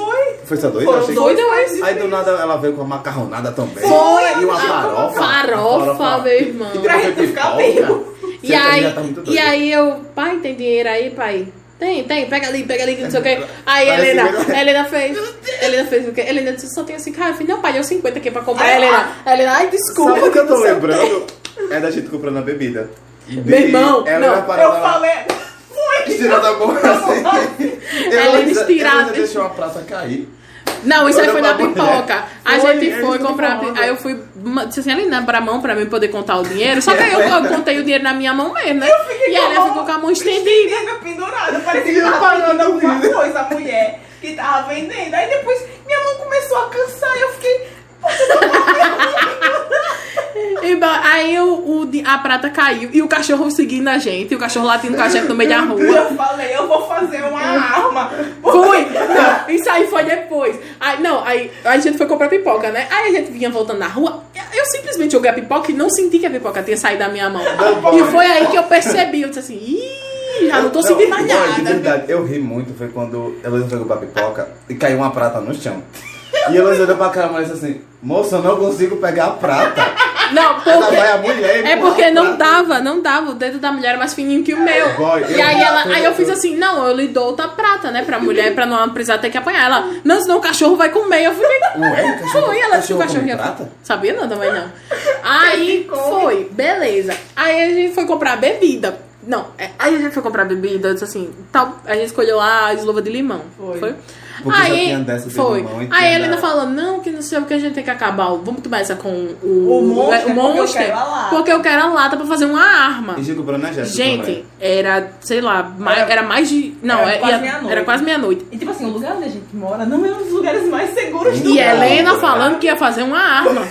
[SPEAKER 3] Foi só dois? Eu
[SPEAKER 1] Foram
[SPEAKER 3] achei que-
[SPEAKER 1] dois, dois.
[SPEAKER 3] Aí do nada ela veio com uma macarronada também.
[SPEAKER 1] Foi!
[SPEAKER 3] E uma
[SPEAKER 1] Ah,
[SPEAKER 3] farofa.
[SPEAKER 1] farofa, meu irmão.
[SPEAKER 3] E pra gente ficar bêbado.
[SPEAKER 1] E aí,
[SPEAKER 3] tá
[SPEAKER 1] e aí eu, pai, tem dinheiro aí, pai? Tem, tem, pega ali, pega ali, que não sei o quê. Aí a
[SPEAKER 3] Parece
[SPEAKER 1] Helena,
[SPEAKER 3] melhor.
[SPEAKER 1] a Helena fez. a Helena fez o quê? A Helena disse, só tem assim, cara, eu falei, não, pai, deu 50 aqui pra comprar. A Helena, a Helena, ai, desculpa.
[SPEAKER 3] Sabe o que eu tô
[SPEAKER 1] não sei
[SPEAKER 3] lembrando? É da gente comprando a bebida.
[SPEAKER 1] Meu irmão,
[SPEAKER 3] ela
[SPEAKER 1] não,
[SPEAKER 3] era parada
[SPEAKER 4] Eu
[SPEAKER 3] lá,
[SPEAKER 4] falei.
[SPEAKER 3] Estirando a boca assim.
[SPEAKER 1] Ela é
[SPEAKER 3] Heloísa-
[SPEAKER 1] estirava.
[SPEAKER 3] Heloísa deixou a prata cair.
[SPEAKER 1] Não, isso aí foi na
[SPEAKER 3] Olha pra
[SPEAKER 1] pipoca. A
[SPEAKER 3] Foi,
[SPEAKER 1] gente
[SPEAKER 3] é isso
[SPEAKER 1] foi
[SPEAKER 3] que eu tô
[SPEAKER 1] comprar. a pi-
[SPEAKER 3] falando.
[SPEAKER 1] Aí eu fui. ma- Disse assim, Helena, pra mão pra mim poder contar o dinheiro. Só que aí eu, eu contei o dinheiro na minha mão mesmo, né? E a
[SPEAKER 4] com a
[SPEAKER 1] Helena
[SPEAKER 4] mão-
[SPEAKER 1] ficou com a mão estendida.
[SPEAKER 4] Teve pendurada, parecia
[SPEAKER 3] E
[SPEAKER 4] que
[SPEAKER 3] eu
[SPEAKER 4] tava
[SPEAKER 3] parando
[SPEAKER 4] vendendo alguma
[SPEAKER 3] assim.
[SPEAKER 4] coisa a mulher que tava vendendo. Aí depois minha mão começou a cansar e eu fiquei.
[SPEAKER 1] E ba- aí o, o di- a prata caiu e o cachorro seguindo a gente, e o cachorro latindo com a gente no meio da rua.
[SPEAKER 4] Eu falei, eu vou fazer uma arma.
[SPEAKER 1] Foi! Não, isso aí foi depois. Aí, não, aí a gente foi comprar pipoca, né? Aí a gente vinha voltando na rua. Eu simplesmente joguei a pipoca e não senti que a pipoca tinha saído da minha mão.
[SPEAKER 3] Não,
[SPEAKER 1] E
[SPEAKER 3] boy.
[SPEAKER 1] foi aí que eu percebi. Eu disse assim, Ih, já não né? tô sentindo mais
[SPEAKER 3] boy, De
[SPEAKER 1] nada.
[SPEAKER 3] verdade, eu ri muito. Foi quando Heloísa foi comprar pipoca e caiu uma prata no chão. E Heloísa olhou pra cara e disse assim: Moça, eu não consigo pegar a prata.
[SPEAKER 1] Não,
[SPEAKER 3] Ela
[SPEAKER 1] porque.
[SPEAKER 3] vai a mulher e
[SPEAKER 1] É
[SPEAKER 3] empurra
[SPEAKER 1] porque
[SPEAKER 3] a
[SPEAKER 1] não
[SPEAKER 3] prata.
[SPEAKER 1] dava, não dava. O dedo da mulher era mais fininho que o meu.
[SPEAKER 3] É, Boy,
[SPEAKER 1] e
[SPEAKER 3] eu-
[SPEAKER 1] aí ela, aí eu fiz assim, não, eu lhe dou outra prata, né, pra mulher, pra não precisar ter que apanhar. Ela, não, senão o cachorro vai comer. Eu falei,
[SPEAKER 3] Ué, o cachorro-
[SPEAKER 1] foi, ela disse que o
[SPEAKER 3] cachorro
[SPEAKER 1] cachorro
[SPEAKER 3] come
[SPEAKER 1] ia
[SPEAKER 3] prata?
[SPEAKER 1] Sabia não, também não. Aí foi, beleza. Aí a gente foi comprar bebida. Não, é, aí a gente foi comprar bebida, eu disse assim, tal, a gente escolheu lá a esluva de limão. Foi.
[SPEAKER 4] Foi.
[SPEAKER 3] Porque só tinha dessa de
[SPEAKER 1] foi.
[SPEAKER 3] limão e tinha
[SPEAKER 1] Aí a Helena
[SPEAKER 3] da-
[SPEAKER 1] falou, não, que não sei o que a gente tem que acabar. Vamos tomar essa com o,
[SPEAKER 4] O Monster,
[SPEAKER 1] o Monster,
[SPEAKER 4] porque eu quero a lata.
[SPEAKER 1] porque eu quero a lata tá pra fazer uma arma.
[SPEAKER 3] E Chico Bruno é Jéssica
[SPEAKER 1] Gente,
[SPEAKER 3] também.
[SPEAKER 1] era, sei lá, mais, era,
[SPEAKER 4] Era-
[SPEAKER 1] mais de. Não,
[SPEAKER 4] era
[SPEAKER 1] era
[SPEAKER 4] quase
[SPEAKER 1] ia-
[SPEAKER 4] meia-noite.
[SPEAKER 1] era quase meia-noite.
[SPEAKER 4] E tipo assim, o lugar onde a gente mora não é um dos lugares mais seguros do
[SPEAKER 1] E
[SPEAKER 4] mundo.
[SPEAKER 3] Não,
[SPEAKER 1] Helena
[SPEAKER 3] cara.
[SPEAKER 1] falando que ia fazer uma arma.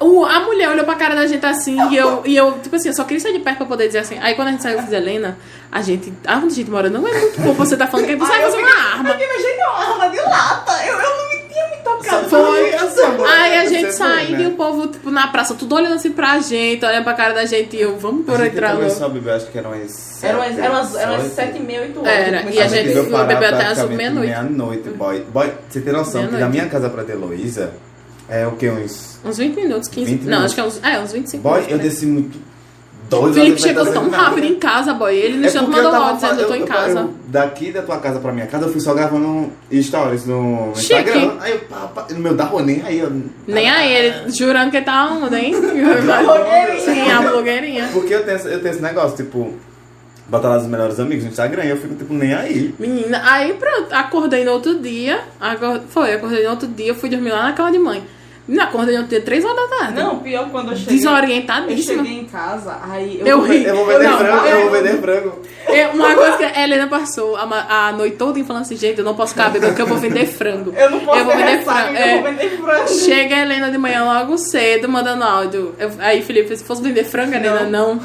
[SPEAKER 1] o- a mulher olhou pra cara da gente assim e eu, e eu, tipo assim, eu só queria sair de perto pra poder dizer assim. Aí quando a gente saiu, eu fiz Helena, a gente. Ah, onde a gente mora não é muito bom você tá falando que você vai fazer uma arma.
[SPEAKER 2] Porque meu jeito é uma arma de lata. Eu, eu não me tinha me tocado.
[SPEAKER 3] Foi essa, mulher
[SPEAKER 1] Aí a
[SPEAKER 3] que
[SPEAKER 1] gente
[SPEAKER 3] você
[SPEAKER 1] saindo
[SPEAKER 3] foi, né?
[SPEAKER 1] e o povo, tipo, na praça, tudo olhando assim pra gente, olhando pra cara da gente e eu, vamos por
[SPEAKER 3] A
[SPEAKER 1] aí
[SPEAKER 3] gente
[SPEAKER 1] entrar
[SPEAKER 3] começou
[SPEAKER 1] logo.
[SPEAKER 3] a beber, acho que eram as
[SPEAKER 2] Era umas, era umas, era umas
[SPEAKER 3] sete,
[SPEAKER 2] sete e meia, oito horas.
[SPEAKER 1] Era,
[SPEAKER 2] que
[SPEAKER 1] e a
[SPEAKER 2] começava.
[SPEAKER 1] gente-
[SPEAKER 3] bebeu
[SPEAKER 1] bebeu até as
[SPEAKER 3] praticamente
[SPEAKER 1] meia-noite.
[SPEAKER 3] Meia-noite, boy. Boy, você tem noção que da
[SPEAKER 1] Meia-noite.
[SPEAKER 3] minha casa pra Heloísa é o que? Uns.
[SPEAKER 1] Uns 20 minutos, 15.
[SPEAKER 3] 20
[SPEAKER 1] não,
[SPEAKER 3] minutos.
[SPEAKER 1] acho que é uns, é, uns 25
[SPEAKER 3] Boy,
[SPEAKER 1] minutos.
[SPEAKER 3] eu
[SPEAKER 1] né?
[SPEAKER 3] desci muito doido.
[SPEAKER 1] Felipe chegou tão rápido em casa, boy. Ele
[SPEAKER 3] É
[SPEAKER 1] no chão mandou logo dizendo É eu tô em casa.
[SPEAKER 3] daqui da tua casa pra minha casa, eu fui só gravando stories no Instagram. Aí eu, pá, pá, no meu Darronem, aí eu. tá,
[SPEAKER 1] Nem a ele, jurando que tá onda, hein? Sim, a blogueirinha.
[SPEAKER 3] tá. Porque eu tenho, esse- eu tenho esse negócio, tipo, botar lá os melhores amigos no Instagram e eu fico, tipo, nem aí.
[SPEAKER 1] Menina, aí pronto, acordei no outro dia. agor- foi, acordei no outro dia, fui dormir lá na casa de mãe. Não, acordei no outro dia, 3 horas da tarde.
[SPEAKER 4] Não, pior quando eu cheguei. Eu
[SPEAKER 1] Desorientadíssima.
[SPEAKER 4] cheguei em casa, aí eu.
[SPEAKER 1] Eu ri.
[SPEAKER 3] Eu vou
[SPEAKER 1] Eu
[SPEAKER 3] vender
[SPEAKER 1] não,
[SPEAKER 3] frango, eu
[SPEAKER 1] eu-
[SPEAKER 3] vou vender frango.
[SPEAKER 1] É, uma coisa que a Helena passou a, ma- a noite toda em falando assim, gente, eu não posso ficar bêbada porque eu vou vender frango.
[SPEAKER 4] Eu não posso
[SPEAKER 1] Eu vou
[SPEAKER 4] ter
[SPEAKER 1] vender
[SPEAKER 4] ressaca,
[SPEAKER 1] fran-
[SPEAKER 4] eu
[SPEAKER 1] é.
[SPEAKER 4] vou vender frango.
[SPEAKER 1] Chega a Helena de manhã logo cedo, mandando áudio. Eu- aí Felipe, se fosse vender frango, Helena, não. Não,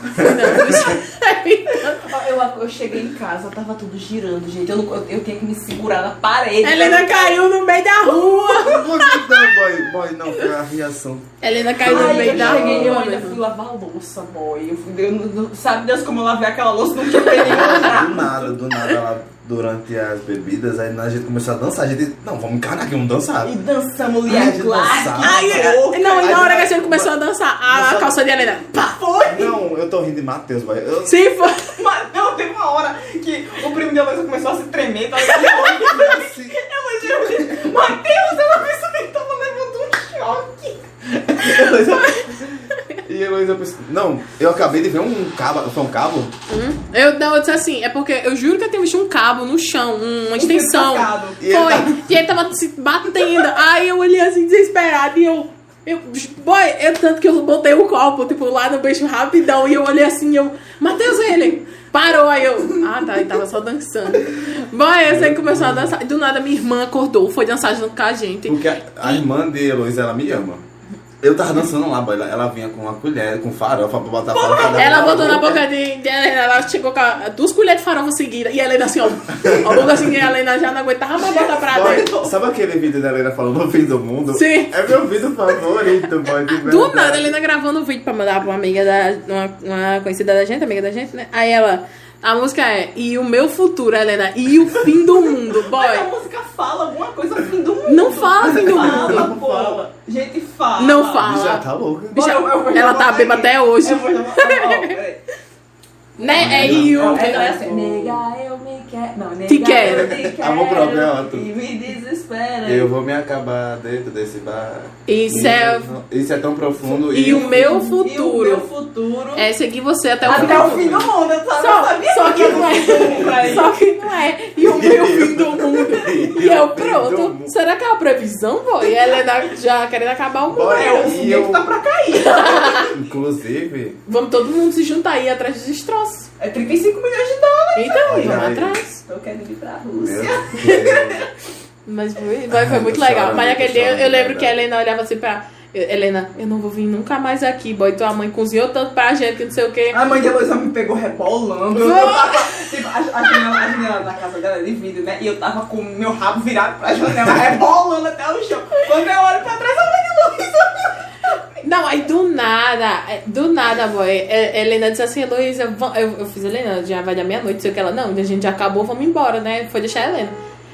[SPEAKER 1] não.
[SPEAKER 2] Eu, eu cheguei em casa, tava tudo girando, gente. Eu, não- eu, eu tinha que me segurar na parede.
[SPEAKER 1] Helena caiu no meio da rua.
[SPEAKER 3] Não, boy, boy, não, foi a reação.
[SPEAKER 1] Helena caiu no
[SPEAKER 2] Ai,
[SPEAKER 1] meio
[SPEAKER 2] eu
[SPEAKER 1] da
[SPEAKER 2] cheguei, eu
[SPEAKER 1] rua.
[SPEAKER 2] ainda fui lavar a louça, boy. Eu fui, eu não- sabe Deus como eu lavei aquela louça, não tinha perigo.
[SPEAKER 3] Do nada, do nada lá durante as bebidas, aí a gente começou a dançar. A gente, não, vamos encarar que vamos dançar.
[SPEAKER 2] E dançamos
[SPEAKER 3] Ai,
[SPEAKER 2] Lia
[SPEAKER 3] de
[SPEAKER 2] Clark.
[SPEAKER 3] dançar.
[SPEAKER 1] Aí,
[SPEAKER 2] louca.
[SPEAKER 1] não, e
[SPEAKER 3] Aí
[SPEAKER 1] na hora
[SPEAKER 3] vai-
[SPEAKER 1] que a gente começou a dançar, a,
[SPEAKER 3] Dançar-
[SPEAKER 1] calça de Helena, pá,
[SPEAKER 3] Não, eu tô rindo de Matheus, boy. Eu,
[SPEAKER 1] se foi.
[SPEAKER 4] Mas não, teve uma hora que o primo de Heloísa começou a se tremer, tava
[SPEAKER 3] se-
[SPEAKER 4] Matheus, ela pensou que ele tava levando um choque.
[SPEAKER 3] Heloísa- assim. E Heloísa pensou, não, eu acabei de ver um cabo, foi um cabo?
[SPEAKER 1] Eu, não, eu disse assim, é porque eu juro que eu tinha visto um cabo no chão, um- uma extensão.
[SPEAKER 4] Enforcado.
[SPEAKER 3] E ele
[SPEAKER 1] foi.
[SPEAKER 3] tá-
[SPEAKER 1] E ele tava se batendo. Aí eu olhei assim, desesperada, e eu. Eu, boy, eu tanto que eu botei o copo, tipo, lá no beijo rapidão, e eu olhei assim, e eu, Matheus, ele parou, aí eu, ah tá, ele tava só dançando. Boy, eu sei que começou a dançar, e do nada minha irmã acordou, foi dançar junto com a gente.
[SPEAKER 3] Porque a, a irmã de Heloísa, ela me ama. Eu tava dançando lá, boy, ela, ela vinha com uma colher, com farofa pra botar farofa.
[SPEAKER 1] Ela botou na boca de, de Helena, ela chegou com a- duas colheres de farofa seguida e a Helena assim, ó, a boca assim, e a Helena já não aguentava mais botar pra dentro.
[SPEAKER 3] Boy, sabe aquele vídeo da Helena falando no fim do mundo?
[SPEAKER 1] Sim.
[SPEAKER 3] É meu vídeo favorito, boy. de
[SPEAKER 1] Do
[SPEAKER 3] verdade.
[SPEAKER 1] nada, a Helena gravando um vídeo pra mandar pra uma amiga da. Uma, uma conhecida da gente, amiga da gente, né? Aí ela. A música é E o meu futuro, Helena, e o fim do mundo,
[SPEAKER 4] A
[SPEAKER 1] boy.
[SPEAKER 4] música fala alguma coisa fim do mundo.
[SPEAKER 1] Não fala fim do mundo.
[SPEAKER 4] Fala,
[SPEAKER 3] Não
[SPEAKER 4] pô.
[SPEAKER 3] fala.
[SPEAKER 4] Gente, fala.
[SPEAKER 1] Não fala.
[SPEAKER 3] Já tá louca.
[SPEAKER 1] Bicha,
[SPEAKER 4] Eu- eu vou
[SPEAKER 1] ela
[SPEAKER 4] jogar
[SPEAKER 1] tá bêbada
[SPEAKER 4] aqui.
[SPEAKER 1] até hoje.
[SPEAKER 4] Eu vou jogar- ó, ó, É peraí.
[SPEAKER 1] Né? É e o.
[SPEAKER 2] É, não é assim.
[SPEAKER 4] Pô.
[SPEAKER 2] Nega, eu me quero. Não, nega,
[SPEAKER 1] Te quero.
[SPEAKER 2] eu me quero.
[SPEAKER 3] Amor próprio é ótimo.
[SPEAKER 2] E me desespera.
[SPEAKER 3] Eu vou me acabar dentro desse bar.
[SPEAKER 1] Isso é.
[SPEAKER 3] Isso é tão profundo.
[SPEAKER 1] E
[SPEAKER 2] E o
[SPEAKER 1] o meu
[SPEAKER 2] meu
[SPEAKER 1] futuro.
[SPEAKER 2] futuro.
[SPEAKER 1] É seguir você até o fim
[SPEAKER 4] Até o fim do mundo, eu só, não
[SPEAKER 1] Só,
[SPEAKER 4] sabia
[SPEAKER 1] só que não
[SPEAKER 4] pra
[SPEAKER 1] é.
[SPEAKER 4] ele.
[SPEAKER 1] Só que não é. E o meu fim do mundo. E eu, pronto. Será que é uma previsão, boy? E ela ainda já querendo acabar o mundo.
[SPEAKER 3] Boy,
[SPEAKER 4] É, o
[SPEAKER 3] e eu,
[SPEAKER 4] foguete tá pra cair.
[SPEAKER 3] inclusive,
[SPEAKER 1] Vamos todo mundo se juntar aí atrás dos destroços.
[SPEAKER 4] É 35 milhões de dólares.
[SPEAKER 1] Então,
[SPEAKER 3] Olha
[SPEAKER 1] vamos
[SPEAKER 3] aí.
[SPEAKER 1] atrás.
[SPEAKER 2] Eu quero ir pra
[SPEAKER 3] meu
[SPEAKER 2] Rússia.
[SPEAKER 3] Deus.
[SPEAKER 1] Mas foi, mas foi
[SPEAKER 3] Ai,
[SPEAKER 1] muito
[SPEAKER 3] tô
[SPEAKER 1] legal.
[SPEAKER 3] chorando,
[SPEAKER 1] Mas
[SPEAKER 3] tô
[SPEAKER 1] aquele dia eu- eu
[SPEAKER 3] chorando,
[SPEAKER 1] lembro que a
[SPEAKER 3] verdade.
[SPEAKER 1] Helena olhava assim pra. eu- Helena, eu não vou vir nunca mais aqui, boy. Tua mãe cozinhou tanto pra gente que não sei o quê.
[SPEAKER 4] A mãe de Heloísa me pegou rebolando. Eu tava, tipo, a, a janela, a janela da casa dela é de vidro, né? E eu tava com o meu rabo virado pra janela, rebolando até o chão. Quando eu olho pra trás, a mãe de Heloísa.
[SPEAKER 1] Não, aí do nada, é, do nada, boy. é, Helena disse assim, Heloísa, va- eu, eu fiz Helena, já vai dar meia-noite, sei o que ela. Não, a gente já acabou, vamos embora, né? Foi deixar a Helena.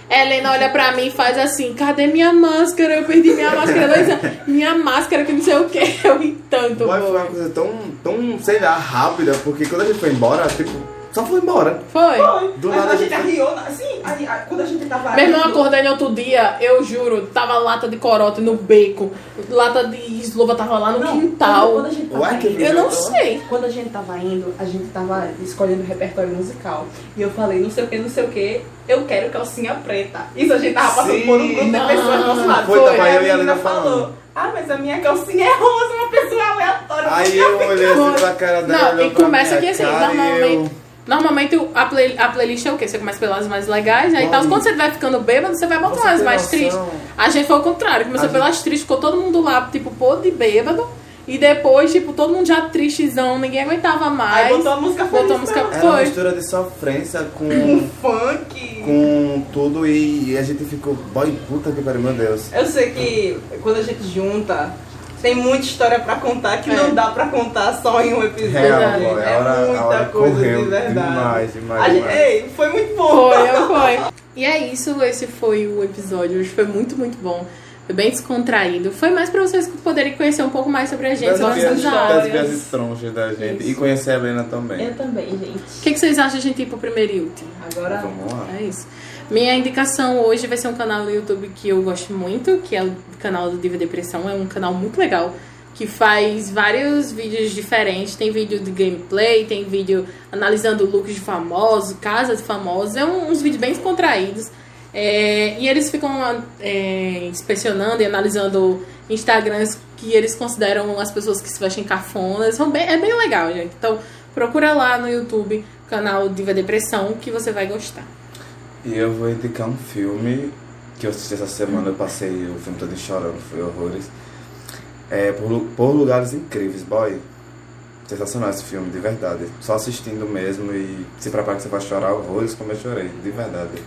[SPEAKER 1] Helena olha pra mim e faz assim, cadê minha máscara? Eu perdi minha máscara, Heloísa. Minha máscara que não sei o que. Eu ri tanto,
[SPEAKER 3] Boy, foi
[SPEAKER 1] boy.
[SPEAKER 3] uma coisa tão, tão, sei lá, rápida, porque quando a gente foi embora, tipo, só foi embora.
[SPEAKER 1] Foi.
[SPEAKER 3] Do
[SPEAKER 4] Mas
[SPEAKER 3] nada
[SPEAKER 4] a
[SPEAKER 3] a
[SPEAKER 4] gente
[SPEAKER 3] gente-
[SPEAKER 4] arriou, na- assim, aí, aí, quando a gente tava...
[SPEAKER 1] Meu irmão, eu acordei no outro dia, eu juro, tava lata de corote no beco, lata de esloba tava lá no
[SPEAKER 2] Não, Quando
[SPEAKER 1] quintal.
[SPEAKER 2] a gente
[SPEAKER 3] Ué,
[SPEAKER 2] tava
[SPEAKER 3] que
[SPEAKER 2] indo-
[SPEAKER 1] Eu não sei.
[SPEAKER 2] Quando a gente tava indo, a gente tava escolhendo repertório musical. E eu falei, não sei o que, não sei o que, eu quero calcinha preta. Isso a gente tava passando
[SPEAKER 3] Sim.
[SPEAKER 2] por um grupo
[SPEAKER 1] Não.
[SPEAKER 2] de pessoas do nosso lado.
[SPEAKER 3] Foi,
[SPEAKER 2] Aí
[SPEAKER 3] tava eu e a
[SPEAKER 4] menina
[SPEAKER 3] Helena
[SPEAKER 4] falou,
[SPEAKER 3] falando.
[SPEAKER 4] ah, mas a minha calcinha é rosa, uma pessoa aleatória.
[SPEAKER 3] Aí eu olhei assim pra cara dela. "Ah,
[SPEAKER 1] Não,
[SPEAKER 3] olhou
[SPEAKER 1] e
[SPEAKER 3] pra
[SPEAKER 1] começa
[SPEAKER 3] minha
[SPEAKER 1] aqui assim,
[SPEAKER 3] cara e
[SPEAKER 1] normalmente. Normalmente o- a, play- a playlist é o quê? Você começa pelas mais legais, aí tal.
[SPEAKER 3] Bom.
[SPEAKER 1] Quando você vai ficando bêbado, você vai
[SPEAKER 3] Você
[SPEAKER 1] botar as
[SPEAKER 3] tem
[SPEAKER 1] mais
[SPEAKER 3] noção?
[SPEAKER 1] tristes. A gente foi ao contrário, começou
[SPEAKER 3] A
[SPEAKER 1] pelas tristes, ficou todo mundo lá, tipo, pô de bêbado. E depois, tipo, todo mundo já tristezão, ninguém aguentava mais.
[SPEAKER 2] Aí botou a música feliz.
[SPEAKER 1] botou a música
[SPEAKER 3] Era uma
[SPEAKER 1] foi.
[SPEAKER 3] mistura de sofrência
[SPEAKER 2] Um
[SPEAKER 3] com,
[SPEAKER 2] funk.
[SPEAKER 3] com tudo e, e a gente ficou. Boy, puta que pariu, meu Deus.
[SPEAKER 2] Eu sei que quando a gente junta, tem muita história pra contar que
[SPEAKER 1] É.
[SPEAKER 2] não dá pra contar só em um episódio.
[SPEAKER 3] Real,
[SPEAKER 1] Verdade.
[SPEAKER 3] boy.
[SPEAKER 2] é
[SPEAKER 3] A hora,
[SPEAKER 2] muita
[SPEAKER 3] a hora
[SPEAKER 2] coisa
[SPEAKER 3] correu
[SPEAKER 2] de verdade.
[SPEAKER 3] demais,
[SPEAKER 2] A
[SPEAKER 3] demais,
[SPEAKER 2] gente-
[SPEAKER 3] demais.
[SPEAKER 2] ei, foi muito bom.
[SPEAKER 1] Foi, eu foi. E é isso, esse foi o episódio. Hoje foi muito, muito bom. Foi bem descontraído. Foi mais pra vocês poderem conhecer um pouco mais sobre a gente,
[SPEAKER 3] Das
[SPEAKER 1] sobre
[SPEAKER 3] viagens-
[SPEAKER 1] nossas
[SPEAKER 3] das
[SPEAKER 1] áreas.
[SPEAKER 3] viagens tronchas da gente. E
[SPEAKER 4] Isso.
[SPEAKER 3] conhecer a Helena também.
[SPEAKER 4] Eu também,
[SPEAKER 1] O
[SPEAKER 4] gente.
[SPEAKER 1] que, que vocês acham de a gente ir pro primeiro e último?
[SPEAKER 2] Agora,
[SPEAKER 3] Vamos lá.
[SPEAKER 1] É isso. Minha indicação hoje vai ser um canal no YouTube que eu gosto muito, que é o canal do Diva Depressão. É um canal muito legal, que faz vários vídeos diferentes. Tem vídeo de gameplay, tem vídeo analisando looks de famosos, casas de famosos. É um- uns vídeos bem descontraídos. É, e eles ficam é, inspecionando e analisando Instagrams que eles consideram as pessoas que se vestem cafonas. São bem- é bem legal, gente. Então, procura lá no YouTube o canal Diva Depressão que você vai gostar.
[SPEAKER 3] E eu vou indicar um filme que eu assisti essa semana, eu passei o filme todo chorando, foi horrores. É por, Lu- por Lugares Incríveis, boy. Sensacional esse filme, de verdade. Só assistindo mesmo e se prepara que você vai chorar horrores como eu chorei, de verdade.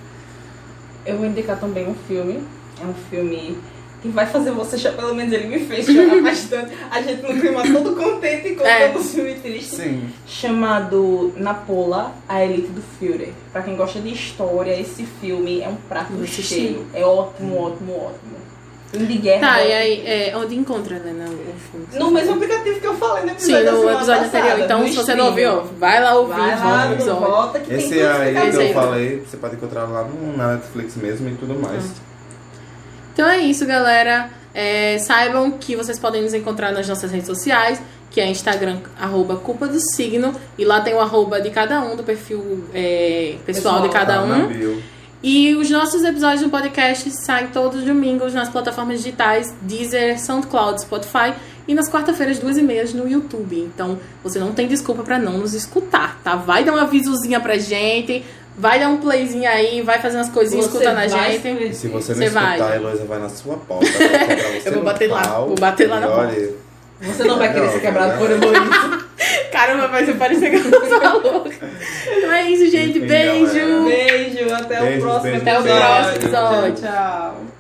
[SPEAKER 4] Eu vou indicar também um filme. É um filme que vai fazer você chorar. Pelo menos ele me fez chorar bastante.
[SPEAKER 2] a gente no clima todo contente e
[SPEAKER 1] É.
[SPEAKER 2] contando um filme triste.
[SPEAKER 3] Sim.
[SPEAKER 4] Chamado Napola, a Elite do Führer. Pra quem gosta de história, esse filme é um prato
[SPEAKER 1] Vou assistir.
[SPEAKER 4] cheio. É ótimo, ótimo, ótimo. Filme de guerra.
[SPEAKER 1] Tá, e
[SPEAKER 4] ótimo.
[SPEAKER 1] aí, é, onde encontra, né? No, no filme.
[SPEAKER 2] No mesmo aplicativo que eu falei no
[SPEAKER 1] Sim,
[SPEAKER 2] episódio da
[SPEAKER 1] no
[SPEAKER 2] semana
[SPEAKER 1] episódio
[SPEAKER 2] passada,
[SPEAKER 1] anterior. Então,
[SPEAKER 2] no
[SPEAKER 1] se você
[SPEAKER 2] streaming.
[SPEAKER 1] não ouviu, vai lá ouvir né,
[SPEAKER 4] Vai
[SPEAKER 1] o
[SPEAKER 4] lá,
[SPEAKER 3] Vamos,
[SPEAKER 1] episódio.
[SPEAKER 4] volta que tem
[SPEAKER 3] Esse é
[SPEAKER 4] tudo
[SPEAKER 3] aí
[SPEAKER 1] ficar
[SPEAKER 3] que eu
[SPEAKER 1] sempre.
[SPEAKER 3] falei, você pode encontrar lá no, na Netflix mesmo e tudo mais.
[SPEAKER 1] Então é isso, galera. É, saibam que vocês podem nos encontrar nas nossas redes sociais, que é Instagram, arroba culpa do signo. E lá tem o arroba de cada um, do perfil é, pessoal, de
[SPEAKER 4] Pessoal.
[SPEAKER 1] cada
[SPEAKER 3] Tá
[SPEAKER 1] um.
[SPEAKER 3] na bio.
[SPEAKER 1] E os nossos episódios do podcast saem todos os domingos nas plataformas digitais Deezer, SoundCloud, Spotify e nas quarta-feiras, duas e meias, no YouTube. Então, você não tem desculpa pra não nos escutar, tá? Vai dar um avisozinha pra gente, vai dar um playzinho aí, vai fazer umas coisinhas
[SPEAKER 4] Você
[SPEAKER 1] escutando a
[SPEAKER 4] vai
[SPEAKER 1] gente.
[SPEAKER 3] E se você não
[SPEAKER 1] Você vai.
[SPEAKER 3] escutar, a Heloísa vai na sua porta. vai cobrar você
[SPEAKER 1] Eu vou
[SPEAKER 3] no
[SPEAKER 1] bater lá,
[SPEAKER 3] pau,
[SPEAKER 1] vou bater lá na
[SPEAKER 3] e
[SPEAKER 1] porta.
[SPEAKER 3] olha,
[SPEAKER 4] Você não vai querer
[SPEAKER 3] Não,
[SPEAKER 4] ser quebrado
[SPEAKER 3] não.
[SPEAKER 4] por Heloísa.
[SPEAKER 1] Caramba, vai se parecer que eu sou louca. Então é isso, gente.
[SPEAKER 3] Enfim,
[SPEAKER 1] Beijo!
[SPEAKER 3] galera.
[SPEAKER 2] Beijo, até
[SPEAKER 3] Beijos,
[SPEAKER 2] o próximo
[SPEAKER 3] beijos,
[SPEAKER 1] Até o
[SPEAKER 2] episódio.
[SPEAKER 1] próximo episódio.
[SPEAKER 4] Tchau.